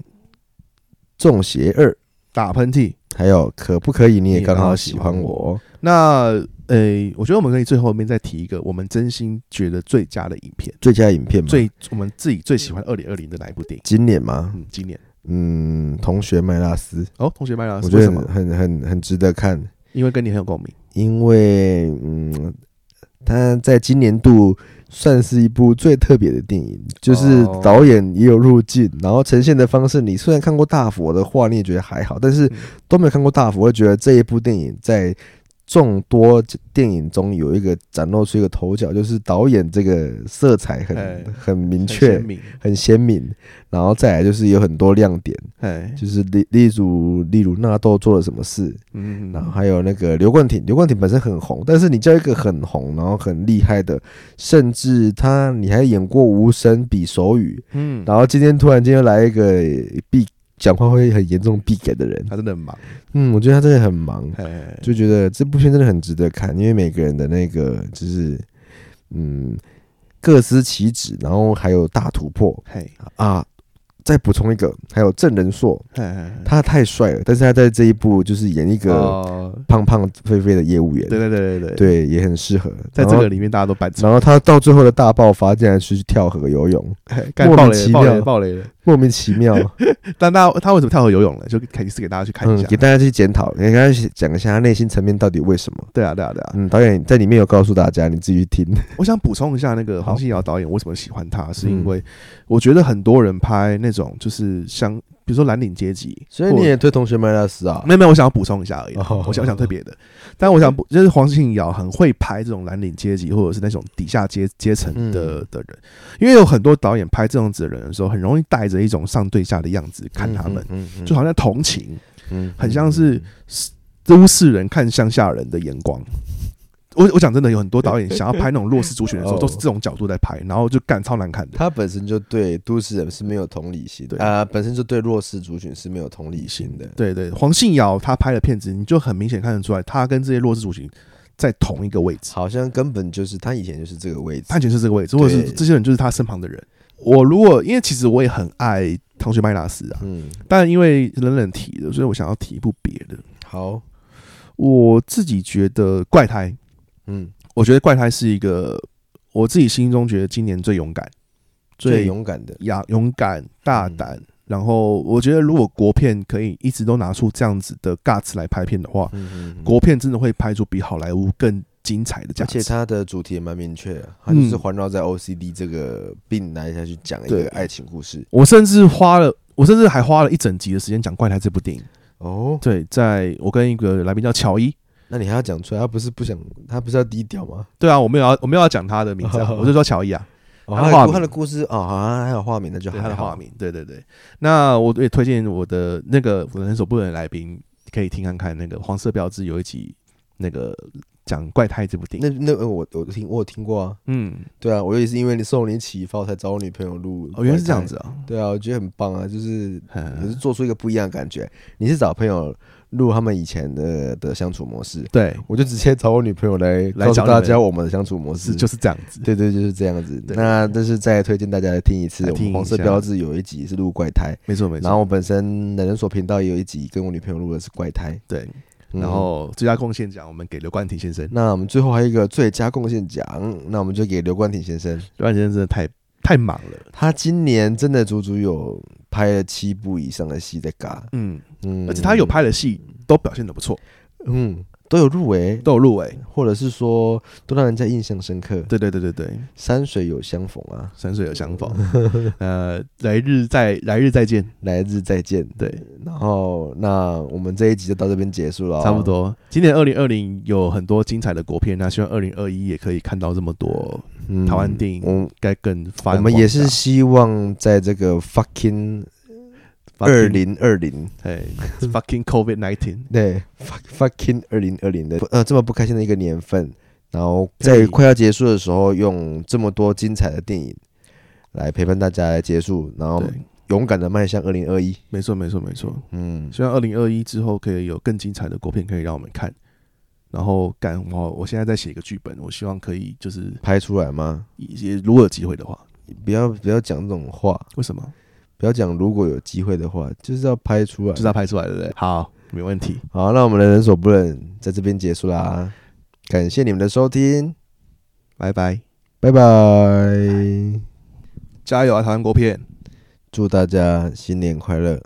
S1: 中邪二》，
S2: 打喷嚏。
S1: 还有《可不可以你也
S2: 你
S1: 刚
S2: 刚
S1: 好
S2: 好
S1: 喜
S2: 喜
S1: 欢
S2: 欢
S1: 我》。
S2: 那诶、我觉得我们可以最后面再提一个我们真心觉得最佳的影片，
S1: 最佳影片嘛，
S2: 最我们自己最喜欢二零二零的哪一部电影？
S1: 经典吗？
S2: 嗯，今年
S1: 嗯，同学麦拉斯，
S2: 哦，同学麦拉斯
S1: 我觉
S2: 为
S1: 得
S2: 什
S1: 很
S2: 么？
S1: 很很很值得看，
S2: 因为跟你很有共鸣。
S1: 因为嗯，他在今年度算是一部最特别的电影，就是
S2: 哦
S1: 导演也有入境，然后呈现的方式，你虽然看过大佛的话，你也觉得还好，但是
S2: 嗯
S1: 都没有看过大佛，会觉得这一部电影在。众多电影中有一个展露出一个头角，就是导演这个色彩
S2: 哎
S1: 很很明
S2: 很
S1: 确
S2: 鲜，明，
S1: 很鲜明，然后再来就是有很多亮点，
S2: 哎，
S1: 就是例例如例如纳豆做了什么事，
S2: 嗯，
S1: 然后还有那个刘冠廷，刘冠廷本身很红，但是你叫一个很红，然后很厉害的，甚至他你还演过无声比手语，
S2: 嗯，
S1: 然后今天突然间又来一个必讲话会很严重必给的人，
S2: 他真的很忙，
S1: 嗯，我觉得他真的很忙，
S2: 哎，
S1: 就觉得这部片真的很值得看，因为每个人的那个就是嗯各司其职，然后还有大突破，
S2: 嘿，
S1: 啊，再补充一个，还有郑仁硕，
S2: 哎，
S1: 他太帅了，但是他在这一部就是演一个
S2: 哦
S1: 胖胖肥肥的业务员，
S2: 对对对对对，
S1: 对也很适合。
S2: 在
S1: 然
S2: 这
S1: 后
S2: 个里面大家都扮丑，
S1: 然后他到最后的大爆发，竟然是去跳河游 [LAUGHS] 泳，
S2: 嘿干
S1: 莫名
S2: 爆雷
S1: 其
S2: 了爆雷
S1: 妙
S2: 了爆雷了。
S1: 莫名其妙。
S2: 但大家他为什么跳河游泳呢？就可以是给大家去看一
S1: 嗯，
S2: 下
S1: 给。大家去检讨，给大家讲一下他内心层面到底为什么。
S2: 对啊，对啊，对啊！
S1: 嗯，导演在里面有告诉大家，你自己去听。
S2: 我想补充一下，那个
S1: 好
S2: 黄信尧导演为什么喜欢他，是
S1: 嗯
S2: 因为我觉得很多人拍那种就是像，比如说蓝领阶级，
S1: [LAUGHS] 所以
S2: 或
S1: 你也推同学麦拉斯啊？
S2: 没有没有，我想要补充一下而已啦。
S1: 哦
S2: 我想我想特别的，但我想补就是黄信尧很会拍这种蓝领阶级或者是那种底下阶阶层
S1: 嗯
S2: 的的人，因为有很多导演拍这样子的人的时候，很容易带着一种上对下的样子看他们，
S1: 嗯，嗯
S2: 就好像同情，
S1: 嗯
S2: 很像是都市人看乡下人的眼光。我我讲真的，有很多导演想要拍那种弱势族群的时候，
S1: 哦
S2: 都是这种角度在拍，然后就干超难看的。
S1: 他本身就对都市人是没有同理心，
S2: 对
S1: 啊、本身就对弱势族群是没有同理心的。
S2: 对对，黄信尧他拍的片子，你就很明显看得出来，他跟这些弱势族群在同一个位置。
S1: 好像根本就是他以前就是这个位置
S2: 他以。前是这个位置，或者是
S1: 对
S2: 这些人就是他身旁的人。我如果因为其实我也很爱同学麦拉斯啊，
S1: 嗯，
S2: 但因为冷冷提的，所以我想要提一部别的。
S1: 好，
S2: 我自己觉得《怪胎》，
S1: 嗯，
S2: 我觉得《怪胎》是一个我自己心中觉得今年最勇敢、
S1: 最勇嗯敢的，
S2: 勇勇敢、大胆。然后我觉得，如果国片可以一直都拿出这样子的 guts 来拍片的话，
S1: 嗯嗯，
S2: 国片真的会拍出比好莱坞更精彩的
S1: 而
S2: 价值
S1: 且。他的主题也蛮明确的，他就是环绕在 OCD 这个病来下去讲一
S2: 嗯对
S1: 个爱情故事。
S2: 我甚至花了，我甚至还花了一整集的时间讲《怪胎》这部电影。
S1: 哦，
S2: 对，在我跟一个来宾叫乔伊，
S1: 那你还要讲出来，他不是不想，他不是要低调吗？
S2: 对啊，我没有要我没有要讲他的
S1: [LAUGHS]
S2: 名字、啊，我就说乔伊啊，
S1: 哦，
S2: 他
S1: 他
S2: 的
S1: 的
S2: 化
S1: 故
S2: 名
S1: 他的故事哦，好像还有化名，那就
S2: 对他
S1: 还
S2: 的化
S1: 好。
S2: 名，对对对。那我也推荐我的那个我的人手不能的来宾可以听看看那个黄色标志有一集那个讲《怪胎》这部电影。
S1: 那那呃我我听我有听过啊，
S2: 嗯，
S1: 对啊，我也是因为你受你启发，我才找我女朋友录。
S2: 哦，原来是这样子啊。
S1: 对啊，我觉得很棒啊，
S2: [LAUGHS]
S1: 就是也是
S2: 嗯，
S1: 做出一个不一样的感觉。你是找朋友录他们以前的的相处模式，
S2: 对，
S1: 我就直接找我女朋友来
S2: 来
S1: 告诉
S2: 讲你
S1: 大
S2: 们
S1: 家我们的相处模式，
S2: 是就是这样子。
S1: 对对，就是这样子。
S2: 对
S1: 那但是再推荐大家来听一次，
S2: 来
S1: 我
S2: 听
S1: 们
S2: 一
S1: 黄色
S2: 下
S1: 标志有一集是录怪胎，
S2: 没错没
S1: 然后
S2: 错。
S1: 我本身的人所频道也有一集跟我女朋友录的是怪胎，
S2: 对，
S1: 嗯
S2: 然后最佳贡献奖我们给刘冠廷先生，
S1: 那我们最后还有一个最佳贡献奖，那我们就给刘冠廷先生，
S2: 刘冠廷先生真的太太忙了。
S1: 他今年真的足足有拍了七部以上的戏在嘎，
S2: 嗯，
S1: 嗯，
S2: 而且他有，拍的戏都表现的不错，
S1: 嗯，都有入围，
S2: 都有入围。
S1: 或者是说都让人家印象深刻。
S2: 对对对对对，
S1: 山水有相逢啊，
S2: 山水有
S1: [LAUGHS]
S2: 相逢。呃，来日再来日再见。
S1: 来日再见。
S2: 对，
S1: 然后那我们这一集就到这边结束了哦，
S2: 差不多。今年二零二零有很多精彩的国片，那希望二零二一也可以看到这么多
S1: 嗯。
S2: 台湾电影
S1: 我
S2: 该更发
S1: 我
S2: 扬光大。
S1: 们也是希望在这个 fucking 二
S2: Fucking-
S1: 零二零，
S2: 哎 [LAUGHS] ，fucking COVID nineteen，
S1: 对 fuck fucking 二零二零的呃这么不开心的一个年份，然后
S2: 可
S1: 在
S2: 以
S1: 快要结束的时候，用这么多精彩的电影来陪伴大家来结束，然后
S2: 对，
S1: 勇敢的迈向二零二一。
S2: 没错没错没错。
S1: 嗯，
S2: 希望二零二一之后可以有更精彩的国片可以让我们看。然后干我，我现在在写一个剧本，我希望可以就是
S1: 拍出来吗？
S2: 一些如果有机会的话，
S1: 不要不要讲这种话，
S2: 为什么？
S1: 不要讲如果有机会的话，就是要拍出来
S2: 就是。要拍出来，对不对？好，没问题。
S1: 好，那我们的人所不忍在这边结束啦，感谢你们的收听，
S2: 拜拜，
S1: 拜拜，
S2: 加油啊，台湾国片！
S1: 祝大家新年快乐。